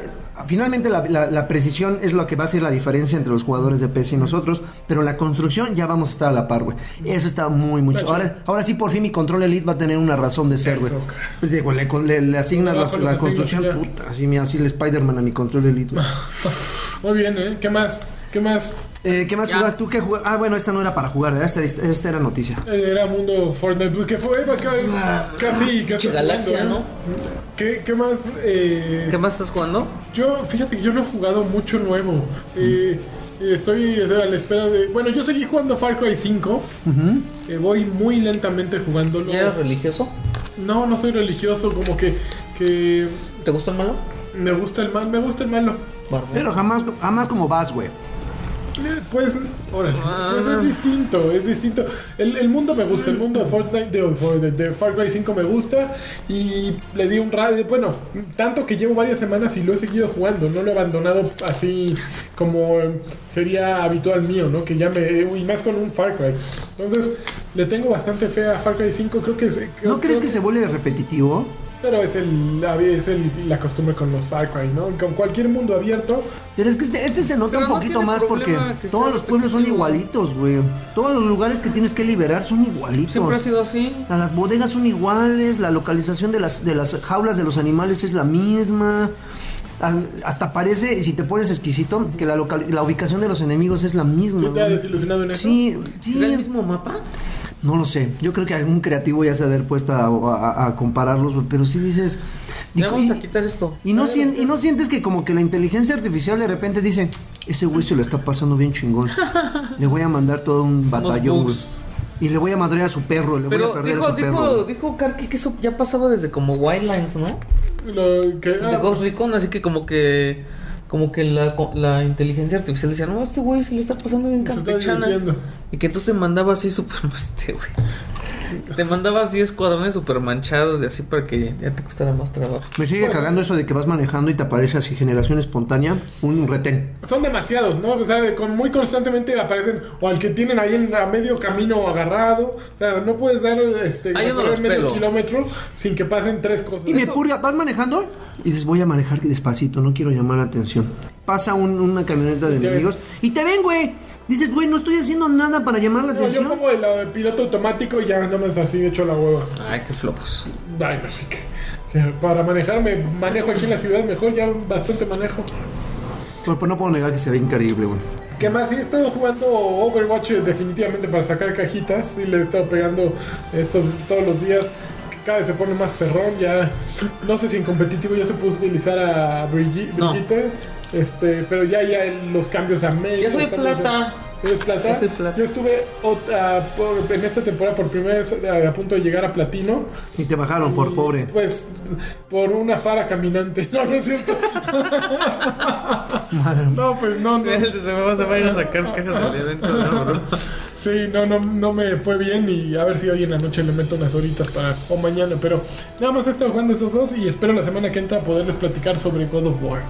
Speaker 1: finalmente la, la- la precisión es lo que va a ser la diferencia entre los jugadores de PC y nosotros, pero la construcción ya vamos a estar a la par, güey. Eso está muy, muy
Speaker 3: Está
Speaker 1: chido. Ahora, ahora sí, por fin mi control Elite va a tener una razón de ser, güey.
Speaker 3: Eso, cara.
Speaker 1: Pues digo, le, le- le asignas
Speaker 3: Abajo
Speaker 1: las-
Speaker 3: los
Speaker 1: la,
Speaker 3: asignos,
Speaker 1: construcción,
Speaker 3: ya.
Speaker 1: puta, así, mira, así el Spider-Man a mi control Elite. güey.
Speaker 3: Muy bien, ¿eh? ¿Qué más? ¿Qué más?
Speaker 1: Eh, ¿Qué más
Speaker 2: Ya.
Speaker 1: jugas? ¿Tú qué jugas? Ah, bueno, esta no era para jugar, ¿verdad? esta, esta era noticia.
Speaker 3: Eh, Era Mundo Fortnite, que fue eh, ca- casi, casi
Speaker 2: Pinche galaxia,
Speaker 3: jugando, ¿eh? ¿Qué, qué más? eh,
Speaker 2: ¿Qué más estás jugando?
Speaker 3: Yo, fíjate que yo no he jugado mucho nuevo. Eh, eh, estoy o sea, a la espera de. Bueno, yo seguí jugando Far Cry 5. Eh, voy muy lentamente jugándolo.
Speaker 2: ¿Ya eres religioso?
Speaker 3: No, no soy religioso, como que, que
Speaker 2: ¿Te gustó el malo?
Speaker 3: me gusta el mal, me gusta el malo.
Speaker 2: Bárbaro.
Speaker 1: Pero jamás, jamás como vas, güey.
Speaker 3: Eh, Pues, órale,
Speaker 1: Ah.
Speaker 3: pues es distinto, es distinto. El, el mundo me gusta, el mundo de Fortnite, de, Fortnite, de Far Cry 5 me gusta y le di un radio. Bueno, tanto que llevo varias semanas y lo he seguido jugando, no lo he abandonado así como eh, sería habitual mío, ¿no? Que ya me. Y más con un Far Cry. Entonces, le tengo bastante fe a Far Cry 5, creo que es. creo-
Speaker 1: ¿No crees que
Speaker 3: creo-
Speaker 1: se vuelve repetitivo?
Speaker 3: Pero es, el, es el, la costumbre con los Far Cry, ¿no? Con cualquier mundo abierto,
Speaker 1: Pero es que este, este se nota
Speaker 2: Pero
Speaker 1: un
Speaker 2: no
Speaker 1: poquito
Speaker 2: tiene
Speaker 1: más porque
Speaker 2: problema que sea
Speaker 1: todos los pueblos son
Speaker 2: repetitivo.
Speaker 1: igualitos, güey. Todos los lugares que tienes que liberar son
Speaker 2: Siempre ha
Speaker 1: igualitos.
Speaker 2: sido así.
Speaker 1: O sea, Las bodegas son iguales, la localización de las, de las jaulas de los animales es la misma. Al- Hasta parece, si te pones exquisito, que la, local- la ubicación de los enemigos es la misma.
Speaker 3: ¿tú te has
Speaker 1: güey.
Speaker 3: desilusionado en eso?
Speaker 1: Sí, sí.
Speaker 2: ¿Será el mismo mapa?
Speaker 1: No lo sé. Yo creo que algún creativo ya se ha de haber puesto a, a- a compararlos, güey, pero sí dices.
Speaker 2: Ya
Speaker 1: digo,
Speaker 2: vamos a
Speaker 1: y-
Speaker 2: quitar esto.
Speaker 1: y no, sien- y no sientes que como que la inteligencia artificial de repente dice, ese güey se lo está pasando bien chingón. Le voy a mandar todo un batallón, güey.
Speaker 2: bugs.
Speaker 1: Y le voy a madrear a su perro, le voy a
Speaker 2: Pero
Speaker 1: perder
Speaker 2: dijo,
Speaker 1: a su perro.
Speaker 2: dijo,
Speaker 1: güey".
Speaker 2: dijo Karki que eso ya pasaba desde como Wildlands, ¿no?
Speaker 3: Lo que,
Speaker 2: De
Speaker 3: ah,
Speaker 2: Ghost Recon, así que como que... Como que la, la inteligencia artificial decía, no, este güey se le está pasando bien
Speaker 3: Se está
Speaker 2: campechana.
Speaker 3: divirtiendo.
Speaker 2: Y que entonces te mandaba así super... Este güey. Te mandaba así escuadrones super manchados y así para que ya te costara más trabajo.
Speaker 1: Me sigue cagando eso de que vas manejando y te aparece así generación espontánea, un retén.
Speaker 3: Son demasiados, ¿no? O sea, con, muy constantemente aparecen o al que tienen ahí en a medio camino agarrado. O sea, no puedes dar este
Speaker 2: Ah, yo no los
Speaker 3: medio
Speaker 2: pelo.
Speaker 3: kilómetro sin que pasen tres cosas.
Speaker 1: Y me
Speaker 3: Eso-
Speaker 1: purga, vas manejando y dices, voy a manejar despacito, no quiero llamar la atención. Pasa un- una camioneta de
Speaker 3: te ven.
Speaker 1: enemigos y te ven, güey. Dices, güey, no estoy haciendo nada para llamar la
Speaker 3: No, yo
Speaker 1: atención.
Speaker 3: como el, eh, piloto automático y ya no me así hecho la hueva.
Speaker 2: Ay, qué flojos.
Speaker 3: Ay, no sé qué. Que Para manejarme, manejo aquí en la ciudad mejor, ya bastante manejo.
Speaker 1: Pero, pues, no puedo negar que se ve increíble, güey.
Speaker 3: ¿Qué más? Sí, he estado jugando Overwatch eh, definitivamente para sacar cajitas y le he estado pegando estos todos los días. cada vez se pone más perrón. Ya no sé si en competitivo ya se puso a utilizar a Brigitte,
Speaker 2: No.
Speaker 3: Brigitte, este, pero ya ya los cambios a May.
Speaker 2: Ya soy
Speaker 3: los cambios a-
Speaker 2: plata.
Speaker 3: ¿Eres plata?
Speaker 2: Ya soy plata.
Speaker 3: Yo estuve ot- a- por- en esta temporada por primera vez eh, a, a punto de llegar a platino.
Speaker 1: Y te bajaron por pobre.
Speaker 3: Pues por una fara caminante. No, no es cierto. No, pues no, no.
Speaker 2: Se me va a ir a sacar cajas del evento de oro.
Speaker 3: Sí, no, no, no me fue bien y a ver si hoy en la noche le meto unas horitas para o mañana, pero nada más he estado jugando esos dos y espero la semana que entra poderles platicar sobre God of War.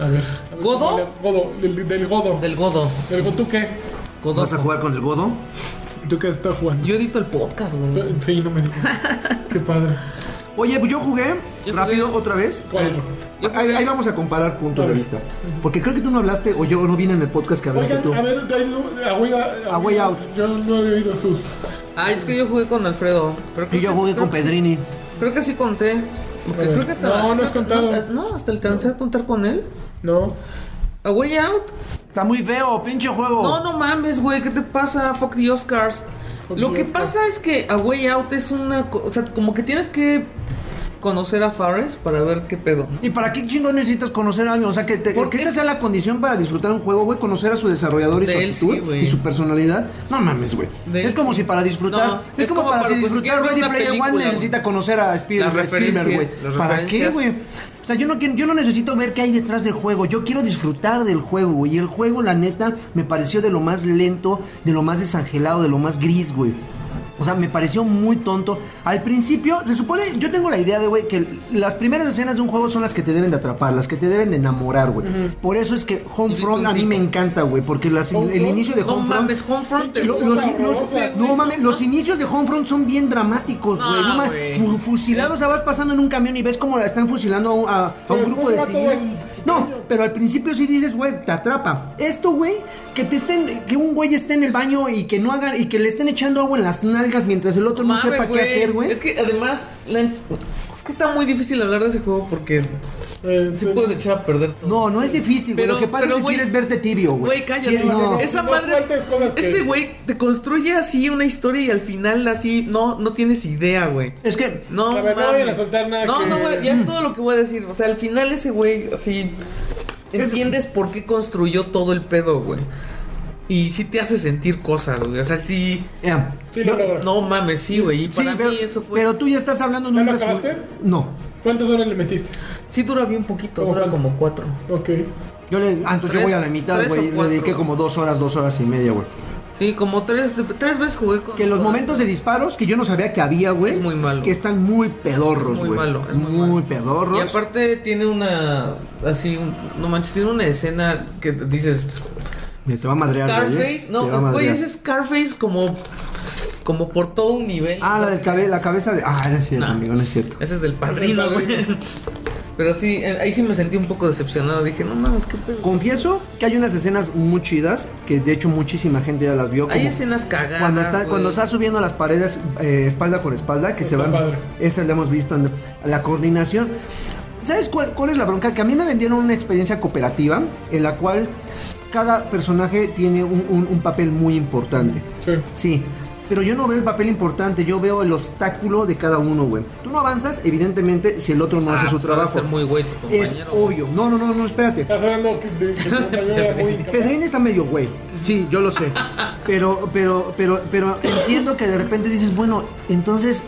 Speaker 3: A ver. a ver
Speaker 2: ¿Godo?
Speaker 3: cómo le- Godo, del, del Godo. Del,
Speaker 2: Del Godo.
Speaker 3: Godo, ¿tú qué?
Speaker 2: Godo.
Speaker 1: ¿Vas a jugar con el godo?
Speaker 3: ¿Tú qué estás jugando?
Speaker 2: Yo edito el podcast, güey.
Speaker 3: Sí, no me digas. qué padre.
Speaker 1: Oye, pues yo jugué
Speaker 2: Yo
Speaker 1: rápido
Speaker 2: jugué.
Speaker 1: otra vez.
Speaker 3: ¿Cuál?
Speaker 1: Ahí, ahí vamos a comparar puntos de vista. Porque creo que tú no hablaste o yo no vine en el podcast que hablaste
Speaker 3: Oigan,
Speaker 1: tú.
Speaker 3: a ver, dale- a Way, a-
Speaker 1: A Way Out.
Speaker 3: Yo no he oído sus.
Speaker 2: Ah, es que yo jugué con Alfredo. Pero
Speaker 1: Y
Speaker 2: creo
Speaker 1: yo
Speaker 2: que-
Speaker 1: jugué
Speaker 2: creo
Speaker 1: con
Speaker 2: que sí-
Speaker 1: Pedrini.
Speaker 2: Creo que sí conté.
Speaker 3: A
Speaker 2: Porque
Speaker 3: ver.
Speaker 2: creo que hasta.
Speaker 3: No, no has
Speaker 2: creo que-
Speaker 3: contado.
Speaker 2: hasta- No, hasta alcancé a contar con él.
Speaker 3: No.
Speaker 2: A Way Out.
Speaker 1: Está muy feo, pinche juego.
Speaker 2: No, no mames, güey, ¿qué te pasa? Fuck the Oscars.
Speaker 3: Oh. Fuck
Speaker 2: Lo
Speaker 3: the
Speaker 2: que
Speaker 3: Oscars.
Speaker 2: pasa es que A Way Out es una. co- O sea, como que tienes que conocer a Fares para ver qué pedo. ¿no?
Speaker 1: ¿Y para qué chingón necesitas conocer a alguien? O sea, que, te,
Speaker 2: ¿Por
Speaker 1: que
Speaker 2: qué?
Speaker 1: esa sea la condición para disfrutar un juego, güey. Conocer a su desarrollador y
Speaker 2: De
Speaker 1: su
Speaker 2: él,
Speaker 1: actitud
Speaker 2: sí, güey.
Speaker 1: y su personalidad. No mames, güey.
Speaker 2: De él,
Speaker 1: Es como
Speaker 2: sí.
Speaker 1: si para disfrutar.
Speaker 2: No,
Speaker 1: es,
Speaker 2: es
Speaker 1: como,
Speaker 2: como
Speaker 1: para,
Speaker 2: para-
Speaker 1: si
Speaker 2: pues, si
Speaker 1: disfrutar
Speaker 2: quieres ver
Speaker 1: Ready
Speaker 2: una
Speaker 1: Player One
Speaker 2: película,
Speaker 1: necesita conocer a Spiel-
Speaker 2: Las
Speaker 1: a Spielberg, güey.
Speaker 2: referencias, las
Speaker 1: ¿Para qué,
Speaker 2: referencias.
Speaker 1: güey? O sea, yo no, quiero, yo no necesito ver qué hay detrás del juego. Yo quiero disfrutar del juego, güey. Y el juego, la neta, me pareció de lo más lento, de lo más desangelado, de lo más gris, güey. O sea, me pareció muy tonto. Al principio, se supone, yo tengo la idea de, güey, que las primeras escenas de un juego son las que te deben de atrapar, las que te deben de enamorar, güey. Por eso es que Homefront a mí me encanta, güey, porque las-
Speaker 3: ¿Homefront?
Speaker 1: el inicio de
Speaker 2: No
Speaker 1: Homefront...
Speaker 2: mames, Homefront te
Speaker 1: Lo-
Speaker 2: gusta,
Speaker 1: los-
Speaker 2: güey.
Speaker 1: los- no mames, los inicios de Homefront son bien dramáticos, güey.
Speaker 2: Ah,
Speaker 1: no mames,
Speaker 2: güey.
Speaker 1: fu- fusilados, o sea, vas pasando en un camión y ves cómo la están fusilando a un, a- a un
Speaker 3: Pero pues
Speaker 1: grupo
Speaker 3: después
Speaker 1: de
Speaker 3: va todo
Speaker 1: civiles.
Speaker 3: el-
Speaker 1: No, pero al principio sí dices, güey, te atrapa. Esto, güey, que te estén, que un güey esté en el baño y que no hagan, y que le estén echando agua en las nalgas mientras el otro no
Speaker 2: Mames,
Speaker 1: sepa qué hacer, güey.
Speaker 2: Es que además. la- em, Es que está muy difícil hablar de ese juego porque.
Speaker 3: Eh,
Speaker 2: Sí puedes echar a perder todo.
Speaker 1: No, no es difícil, güey.
Speaker 2: Pero-
Speaker 1: Lo que pasa
Speaker 2: pero,
Speaker 1: es que
Speaker 2: güey,
Speaker 1: quieres verte tibio, güey.
Speaker 2: Güey, cállate.
Speaker 1: Quieres- no.
Speaker 2: Esa
Speaker 3: No
Speaker 2: madre.
Speaker 3: sueltes cosas que-
Speaker 2: Este güey te construye así una historia y al final así. No, no tienes idea, güey.
Speaker 1: Es que
Speaker 2: No,
Speaker 3: A ver, no
Speaker 2: mames.
Speaker 3: vayan a soltar nada
Speaker 2: No,
Speaker 3: que-
Speaker 2: no, güey, ya es todo lo que voy a decir. O sea, al final ese güey, así. Entiendes por qué construyó todo el pedo, güey. Y sí te hace sentir cosas, güey. O sea, sí.
Speaker 1: ya.
Speaker 3: Sí, lo
Speaker 1: No,
Speaker 3: logró.
Speaker 2: No mames, sí, güey. Y
Speaker 1: sí,
Speaker 2: para mí
Speaker 1: pero,
Speaker 2: eso fue.
Speaker 1: pero tú ya estás hablando de
Speaker 3: ¿Ya
Speaker 1: un
Speaker 3: lo
Speaker 1: resu-
Speaker 3: acabaste?
Speaker 1: No.
Speaker 3: ¿Cuántas horas le metiste?
Speaker 2: Sí dura bien poquito,
Speaker 3: ¿Cómo
Speaker 2: dura
Speaker 3: cuánto?
Speaker 2: como cuatro.
Speaker 3: Ok.
Speaker 1: Yo le, ah, entonces yo
Speaker 2: Tres-
Speaker 1: voy a la mitad,
Speaker 2: tres o
Speaker 1: güey. Le
Speaker 2: cuatro.
Speaker 1: dediqué como dos horas, dos horas y media, güey.
Speaker 2: Sí, como tres, tres veces jugué con.
Speaker 1: Que los
Speaker 2: con-
Speaker 1: momentos de disparos que yo no sabía que había, güey.
Speaker 2: Es muy malo.
Speaker 1: Que están muy pedorros,
Speaker 2: Muy
Speaker 1: güey.
Speaker 2: malo, es muy malo.
Speaker 1: pedorros.
Speaker 2: Y aparte tiene una. Así, un- no manches, tiene una escena que dices.
Speaker 1: Me te va a madrear, güey.
Speaker 2: Scarface,
Speaker 1: ¿eh?
Speaker 2: no,
Speaker 1: Te va a
Speaker 2: güey,
Speaker 1: madrear.
Speaker 2: ese Scarface como. Como por todo un nivel.
Speaker 1: Ah, la, del cabe- la cabeza de. Ah, no es cierto,
Speaker 2: Nah.
Speaker 1: amigo, no es cierto.
Speaker 2: Ese es del padrino,
Speaker 3: Del
Speaker 2: güey.
Speaker 3: Padrino.
Speaker 2: Pero sí, eh, ahí sí me sentí un poco decepcionado. Dije, no mames, qué pedo.
Speaker 1: Confieso que hay unas escenas muy chidas que de hecho muchísima gente ya las vio.
Speaker 2: Hay
Speaker 1: como
Speaker 2: escenas cagadas.
Speaker 1: Cuando está,
Speaker 2: güey.
Speaker 1: cuando está subiendo las paredes eh, espalda con espalda, que se
Speaker 3: Está
Speaker 1: van.
Speaker 3: padre.
Speaker 1: Esa la hemos visto. en la coordinación. ¿Sabes cuál, cuál es la bronca? Que a mí me vendieron una experiencia cooperativa en la cual cada personaje tiene un, un- un papel muy importante.
Speaker 3: Sí.
Speaker 1: Sí. Pero yo no veo el papel importante, yo veo el obstáculo de cada uno, güey. Tú no avanzas, evidentemente, si el otro no
Speaker 2: Ah,
Speaker 1: hace su
Speaker 2: pues, ha de
Speaker 1: trabajo.
Speaker 2: ser muy güey tu
Speaker 1: es
Speaker 2: compañero, güey.
Speaker 1: obvio. No, no, no, no, espérate.
Speaker 3: Estás hablando que de que tu compañero era muy incapaz.
Speaker 1: Pedrini está medio güey. Sí, yo lo sé. Pero, pero, pero, pero entiendo que de repente dices, bueno, entonces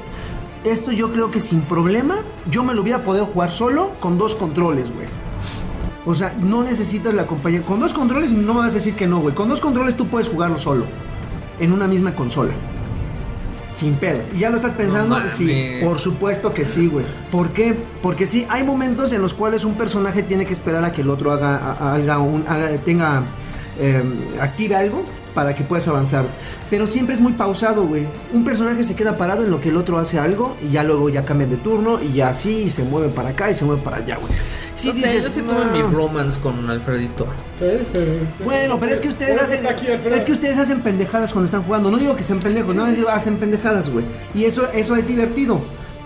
Speaker 1: esto yo creo que sin problema yo me lo hubiera podido jugar solo con dos controles, güey. O sea, no necesitas la compañía. Con dos controles no me vas a decir que no, güey. Con dos controles tú puedes jugarlo solo. En una misma consola. Sin pedo. Y ya lo estás pensando,
Speaker 2: mames.
Speaker 1: sí, por supuesto que sí, güey. ¿Por qué? Porque sí, hay momentos en los cuales un personaje tiene que esperar a que el otro haga, a- haga un, haga- tenga, eh, active algo para que puedas avanzar. Pero siempre es muy pausado, güey. Un personaje se queda parado en lo que el otro hace algo y ya luego ya cambia de turno y ya así y se mueve para acá y se mueve para allá, güey.
Speaker 2: No sé, yo sí tuve
Speaker 1: "No".
Speaker 2: mi romance con Alfredito.
Speaker 3: Sí, sí, sí.
Speaker 1: Bueno, pero es que ustedes
Speaker 3: Por eso
Speaker 1: hacen
Speaker 3: está aquí Alfredo.
Speaker 1: es que ustedes hacen pendejadas cuando están jugando. No digo que sean pendejos, no digo hacen pendejadas, güey. Y eso eso es divertido.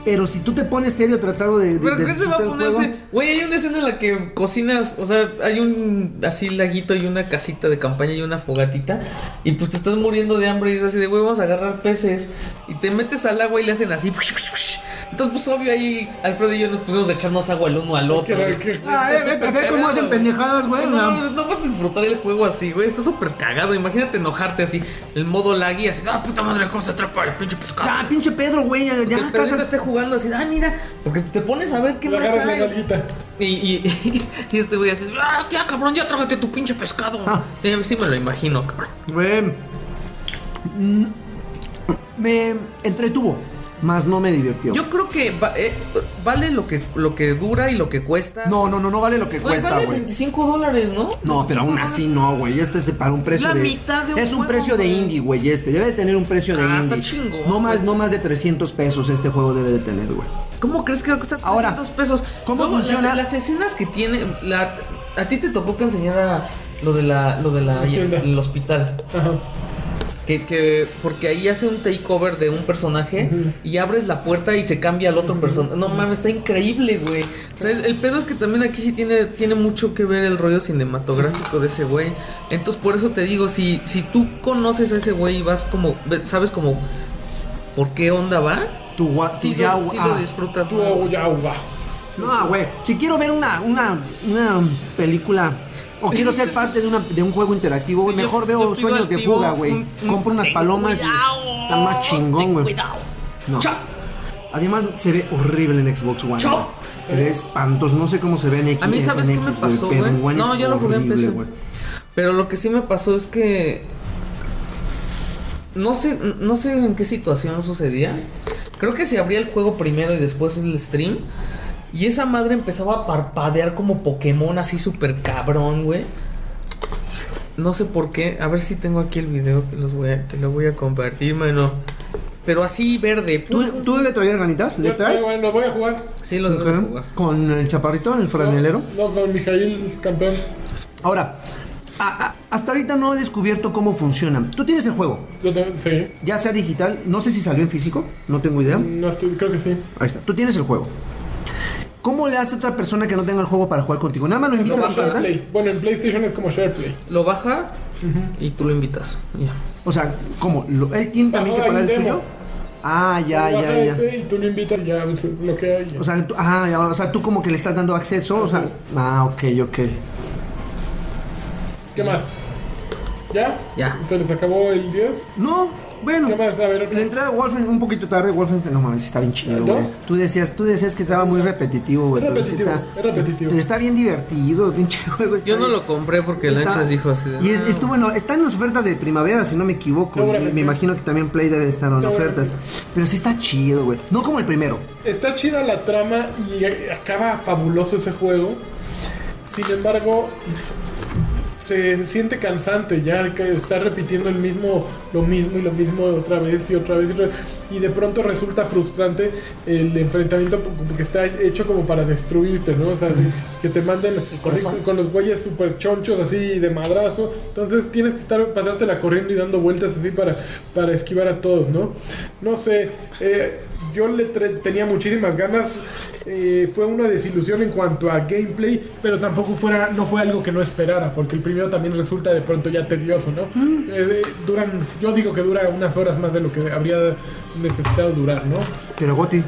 Speaker 1: Pero si tú te pones serio tratando de, de-
Speaker 2: Pero
Speaker 1: de
Speaker 2: ¿qué se
Speaker 1: disfrutar
Speaker 2: va a
Speaker 1: el
Speaker 2: ponerse?
Speaker 1: juego-
Speaker 2: Güey, hay una escena en la que cocinas, o sea, hay un así laguito y una casita de campaña y una fogatita. Y pues te estás muriendo de hambre y es así de, güey, vamos a agarrar peces. Y te metes al agua y le hacen así. Entonces, pues obvio ahí, Alfredo y yo nos pusimos a echarnos agua el uno al otro.
Speaker 3: Que-
Speaker 2: güey.
Speaker 3: que-
Speaker 1: Ah, eh, ve, ve, ve cómo hacen pendejadas, güey.
Speaker 2: No, no, no vas a disfrutar el juego así, güey. Está súper cagado. Imagínate enojarte así. El modo laggy, así. Ah, puta madre, ¿cómo se atrapa el pinche pescado?
Speaker 1: Ya, pinche Pedro, güey. Ya,
Speaker 2: que el
Speaker 1: ya
Speaker 2: perrito
Speaker 1: casa.
Speaker 2: esté jugando así. Ah, mira. Porque te pones a ver qué
Speaker 3: Le
Speaker 2: más
Speaker 3: agarras la
Speaker 2: hay.
Speaker 3: nalguita.
Speaker 2: Y, y, y este güey así. Ah, ya, cabrón, ya trágate tu pinche pescado.
Speaker 1: Ah.
Speaker 2: Sí, sí me lo imagino, cabrón.
Speaker 1: Güey. mm, Me entretuvo, más no me divirtió.
Speaker 2: Yo creo que va- eh, vale lo que, lo que dura y lo que cuesta.
Speaker 1: No, no, no, no vale lo que
Speaker 2: Güey,
Speaker 1: cuesta,
Speaker 2: vale
Speaker 1: güey.
Speaker 2: 25 dólares, ¿no?
Speaker 1: No,
Speaker 2: 25
Speaker 1: pero aún así no, güey. Esto es para un precio
Speaker 2: La
Speaker 1: de.
Speaker 2: mitad de un
Speaker 1: es un
Speaker 2: juego,
Speaker 1: precio de
Speaker 2: güey.
Speaker 1: indie, güey. Este debe de tener un precio de
Speaker 2: Ah,
Speaker 1: indie.
Speaker 2: está chingón,
Speaker 1: No más,
Speaker 2: güey.
Speaker 1: no más de 300 pesos este juego debe de tener, güey.
Speaker 2: ¿Cómo crees que va a costar
Speaker 1: Ahora,
Speaker 2: 300 pesos?
Speaker 1: ¿cómo
Speaker 2: Luego,
Speaker 1: funciona?
Speaker 2: Las, las escenas que tiene. La, a ti te tocó que enseñara lo de la, lo de la,
Speaker 3: La tienda.
Speaker 2: el hospital.
Speaker 3: Ajá.
Speaker 2: Que, que- porque ahí hace un takeover de un personaje
Speaker 3: Ujú.
Speaker 2: y abres la puerta y se cambia al otro personaje. No mames, está increíble, güey. O sea, el, el pedo es que también aquí sí tiene, tiene mucho que ver el rollo cinematográfico de ese güey. Entonces, por eso te digo, si, si tú conoces a ese güey y vas como, ve- sabes como por qué onda va,
Speaker 1: Tu gua-
Speaker 2: sí,
Speaker 1: tu ya-
Speaker 2: lo, sí lo
Speaker 1: ah.
Speaker 2: disfrutas.
Speaker 3: Tú,
Speaker 2: güey.
Speaker 3: oh, ya, va.
Speaker 1: No, güey. Si quiero ver una, una, una película. O quiero ser parte de, una, de un juego interactivo, güey.
Speaker 2: Sí, yo-
Speaker 1: Mejor
Speaker 2: yo
Speaker 1: veo
Speaker 2: pido
Speaker 1: sueños
Speaker 2: al
Speaker 1: de
Speaker 2: tío
Speaker 1: fuga, güey.
Speaker 2: un- un-
Speaker 1: Compro unas
Speaker 2: ten
Speaker 1: palomas y.
Speaker 2: cuidado,
Speaker 1: Está más chingón,
Speaker 2: ten
Speaker 1: güey.
Speaker 2: Cuidado.
Speaker 1: No.
Speaker 2: Chop.
Speaker 1: Además, se ve horrible en Xbox One.
Speaker 2: Chop.
Speaker 1: güey. Se ve espantoso. No sé cómo se ve en X.
Speaker 2: A mí,
Speaker 1: en-
Speaker 2: ¿sabes
Speaker 1: en
Speaker 2: qué me
Speaker 1: X, güey,
Speaker 2: pasó,
Speaker 1: pero
Speaker 2: güey?
Speaker 1: en One
Speaker 2: No,
Speaker 1: es
Speaker 2: yo lo jugué en
Speaker 1: horrible,
Speaker 2: PC.
Speaker 1: güey.
Speaker 2: Pero lo que sí me pasó es que. No sé, no sé en qué situación sucedía. Creo que se abría el juego primero y después el stream. Y esa madre empezaba a parpadear como Pokémon, así súper cabrón, güey. No sé por qué. A ver si tengo aquí el video. Te, los voy a, te lo voy a compartir, mano. Pero así verde.
Speaker 1: ¿Tú, tú le traías ganitas? ¿Le
Speaker 3: Ya,
Speaker 1: traes?
Speaker 3: bueno, lo voy a jugar.
Speaker 2: Sí, lo debo de jugar.
Speaker 1: Con el chaparrito, el franelero.
Speaker 3: No, con Mijail, campeón.
Speaker 1: Ahora, a- a- hasta ahorita no he descubierto cómo funciona. Tú tienes el juego,
Speaker 3: Yo también, sí.
Speaker 1: ya sea digital, no sé si salió en físico, no tengo idea.
Speaker 3: No estoy, creo que sí.
Speaker 1: Ahí está, tú tienes el juego. ¿Cómo le hace otra persona que no tenga el juego para jugar contigo? Nada más lo
Speaker 3: Es como
Speaker 1: invitas a su cuenta.
Speaker 3: SharePlay. Bueno, en PlayStation es como SharePlay.
Speaker 2: Lo baja y tú lo invitas. Ya.
Speaker 1: O sea, ¿cómo? Lo- ¿Él tiene también que
Speaker 3: Baja
Speaker 1: pagar el
Speaker 3: el demo.
Speaker 1: suyo? Ah, ya,
Speaker 3: Baja
Speaker 1: ya, ya.
Speaker 3: ese Y tú lo invitas y ya pues, lo que hay.
Speaker 1: O sea, tú, ah, ya, o sea, tú como que le estás dando acceso. O sea,
Speaker 3: Así es.
Speaker 1: ah, ok, ok.
Speaker 3: ¿Qué más? ¿Ya?
Speaker 2: Ya.
Speaker 3: ¿Se les acabó el 10?
Speaker 1: No, bueno.
Speaker 3: ¿Qué más? A ver,
Speaker 1: La
Speaker 3: otro.
Speaker 1: entrada de Wolfen un poquito tarde, Wolfen no mames, está bien chido,
Speaker 3: ¿El
Speaker 1: güey.
Speaker 3: dos?
Speaker 1: Tú decías, tú decías que estaba muy repetitivo, güey.
Speaker 3: Es
Speaker 1: pero sí
Speaker 3: repetitivo,
Speaker 1: está,
Speaker 3: es repetitivo.
Speaker 1: pero está bien divertido, pinche juego. está
Speaker 2: Yo no
Speaker 1: bien-
Speaker 2: lo compré porque
Speaker 1: está-
Speaker 2: Lanchas dijo así. de,
Speaker 1: Y es-
Speaker 2: "Ah,
Speaker 1: estuvo en, está en las ofertas de primavera, si no me equivoco. y
Speaker 3: Seguramente.
Speaker 1: Me imagino que también Play debe de estar en
Speaker 3: Seguramente.
Speaker 1: ofertas. Pero sí está chido, güey. No como el primero.
Speaker 3: Está chida la trama y acaba fabuloso ese juego. Sin embargo, se siente cansante ya que está repitiendo el mismo, lo mismo y lo mismo otra vez y otra vez y, otra vez. Y de pronto resulta frustrante el enfrentamiento po- porque está hecho como para destruirte, ¿no? O sea, así, que te manden así con, con los güeyes súper chonchos así de madrazo. Entonces tienes que estar pasártela corriendo y dando vueltas así para, para esquivar a todos, ¿no? No sé, eh, yo le tre- tenía muchísimas ganas. eh, fue una desilusión en cuanto a gameplay, pero tampoco fuera, no fue algo que no esperara, porque el primero también resulta de pronto ya tedioso, ¿no? Eh, eh, duran, yo digo que dura unas horas más de lo que habría necesitado durar, ¿no?
Speaker 1: Pero Goti,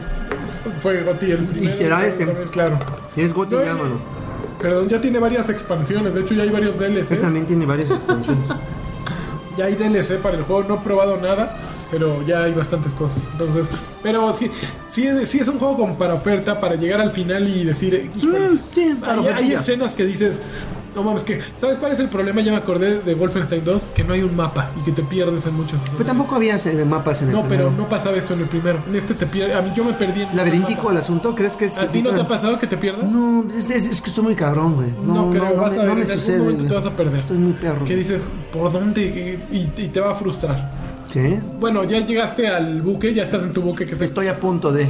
Speaker 3: Fue Gotti el primero.
Speaker 1: será este.
Speaker 3: también, Claro.
Speaker 1: es Goti,
Speaker 3: No,
Speaker 1: llámalo.
Speaker 3: Perdón, ya tiene varias expansiones, de hecho ya hay varios DLCs.
Speaker 1: Él también tiene varias expansiones.
Speaker 3: Ya hay DLC para el juego, no he probado nada, pero ya hay bastantes cosas. Entonces, pero sí, sí, es- sí es un juego como para oferta, para llegar al final y decir, eh, híjole,
Speaker 1: Mm, sí, para
Speaker 3: hay, hay
Speaker 1: ofertilla.
Speaker 3: escenas que dices, no mames, que, ¿sabes cuál es el problema? Ya me acordé de Wolfenstein 2, que no hay un mapa y que te pierdes en muchos.
Speaker 1: pero tampoco había eh, mapas en el
Speaker 3: No, pero
Speaker 1: primero.
Speaker 3: no pasaba esto en el primero. En este te pierdes, a mí yo me perdí en muchos
Speaker 1: ¿Laberíntico el
Speaker 3: mapas.
Speaker 1: asunto? ¿Crees que es que
Speaker 3: ¿A ti
Speaker 1: sí
Speaker 3: no te
Speaker 1: está-
Speaker 3: ha pasado que te pierdas?
Speaker 1: No, es, es- es que estoy muy cabrón, güey. No,
Speaker 3: No,
Speaker 1: no,
Speaker 3: creo,
Speaker 1: no,
Speaker 3: vas
Speaker 1: me,
Speaker 3: a ver,
Speaker 1: no me
Speaker 3: en algún
Speaker 1: sucede.
Speaker 3: momento
Speaker 1: güey.
Speaker 3: te vas a perder.
Speaker 1: Estoy muy perro.
Speaker 3: Que
Speaker 1: güey.
Speaker 3: dices, ¿por dónde? Y, y- y te va a frustrar.
Speaker 1: ¿Sí?
Speaker 3: Bueno, ya llegaste al buque, ya estás en tu buque que es el-
Speaker 1: Estoy a punto de.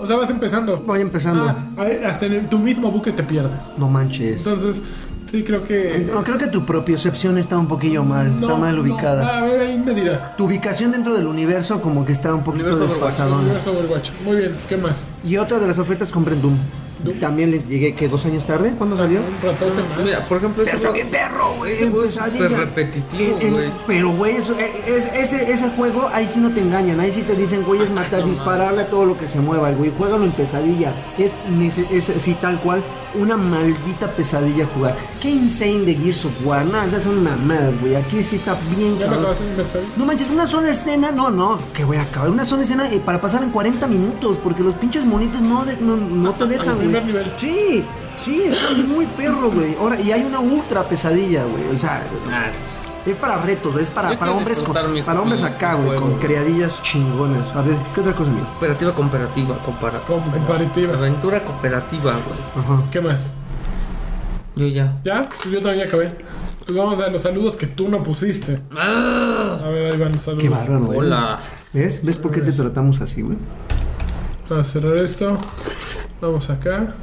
Speaker 3: O sea, vas empezando.
Speaker 1: Voy empezando.
Speaker 3: Ah, a- hasta en el- tu mismo buque te pierdes.
Speaker 1: No manches.
Speaker 3: Entonces, sí creo que...
Speaker 1: No, creo que tu propiocepción está un poquillo mal. está
Speaker 3: No,
Speaker 1: mal
Speaker 3: no, ah.
Speaker 1: ubicada.
Speaker 3: a ver, ahí me dirás.
Speaker 1: Tu ubicación dentro del universo como que está un poquito
Speaker 2: Universo
Speaker 1: desfasadona.
Speaker 3: Universo Overwatch. Muy bien, ¿qué más?
Speaker 1: Y otra de las ofertas, compren Doom. También le llegué que dos años tarde. ¿Cuándo salió?
Speaker 3: Un
Speaker 1: Ah,
Speaker 3: ratote más.
Speaker 2: Pues Mira, por ejemplo,
Speaker 1: Pero
Speaker 2: ese
Speaker 1: está
Speaker 2: juego,
Speaker 1: bien perro, güey.
Speaker 2: ese juego es
Speaker 1: Pesadilla.
Speaker 2: súper repetitivo,
Speaker 1: Eh, eh,
Speaker 2: güey.
Speaker 1: Pero, güey, eso- eh, es, ese, ese juego, ahí sí no te engañan. Ahí sí te dicen, güey, es matar,
Speaker 2: no
Speaker 1: dispararle a todo lo que se mueva, güey. Juégalo en pesadilla. Es, nece- es así, tal cual, una maldita pesadilla jugar. Qué insane de Gears of War. No, esas son mamadas, güey. Aquí sí está bien
Speaker 3: Ya lo
Speaker 1: cabrón.
Speaker 3: acabaste de empezar.
Speaker 1: No manches, una sola escena, no, no, que voy a acabar. Una sola escena eh, para pasar en 40 minutos, porque los pinches monitos no, de- no, no te dejan,
Speaker 3: Al primer
Speaker 1: güey.
Speaker 3: nivel.
Speaker 1: Sí, sí, está muy perro, güey. Ahora, y hay una ultra pesadilla, güey. O sea,
Speaker 2: Ah, es-
Speaker 1: es para retos, es para,
Speaker 2: Yo
Speaker 1: para
Speaker 2: quiero
Speaker 1: hombres con-
Speaker 2: disfrutar mi-
Speaker 1: para hombres
Speaker 2: mi
Speaker 1: acá, güey,
Speaker 2: juego,
Speaker 1: con
Speaker 2: güey.
Speaker 1: creadillas chingonas. A ver, ¿qué otra cosa, amigo?
Speaker 2: Cooperativa comparativa, compara-
Speaker 3: Comparativa.
Speaker 2: Aventura cooperativa, güey.
Speaker 1: Ajá.
Speaker 3: ¿Qué más?
Speaker 2: Yo ya.
Speaker 3: ¿Ya? Pues yo también ya acabé. Pues vamos a los saludos que tú no pusiste.
Speaker 2: Ah,
Speaker 3: A ver, ahí van los saludos.
Speaker 1: Qué bárbaro, güey.
Speaker 2: Hola.
Speaker 1: ¿Ves? ¿Ves por qué te tratamos así, güey?
Speaker 3: Vamos a cerrar esto. Vamos acá.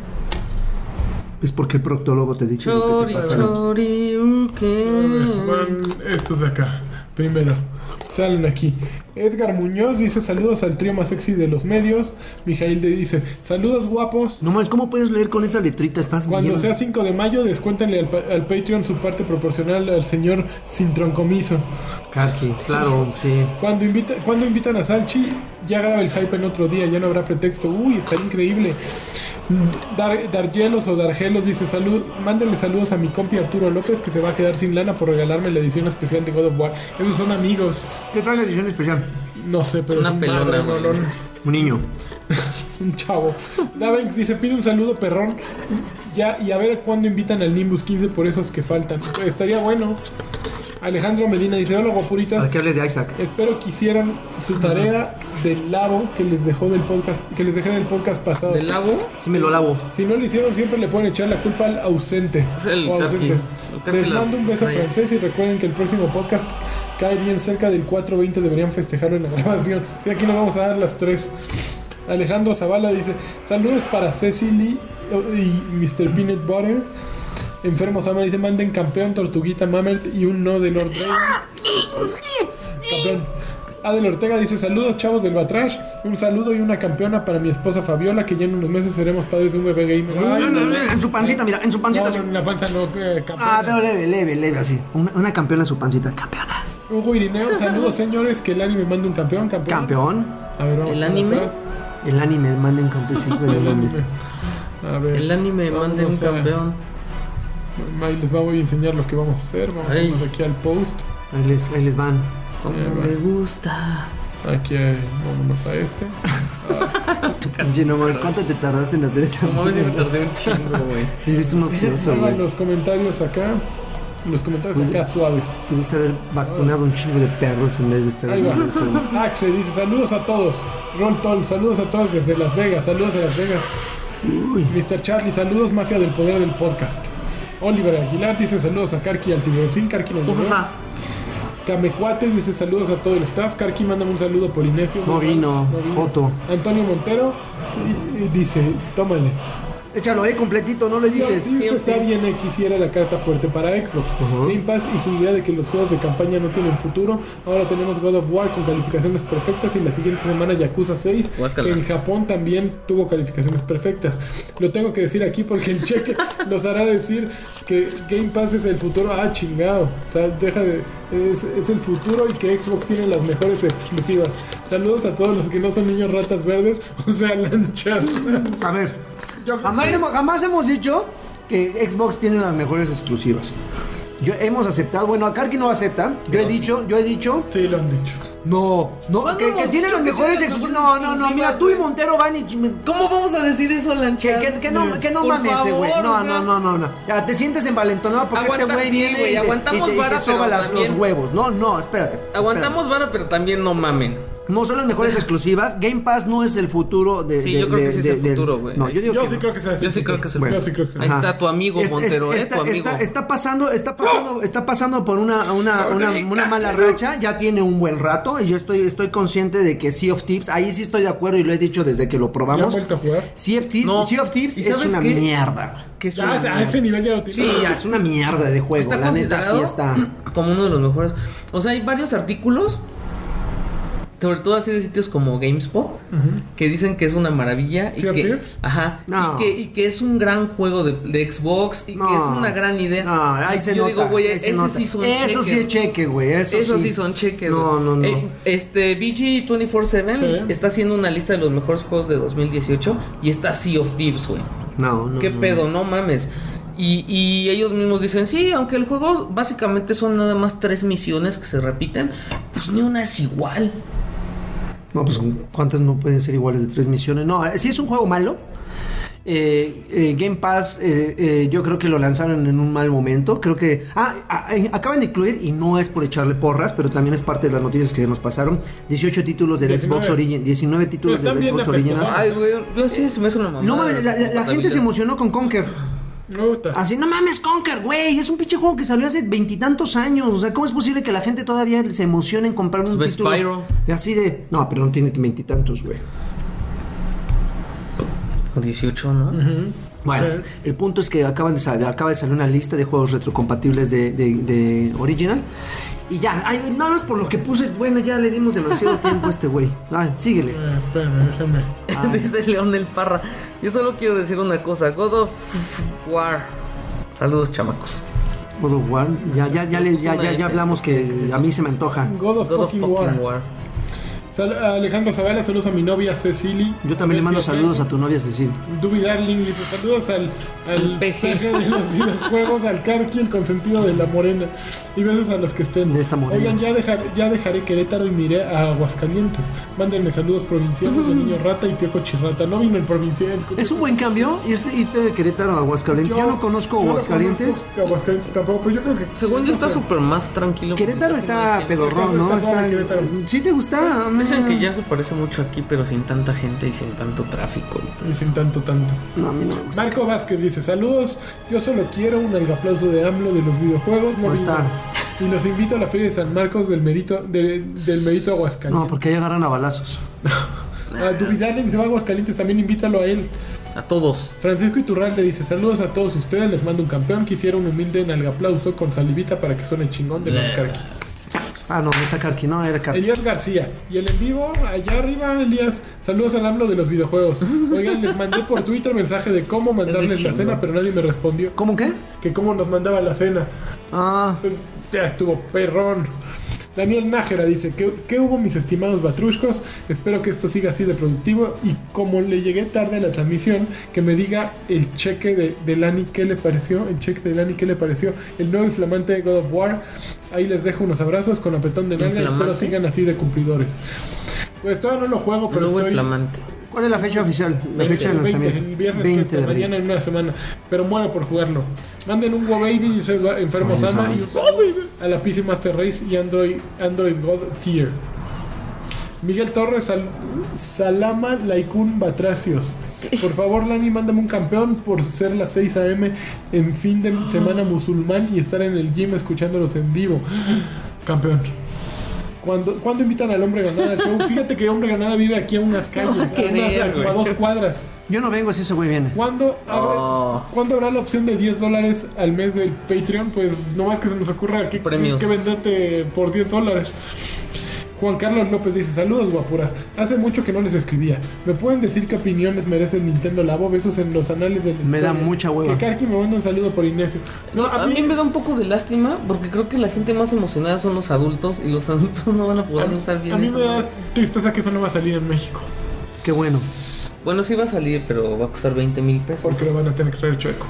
Speaker 1: ¿Ves por qué el proctólogo te dice lo que
Speaker 2: Chori,
Speaker 1: te pasa?
Speaker 2: chori,
Speaker 3: A ver,
Speaker 2: uke.
Speaker 3: Van estos de acá. Primero. Salen aquí. Edgar Muñoz dice saludos al trío más sexy de los medios. Mijail le dice saludos guapos.
Speaker 1: No mames, ¿cómo puedes leer con esa letrita? Estás
Speaker 3: Cuando
Speaker 1: bien-
Speaker 3: sea 5 de mayo, descuéntenle al, pa- al Patreon su parte proporcional al señor sin troncomiso.
Speaker 1: Carqui, claro, sí.
Speaker 3: Cuando, invita, cuando invitan a Salchi, ya graba el hype en otro día, ya no habrá pretexto. Uy, estaría increíble. Dar, Dargelos o Dargelos dice: salud, Mándenle saludos a mi compi Arturo López, que se va a quedar sin lana por regalarme la edición especial de God of War. Esos son amigos.
Speaker 1: ¿Qué trae la edición especial?
Speaker 3: No sé, pero
Speaker 2: Una
Speaker 3: es un
Speaker 2: pelona,
Speaker 3: barro,
Speaker 2: güey.
Speaker 3: rolón,
Speaker 1: Un niño.
Speaker 3: un chavo. Davenx dice: Pide un saludo, perrón. Ya, y a ver cuándo invitan al Nimbus 15 por esos que faltan. Estaría bueno. Alejandro Medina dice: Hola, guapuritas.
Speaker 1: Para que hable de Isaac.
Speaker 3: Espero que hicieran su tarea del labo que les dejó del podcast, que les dejé del podcast pasado.
Speaker 2: ¿Del lago?
Speaker 1: Sí, me lo lavo.
Speaker 3: Si no lo hicieron, siempre le pueden echar la culpa al ausente.
Speaker 2: Es el
Speaker 3: o ausentes.
Speaker 2: Capi. El Capi
Speaker 3: Les
Speaker 2: la
Speaker 3: mando un beso
Speaker 2: trae.
Speaker 3: francés y recuerden que el próximo podcast cae bien cerca del 4.20. Deberían festejarlo en la grabación. Sí, aquí nos vamos a dar las tres. Alejandro Zavala dice: Saludos para Cecily y Mr. Peanut Butter. Enfermo Sama dice: Manden campeón, tortuguita, mamert y un no de Lord Draven. Campeón. Adel Ortega dice saludos chavos del Batrash, un saludo y una campeona para mi esposa Fabiola que ya en unos meses seremos padres de un bebé gamer. Ay, no, no,
Speaker 1: En su pancita, mira, en su pancita.
Speaker 3: no,
Speaker 1: así.
Speaker 3: en la panza no, eh,
Speaker 1: Ah, pero
Speaker 3: campeona.
Speaker 1: leve, leve, leve, así. Una, una campeona en su pancita. Campeona.
Speaker 3: Hugo Irineo, saludos señores, que el anime manda un campeón, campeón.
Speaker 1: Campeón.
Speaker 3: A ver, vamos
Speaker 2: ¿El
Speaker 3: por
Speaker 2: anime?
Speaker 3: atrás.
Speaker 1: El anime, manden campeoncito de
Speaker 3: El anime.
Speaker 1: mames.
Speaker 3: A ver.
Speaker 2: El anime
Speaker 3: vamos
Speaker 2: mande un
Speaker 3: a-
Speaker 2: campeón.
Speaker 3: Ahí les voy a enseñar lo que vamos a hacer. Vamos a
Speaker 2: Ahí.
Speaker 3: irnos aquí al post.
Speaker 1: Ahí les, ahí les van.
Speaker 2: Como
Speaker 3: Eh, va.
Speaker 2: me gusta.
Speaker 3: Aquí eh, vámonos a este.
Speaker 1: Tu pinche no mames, ¿cuánto te tardaste en hacer esta
Speaker 2: No,
Speaker 1: madre?
Speaker 2: me tardé un chingo, güey.
Speaker 1: Eres un ocioso,
Speaker 3: Pongan
Speaker 1: güey.
Speaker 3: los comentarios acá. Los comentarios acá suaves.
Speaker 1: Pudiste haber vacunado un chingo de perros en vez de estar
Speaker 3: Ahí va.
Speaker 1: haciendo eso. güey.
Speaker 3: Axel dice saludos a todos. Roll Toll, saludos a todos desde Las Vegas, saludos a Las Vegas.
Speaker 1: Uy.
Speaker 3: Mr. Charlie, saludos mafia del poder del podcast. Oliver Aguilar dice saludos a Karki y al Tiburoncín, Karki nos llegó. Camecuate dice saludos a todo el staff, Karki mándame un saludo a Polinesio.
Speaker 1: No vino, Joto.
Speaker 3: Antonio Montero eh, dice, tómale.
Speaker 1: Échalo ahí completito, no le
Speaker 3: Sí,
Speaker 1: dices.
Speaker 3: eso está bien X si era la carta fuerte para Xbox.
Speaker 1: Ujú.
Speaker 3: Game Pass y su idea de que los juegos de campaña no tienen futuro. Ahora tenemos God of War con calificaciones perfectas y la siguiente semana Yakuza 6,
Speaker 2: Guácala.
Speaker 3: que en Japón también tuvo calificaciones perfectas. Lo tengo que decir aquí porque el cheque nos hará decir que Game Pass es el futuro. Ah, chingado. O sea, deja de... Es, es el futuro y que Xbox tiene las mejores exclusivas. Saludos a todos los que no son niños ratas verdes, o sea, lanchas.
Speaker 1: A ver,
Speaker 3: Yo-
Speaker 1: jamás, hemos, jamás hemos dicho que Xbox tiene las mejores exclusivas. Yo hemos aceptado, bueno, a Karki no acepta. Yo he dicho, yo he dicho,
Speaker 3: Sí, lo han dicho.
Speaker 1: no, no, que, que tiene las mejores exclusivas. No, no, no, mira, tú y Montero van y.
Speaker 2: ¿Cómo vamos a decir eso, Lancha?
Speaker 1: Que, que no, que no
Speaker 2: Por
Speaker 1: mames ese güey.
Speaker 2: favor,
Speaker 1: No,
Speaker 2: o sea.
Speaker 1: no, no, no, no. Ya, te sientes envalentonado porque
Speaker 2: Aguanta-
Speaker 1: este güey
Speaker 2: sí,
Speaker 1: viene
Speaker 2: güey,
Speaker 1: y te,
Speaker 2: aguantamos
Speaker 1: y te- y te
Speaker 2: vara,
Speaker 1: soba
Speaker 2: pero
Speaker 1: las- los
Speaker 2: también-
Speaker 1: huevos. No, no, espérate. espérate.
Speaker 2: Aguantamos vara, pero también no mamen.
Speaker 1: No son las mejores exclusivas. Game Pass no es el futuro de.
Speaker 2: Sí,
Speaker 1: de-
Speaker 2: yo creo que
Speaker 1: de-
Speaker 2: sí es el
Speaker 1: de- del-
Speaker 2: futuro, güey.
Speaker 1: No, yo digo
Speaker 3: Yo
Speaker 1: que
Speaker 3: sí
Speaker 1: no.
Speaker 3: creo que sea así.
Speaker 2: Yo sí creo que es el
Speaker 3: Yo
Speaker 1: futuro.
Speaker 3: sí creo que sea
Speaker 2: Ahí
Speaker 1: Ajá.
Speaker 2: está tu amigo,
Speaker 1: Es- es-
Speaker 2: Montero, es,
Speaker 1: está,
Speaker 2: tu amigo. ¡Oh!
Speaker 1: Está, está pasando, está pasando, está pasando por una, una, una, una mala racha, ya tiene un buen rato, y yo estoy, estoy consciente de que Sea of Tips, ahí sí estoy de acuerdo y lo he dicho desde que lo
Speaker 3: ¿Ya han
Speaker 1: probamos.
Speaker 3: vuelto a jugar?
Speaker 1: Sea of Tips,
Speaker 2: No.
Speaker 1: sea of Tips
Speaker 2: ¿Y
Speaker 1: es
Speaker 2: sabes
Speaker 1: una
Speaker 2: qué?
Speaker 1: mierda.
Speaker 2: Que es
Speaker 3: Ya,
Speaker 2: una
Speaker 3: o sea, a
Speaker 2: mierda.
Speaker 3: Ah, ese nivel ya lo tiene.
Speaker 1: Sí, ya, es una mierda de juego,
Speaker 2: Está
Speaker 1: la neta
Speaker 2: considerado
Speaker 1: sí está.
Speaker 2: como uno de los mejores. O sea, hay varios artículos sobre todo así de sitios como GameSpot, que dicen que es una maravilla. Y
Speaker 3: ¿Sea
Speaker 2: que,
Speaker 3: Sears?
Speaker 2: ajá,
Speaker 1: No.
Speaker 2: y, que, y que es un gran juego de, de Xbox y que
Speaker 1: No.
Speaker 2: es una gran idea.
Speaker 1: No, ahí
Speaker 2: Y
Speaker 1: se
Speaker 2: yo
Speaker 1: nota,
Speaker 2: digo, güey,
Speaker 1: ahí se
Speaker 2: ese
Speaker 1: nota.
Speaker 2: sí son
Speaker 1: Eso
Speaker 2: cheques.
Speaker 1: sí es cheque, güey. Eso,
Speaker 2: Eso
Speaker 1: sí.
Speaker 2: sí son cheques.
Speaker 1: No,
Speaker 2: güey.
Speaker 1: no, no.
Speaker 2: Eh, este BG 24/7
Speaker 3: Sí.
Speaker 2: está haciendo una lista de los mejores juegos de 2018 y está Sea of Thieves, güey.
Speaker 1: No, no.
Speaker 2: ¿Qué
Speaker 1: no.
Speaker 2: pedo? No mames. Y, y ellos mismos dicen, sí, aunque el juego básicamente son nada más tres misiones que se repiten, pues ni una es igual.
Speaker 1: No, pues cuántas no pueden ser iguales de tres misiones. No, eh, si es un juego malo. eh, eh, Game Pass, eh, eh, yo creo que lo lanzaron en un mal momento. Creo que. Ah, a- a- acaban de incluir, y no es por echarle porras, pero también es parte de las noticias que nos pasaron: 18 títulos del
Speaker 3: 19.
Speaker 1: Xbox Origin, 19 títulos
Speaker 3: Pero
Speaker 1: del
Speaker 3: están
Speaker 1: Xbox
Speaker 3: bien
Speaker 1: Original.
Speaker 3: apestosos.
Speaker 2: Ay, güey, yo sí se me hace una mamada.
Speaker 1: No mames, la, la- la gente se emocionó con Conker.
Speaker 3: Puta.
Speaker 1: Así, no mames, Conker, güey. Es un pinche juego que salió hace veintitantos años. O sea, ¿cómo es posible que la gente todavía se emocione en comprar un
Speaker 2: Pues
Speaker 1: título?
Speaker 2: Spyro.
Speaker 1: Y Así de. No, pero no tiene veintitantos, güey.
Speaker 2: 18, ¿no?
Speaker 1: Bueno,
Speaker 3: Sí.
Speaker 1: el punto es que acaban de sal- acaba de salir una lista de juegos retrocompatibles de, de- de Original. Y ya, ay, nada más por lo que puse. Bueno, ya le dimos demasiado tiempo a este güey. Ay, síguele.
Speaker 3: Eh, espérenme, déjenme.
Speaker 1: Ah.
Speaker 2: Dice León del Parra. Yo solo quiero decir una cosa, God of War. Saludos, chamacos.
Speaker 1: God of War. Ya, ya, ya, le- ya, ya, ya hablamos que a mí se me antoja.
Speaker 3: God of
Speaker 2: God of
Speaker 3: fucking War.
Speaker 2: fucking War.
Speaker 3: Sal- a Alejandro Zavala, saludos a mi novia Cecily.
Speaker 1: Yo también le mando saludos a tu novia Cecil.
Speaker 3: Duby Darling, dice, saludos al, al
Speaker 2: Al PG.
Speaker 3: PG de los videojuegos, al Karki, el consentido de la morena. Y besos a los que estén.
Speaker 1: De esta morena.
Speaker 3: Oigan, ya, dejar- ya dejaré Querétaro y miré a Aguascalientes. Mándenme saludos provinciales de Niño Rata y Tío Cochirrata. No vino el provincial. el-
Speaker 1: Es un buen cambio y este irte de Querétaro a Aguascalientes. Yo, no conozco
Speaker 3: yo no
Speaker 1: Aguascalientes.
Speaker 3: conozco Aguascalientes tampoco, pero yo creo que.
Speaker 2: Según yo está
Speaker 3: no sé.
Speaker 2: súper más tranquilo.
Speaker 1: Querétaro
Speaker 2: porque casi no
Speaker 1: está
Speaker 2: hay gente.
Speaker 1: pedorrón, ¿no?
Speaker 3: Está suave
Speaker 1: Está-
Speaker 3: Querétaro.
Speaker 1: ¿Sí te gusta?
Speaker 2: Dicen que ya se parece mucho aquí, pero sin tanta gente y sin tanto tráfico. Entonces,
Speaker 3: Dicen tanto, tanto.
Speaker 1: No, a mí no me gusta.
Speaker 3: Marco Vázquez dice, saludos, yo solo quiero un algaplauso de AMLO de los videojuegos. No
Speaker 1: Ahí
Speaker 3: vino.
Speaker 1: está.
Speaker 3: Y los invito a la Feria de San Marcos del Merito, de- del Merito Aguascalientes.
Speaker 1: No, porque ahí agarran a balazos.
Speaker 3: A
Speaker 1: pues,
Speaker 3: Duvidalen se va a Aguascalientes, también invítalo a él.
Speaker 2: a todos.
Speaker 3: Francisco Iturralde dice, saludos a todos ustedes, les mando un campeón. Quisiera un humilde nalgaplauso con salivita para que suene chingón de los carqui.
Speaker 1: Ah, no, no está Carqui, no, era Carqui.
Speaker 3: Elías García. Y el en vivo, allá arriba, Elías. Saludos al AMLO de los videojuegos. Oigan, les mandé por Twitter mensaje de cómo mandarles la
Speaker 2: chingón.
Speaker 3: cena, pero nadie me respondió.
Speaker 1: ¿Cómo qué?
Speaker 3: Que cómo nos mandaba la cena.
Speaker 1: Ah,
Speaker 3: Ya estuvo perrón. Daniel Nájera dice, ¿qué, qué hubo mis estimados batruscos? Espero que esto siga así de productivo y como le llegué tarde a la transmisión, que me diga el cheque de, de Lani, ¿qué le pareció? El cheque de Lani, ¿qué le pareció? El nuevo inflamante de God of War. Ahí les dejo unos abrazos con apretón de nalga. Espero
Speaker 2: ¿Inflamante?
Speaker 3: sigan así de cumplidores. Pues todavía no lo juego, pero
Speaker 2: Luego
Speaker 3: estoy...
Speaker 2: el flamante.
Speaker 1: ¿cuál es la fecha oficial? La
Speaker 2: 20,
Speaker 1: fecha de
Speaker 3: 20,
Speaker 1: lanzamiento.
Speaker 3: el viernes
Speaker 1: 20 de
Speaker 3: mañana
Speaker 1: abril.
Speaker 3: en una semana. Pero muero por jugarlo. Manden un Go Baby, dice Eduardo- Enfermo
Speaker 1: Bueno,
Speaker 3: Sama, y
Speaker 1: Sama.
Speaker 3: un Go Baby a la PC Master Race y Android, Android God Tier. Miguel Torres, sal- Salama Laikun Batracios. Por favor, Lani, mándame un campeón por ser las 6 a.m. en fin de semana musulmán y estar en el gym escuchándolos en vivo. Campeón. Cuando, ¿Cuándo invitan al hombre ganada al show? Fíjate que hombre ganada vive aquí a unas calles,
Speaker 2: va a
Speaker 3: a
Speaker 2: querer,
Speaker 3: unas-
Speaker 2: güey.
Speaker 3: a dos cuadras.
Speaker 1: Yo no vengo si ese güey viene.
Speaker 3: ¿Cuándo, abre-
Speaker 2: Oh.
Speaker 3: ¿Cuándo habrá la opción de 10 dólares al mes del Patreon? Pues no más que se nos ocurra que,
Speaker 2: Premios.
Speaker 3: que venderte por 10 dólares. Juan Carlos López dice, saludos guapuras, hace mucho que no les escribía. ¿Me pueden decir qué opiniones merece el Nintendo Labo? Besos en los anales del...
Speaker 1: Me da mucha hueva.
Speaker 3: Que Karki me manda un saludo por Ignacio. No,
Speaker 2: a, mí, me da un poco de lástima porque creo que la gente más emocionada son los adultos y los adultos no van a poder usar bien
Speaker 3: a mí
Speaker 2: eso.
Speaker 3: me da
Speaker 2: ¿no?
Speaker 3: tristeza que eso no va a salir en México.
Speaker 1: Qué bueno.
Speaker 2: Bueno, sí va a salir, pero va a costar 20 mil pesos.
Speaker 3: Porque lo van a tener que traer chueco.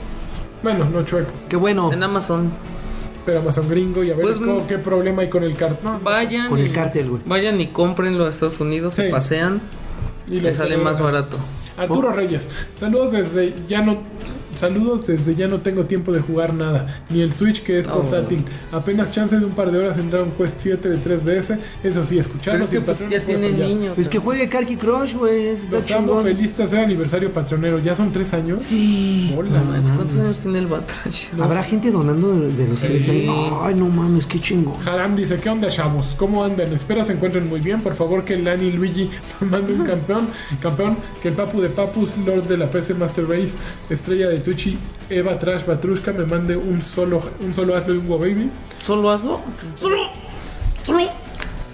Speaker 3: Bueno, no chueco,
Speaker 1: Qué bueno.
Speaker 2: En Amazon.
Speaker 3: pero Amazon gringo y a ver
Speaker 2: Pues,
Speaker 3: cómo-
Speaker 2: mm.
Speaker 3: qué problema hay con el cartón.
Speaker 2: Vayan.
Speaker 1: Con el
Speaker 2: y-
Speaker 1: cártel, güey.
Speaker 2: Vayan y cómprenlo a Estados Unidos,
Speaker 3: Sí.
Speaker 2: se pasean y les sale más
Speaker 3: barato.
Speaker 2: barato.
Speaker 3: Arturo Reyes, saludos desde ya no saludos desde ya no tengo tiempo de jugar nada, ni el Switch que es
Speaker 2: No.
Speaker 3: portátil. Apenas chance de un par de horas en Dragon Quest 7 de 3DS, eso sí,
Speaker 2: Pero
Speaker 3: escucharlo
Speaker 2: es que
Speaker 3: sin
Speaker 2: pues,
Speaker 3: patrón
Speaker 2: ya
Speaker 3: no puede
Speaker 2: tienen
Speaker 3: fallar.
Speaker 2: niños.
Speaker 1: Pues que juegue Carqui Crush, güey. es-
Speaker 3: Los
Speaker 1: está
Speaker 3: amo,
Speaker 1: chingón.
Speaker 3: feliz tercer aniversario patronero, ya son tres años. Hola.
Speaker 2: No manches, pues, ¿Cuántos años tiene el Batrash?
Speaker 1: Habrá gente donando de, de los
Speaker 2: Sí.
Speaker 1: tres años. Ay, no mames, qué chingón.
Speaker 3: Haram dice, ¿qué onda chavos? ¿Cómo andan? Espero se encuentren muy bien. Por favor que Lani y Luigi mande un campeón. Campeón, que el Papu de Papus, Lord de la PC Master Race, estrella de Tucci, Eva Trash Batrushka, me mande un solo, un solo hazlo de un Wo Baby.
Speaker 2: Solo hazlo. Solo. Solo.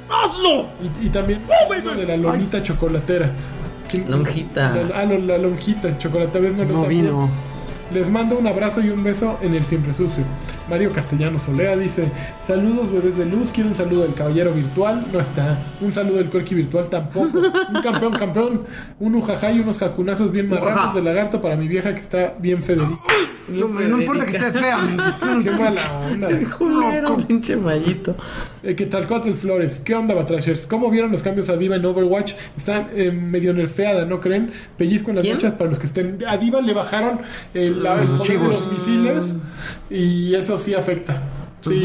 Speaker 3: ¡Hazlo! Y, y también lo de la lonita chocolatera. Sí,
Speaker 2: Lonjita.
Speaker 3: La, ah, no, la lonjita chocolatera. ¿Ves? No, lo
Speaker 1: No
Speaker 3: está
Speaker 1: vino.
Speaker 3: Les mando un abrazo y un beso en el siempre sucio. Mario Castellano Solea dice: Saludos, bebés de luz. Quiero un saludo del caballero virtual. No está. Un saludo del corky virtual tampoco. Un campeón, campeón. Un ujajá y unos jacunazos bien marranos de lagarto para mi vieja que está bien federica.
Speaker 1: No, me- no importa que esté fea.
Speaker 3: Qué mala onda.
Speaker 2: Culero,
Speaker 1: Loco.
Speaker 2: pinche mallito.
Speaker 3: Eh, ¿Qué tal, Coatl Flores? ¿Qué onda, Batrashers? ¿Cómo vieron los cambios a Diva en Overwatch? Están eh, medio nerfeada, ¿no creen? Pellizco en las
Speaker 2: ¿Quién?
Speaker 3: luchas para los que estén. A Diva le bajaron el, la- el
Speaker 1: Los
Speaker 3: poder de
Speaker 1: chivos.
Speaker 3: los misiles y eso sí afecta. Sí,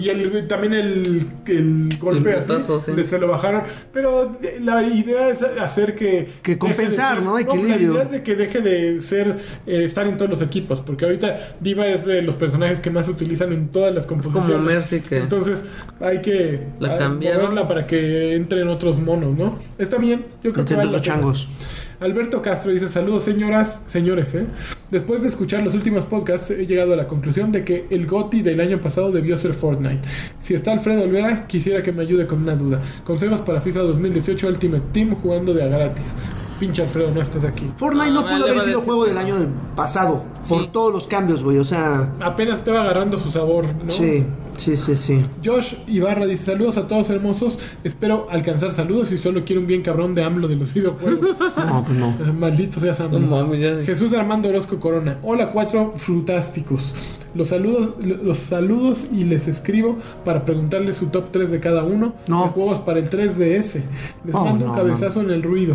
Speaker 3: y el- también el, el golpe
Speaker 2: El
Speaker 3: así,
Speaker 2: putazo, sí.
Speaker 3: le- se lo bajaron. Pero de- la idea es hacer que.
Speaker 1: Que
Speaker 3: deje de
Speaker 1: compensar,
Speaker 3: ser-
Speaker 1: ¿no? Equilibrio.
Speaker 3: la idea es de que deje de ser. eh, estar en todos los equipos. Porque ahorita Diva es de los personajes que más se utilizan en todas las composiciones.
Speaker 2: Mercy que-
Speaker 3: Entonces hay que
Speaker 2: La
Speaker 3: a-
Speaker 2: cambiaron.
Speaker 3: moverla para que entren otros monos, ¿no? Está bien, yo creo que
Speaker 1: Entre
Speaker 3: vale
Speaker 1: los
Speaker 3: la pena.
Speaker 1: changos.
Speaker 3: Alberto Castro dice, saludos señoras, señores, ¿eh? Después de escuchar los últimos podcasts he llegado a la conclusión de que el GOTI del año pasado debió ser Fortnite. Si está Alfredo Olvera, quisiera que me ayude con una duda. Consejos para FIFA 2018 Ultimate Team jugando de a gratis. Pinche Alfredo, no estás aquí.
Speaker 1: Fortnite
Speaker 2: No,
Speaker 1: no,
Speaker 2: me
Speaker 1: pudo
Speaker 2: le
Speaker 1: haber
Speaker 2: va a
Speaker 1: sido
Speaker 2: decir
Speaker 1: juego
Speaker 2: que
Speaker 1: del
Speaker 2: no.
Speaker 1: año pasado.
Speaker 2: Sí.
Speaker 1: Por todos los cambios, güey. O sea.
Speaker 3: Apenas estaba agarrando su sabor, ¿no?
Speaker 1: Sí, sí, sí, sí.
Speaker 3: Josh Ibarra dice saludos a todos hermosos, espero alcanzar saludos y solo quiero un bien cabrón de AMLO de los videojuegos.
Speaker 1: No, pues no.
Speaker 3: Ah, Maldito seas AMLO.
Speaker 2: No mames, ya.
Speaker 3: Jesús Armando Orozco Corona. Hola cuatro frutásticos. Los saludos, los saludos y les escribo para preguntarles su top 3 de cada uno
Speaker 1: No.
Speaker 3: de juegos para el 3DS. Les
Speaker 1: Oh,
Speaker 3: mando un
Speaker 1: no,
Speaker 3: cabezazo en el ruido.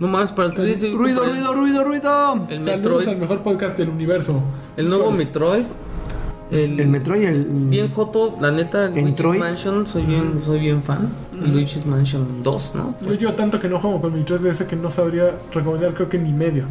Speaker 2: No más para el 3
Speaker 1: Ruido, ruido, ruido, ruido.
Speaker 2: El
Speaker 3: saludos al
Speaker 2: Metroid.
Speaker 3: mejor podcast del universo.
Speaker 2: El nuevo Metroid. El,
Speaker 1: El metro y el.
Speaker 2: Bien Joto, la neta, el Luigi's
Speaker 1: Troy.
Speaker 2: Mansion, soy bien,
Speaker 3: Mm.
Speaker 2: soy bien fan. El Luigi's Mansion 2, ¿no?
Speaker 3: Yo llevo tanto que no juego con mi 3DS que no sabría recomendar creo que ni medio.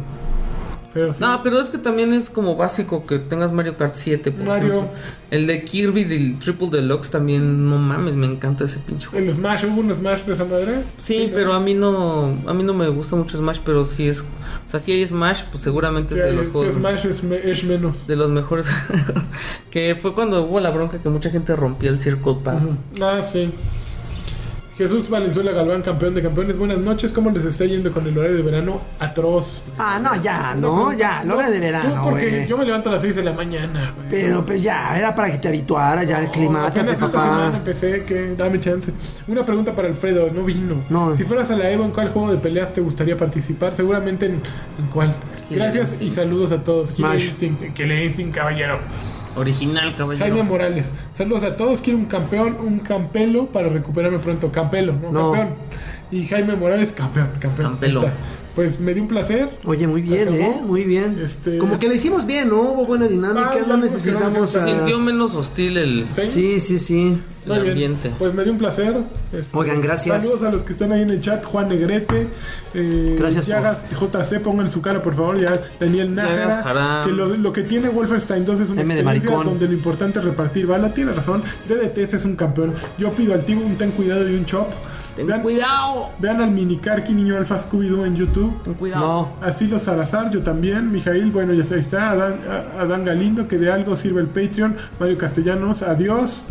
Speaker 3: Pero sí.
Speaker 2: No, pero es que también es como básico que tengas Mario Kart 7, por
Speaker 3: Mario.
Speaker 2: ejemplo. El de Kirby del Triple Deluxe también, no mames, me encanta ese pinche juego.
Speaker 3: El Smash, hubo un Smash de esa madre.
Speaker 2: Sí,
Speaker 3: ¿no?
Speaker 2: pero a mí no a mí no me gusta mucho Smash, pero si es o sea, si hay Smash, pues seguramente
Speaker 3: Sí,
Speaker 2: es de
Speaker 3: ahí,
Speaker 2: los
Speaker 3: sí,
Speaker 2: juegos
Speaker 3: Smash es, me- es menos.
Speaker 2: de los mejores que fue cuando hubo la bronca que mucha gente rompía el Circle Pad.
Speaker 3: Ujú. Ah, sí. Jesús Valenzuela Galván, campeón de campeones. Buenas noches, ¿cómo les está yendo con el horario de verano? Atroz.
Speaker 1: Ah, no, ya, no, ya. La hora de
Speaker 3: Yo
Speaker 1: verano,
Speaker 3: porque
Speaker 1: güey.
Speaker 3: yo me levanto a las 6 de la mañana, güey.
Speaker 1: Pero pues ya, era para que te habituaras, ya, aclimátate,
Speaker 3: Apenas esta semana
Speaker 1: papá.
Speaker 3: empecé, que dame chance. Una pregunta para Alfredo, no vino.
Speaker 1: No.
Speaker 3: Si fueras a la Evo, ¿en cuál juego de peleas te gustaría participar? Seguramente en, en cuál.
Speaker 2: Killer
Speaker 3: Gracias y
Speaker 2: Instinct.
Speaker 3: saludos a todos.
Speaker 1: Smash.
Speaker 3: Killer Instinct, Killer Instinct, caballero.
Speaker 2: Original, caballero.
Speaker 3: Jaime Morales, saludos a todos. Quiero un campeón, un campelo para recuperarme pronto. Campelo, no,
Speaker 1: No.
Speaker 3: campeón. Y Jaime Morales, campeón, campeón.
Speaker 2: Campelo.
Speaker 3: Ahí está. Pues me dio un placer.
Speaker 1: Oye, muy bien,
Speaker 3: acabó.
Speaker 1: ¿eh? Muy bien.
Speaker 3: Este-
Speaker 1: Como que le hicimos bien, ¿no? Hubo buena
Speaker 3: Ah,
Speaker 1: dinámica,
Speaker 3: algo que
Speaker 1: no
Speaker 3: no
Speaker 1: necesitamos
Speaker 3: se
Speaker 2: Se
Speaker 1: a...
Speaker 3: ah.
Speaker 2: sintió menos hostil el,
Speaker 3: ¿Sí?
Speaker 1: Sí, sí, sí.
Speaker 2: el
Speaker 3: Muy bien.
Speaker 2: ambiente.
Speaker 3: Pues me dio un placer. Este,
Speaker 1: Oigan, gracias.
Speaker 3: Saludos a los que están ahí en el chat. Juan Negrete. eh,
Speaker 1: Gracias por-
Speaker 3: Llagas JC, pongan su cara, por favor. Ya Daniel
Speaker 2: Llagas
Speaker 3: Nájera.
Speaker 2: Haram.
Speaker 3: Que lo, lo que tiene Wolfenstein 2 es una
Speaker 1: M de
Speaker 3: experiencia
Speaker 1: maricón.
Speaker 3: donde lo importante es repartir bala. Tiene razón. DDTS es un campeón. Yo pido al Tibu un ten cuidado y un chop.
Speaker 2: Ten
Speaker 3: Vean-
Speaker 2: cuidado.
Speaker 3: Vean al Minicarqui Niño Alfa Scooby-Doo en YouTube.
Speaker 2: Ten cuidado.
Speaker 1: No.
Speaker 3: Asilo Salazar, yo también. Mijail, bueno, ya está. Adán, a- Adán Galindo, que de algo sirve el Patreon. Mario Castellanos, adiós.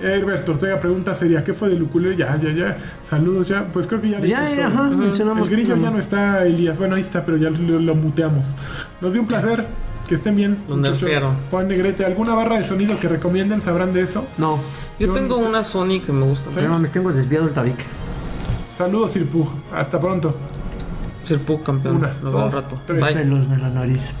Speaker 3: Herbert Ortega pregunta seria: ¿Qué fue de Luculeo? Ya, ya, ya. Saludos, ya. Pues creo que ya. les
Speaker 1: Ya,
Speaker 3: gustó.
Speaker 1: ajá, mencionamos...
Speaker 3: El grillo
Speaker 1: que-
Speaker 3: ya no está, Elías. Bueno, ahí está, pero ya lo, lo muteamos. Nos dio un placer. Que estén bien.
Speaker 2: Lo
Speaker 3: muchachos.
Speaker 2: nerfearon.
Speaker 3: Juan Negrete, ¿alguna barra de sonido que recomienden? ¿Sabrán de eso?
Speaker 1: No,
Speaker 2: Yo tengo una Sony que me gusta.
Speaker 3: Sí.
Speaker 1: pero no, me tengo desviado el tabique.
Speaker 3: Saludos, Sirpug. Hasta pronto.
Speaker 2: Ser Puck campeón.
Speaker 3: Una,
Speaker 2: Nos vemos
Speaker 3: dos,
Speaker 2: un rato.
Speaker 3: tres.
Speaker 2: Bye.
Speaker 1: Pelos de la nariz.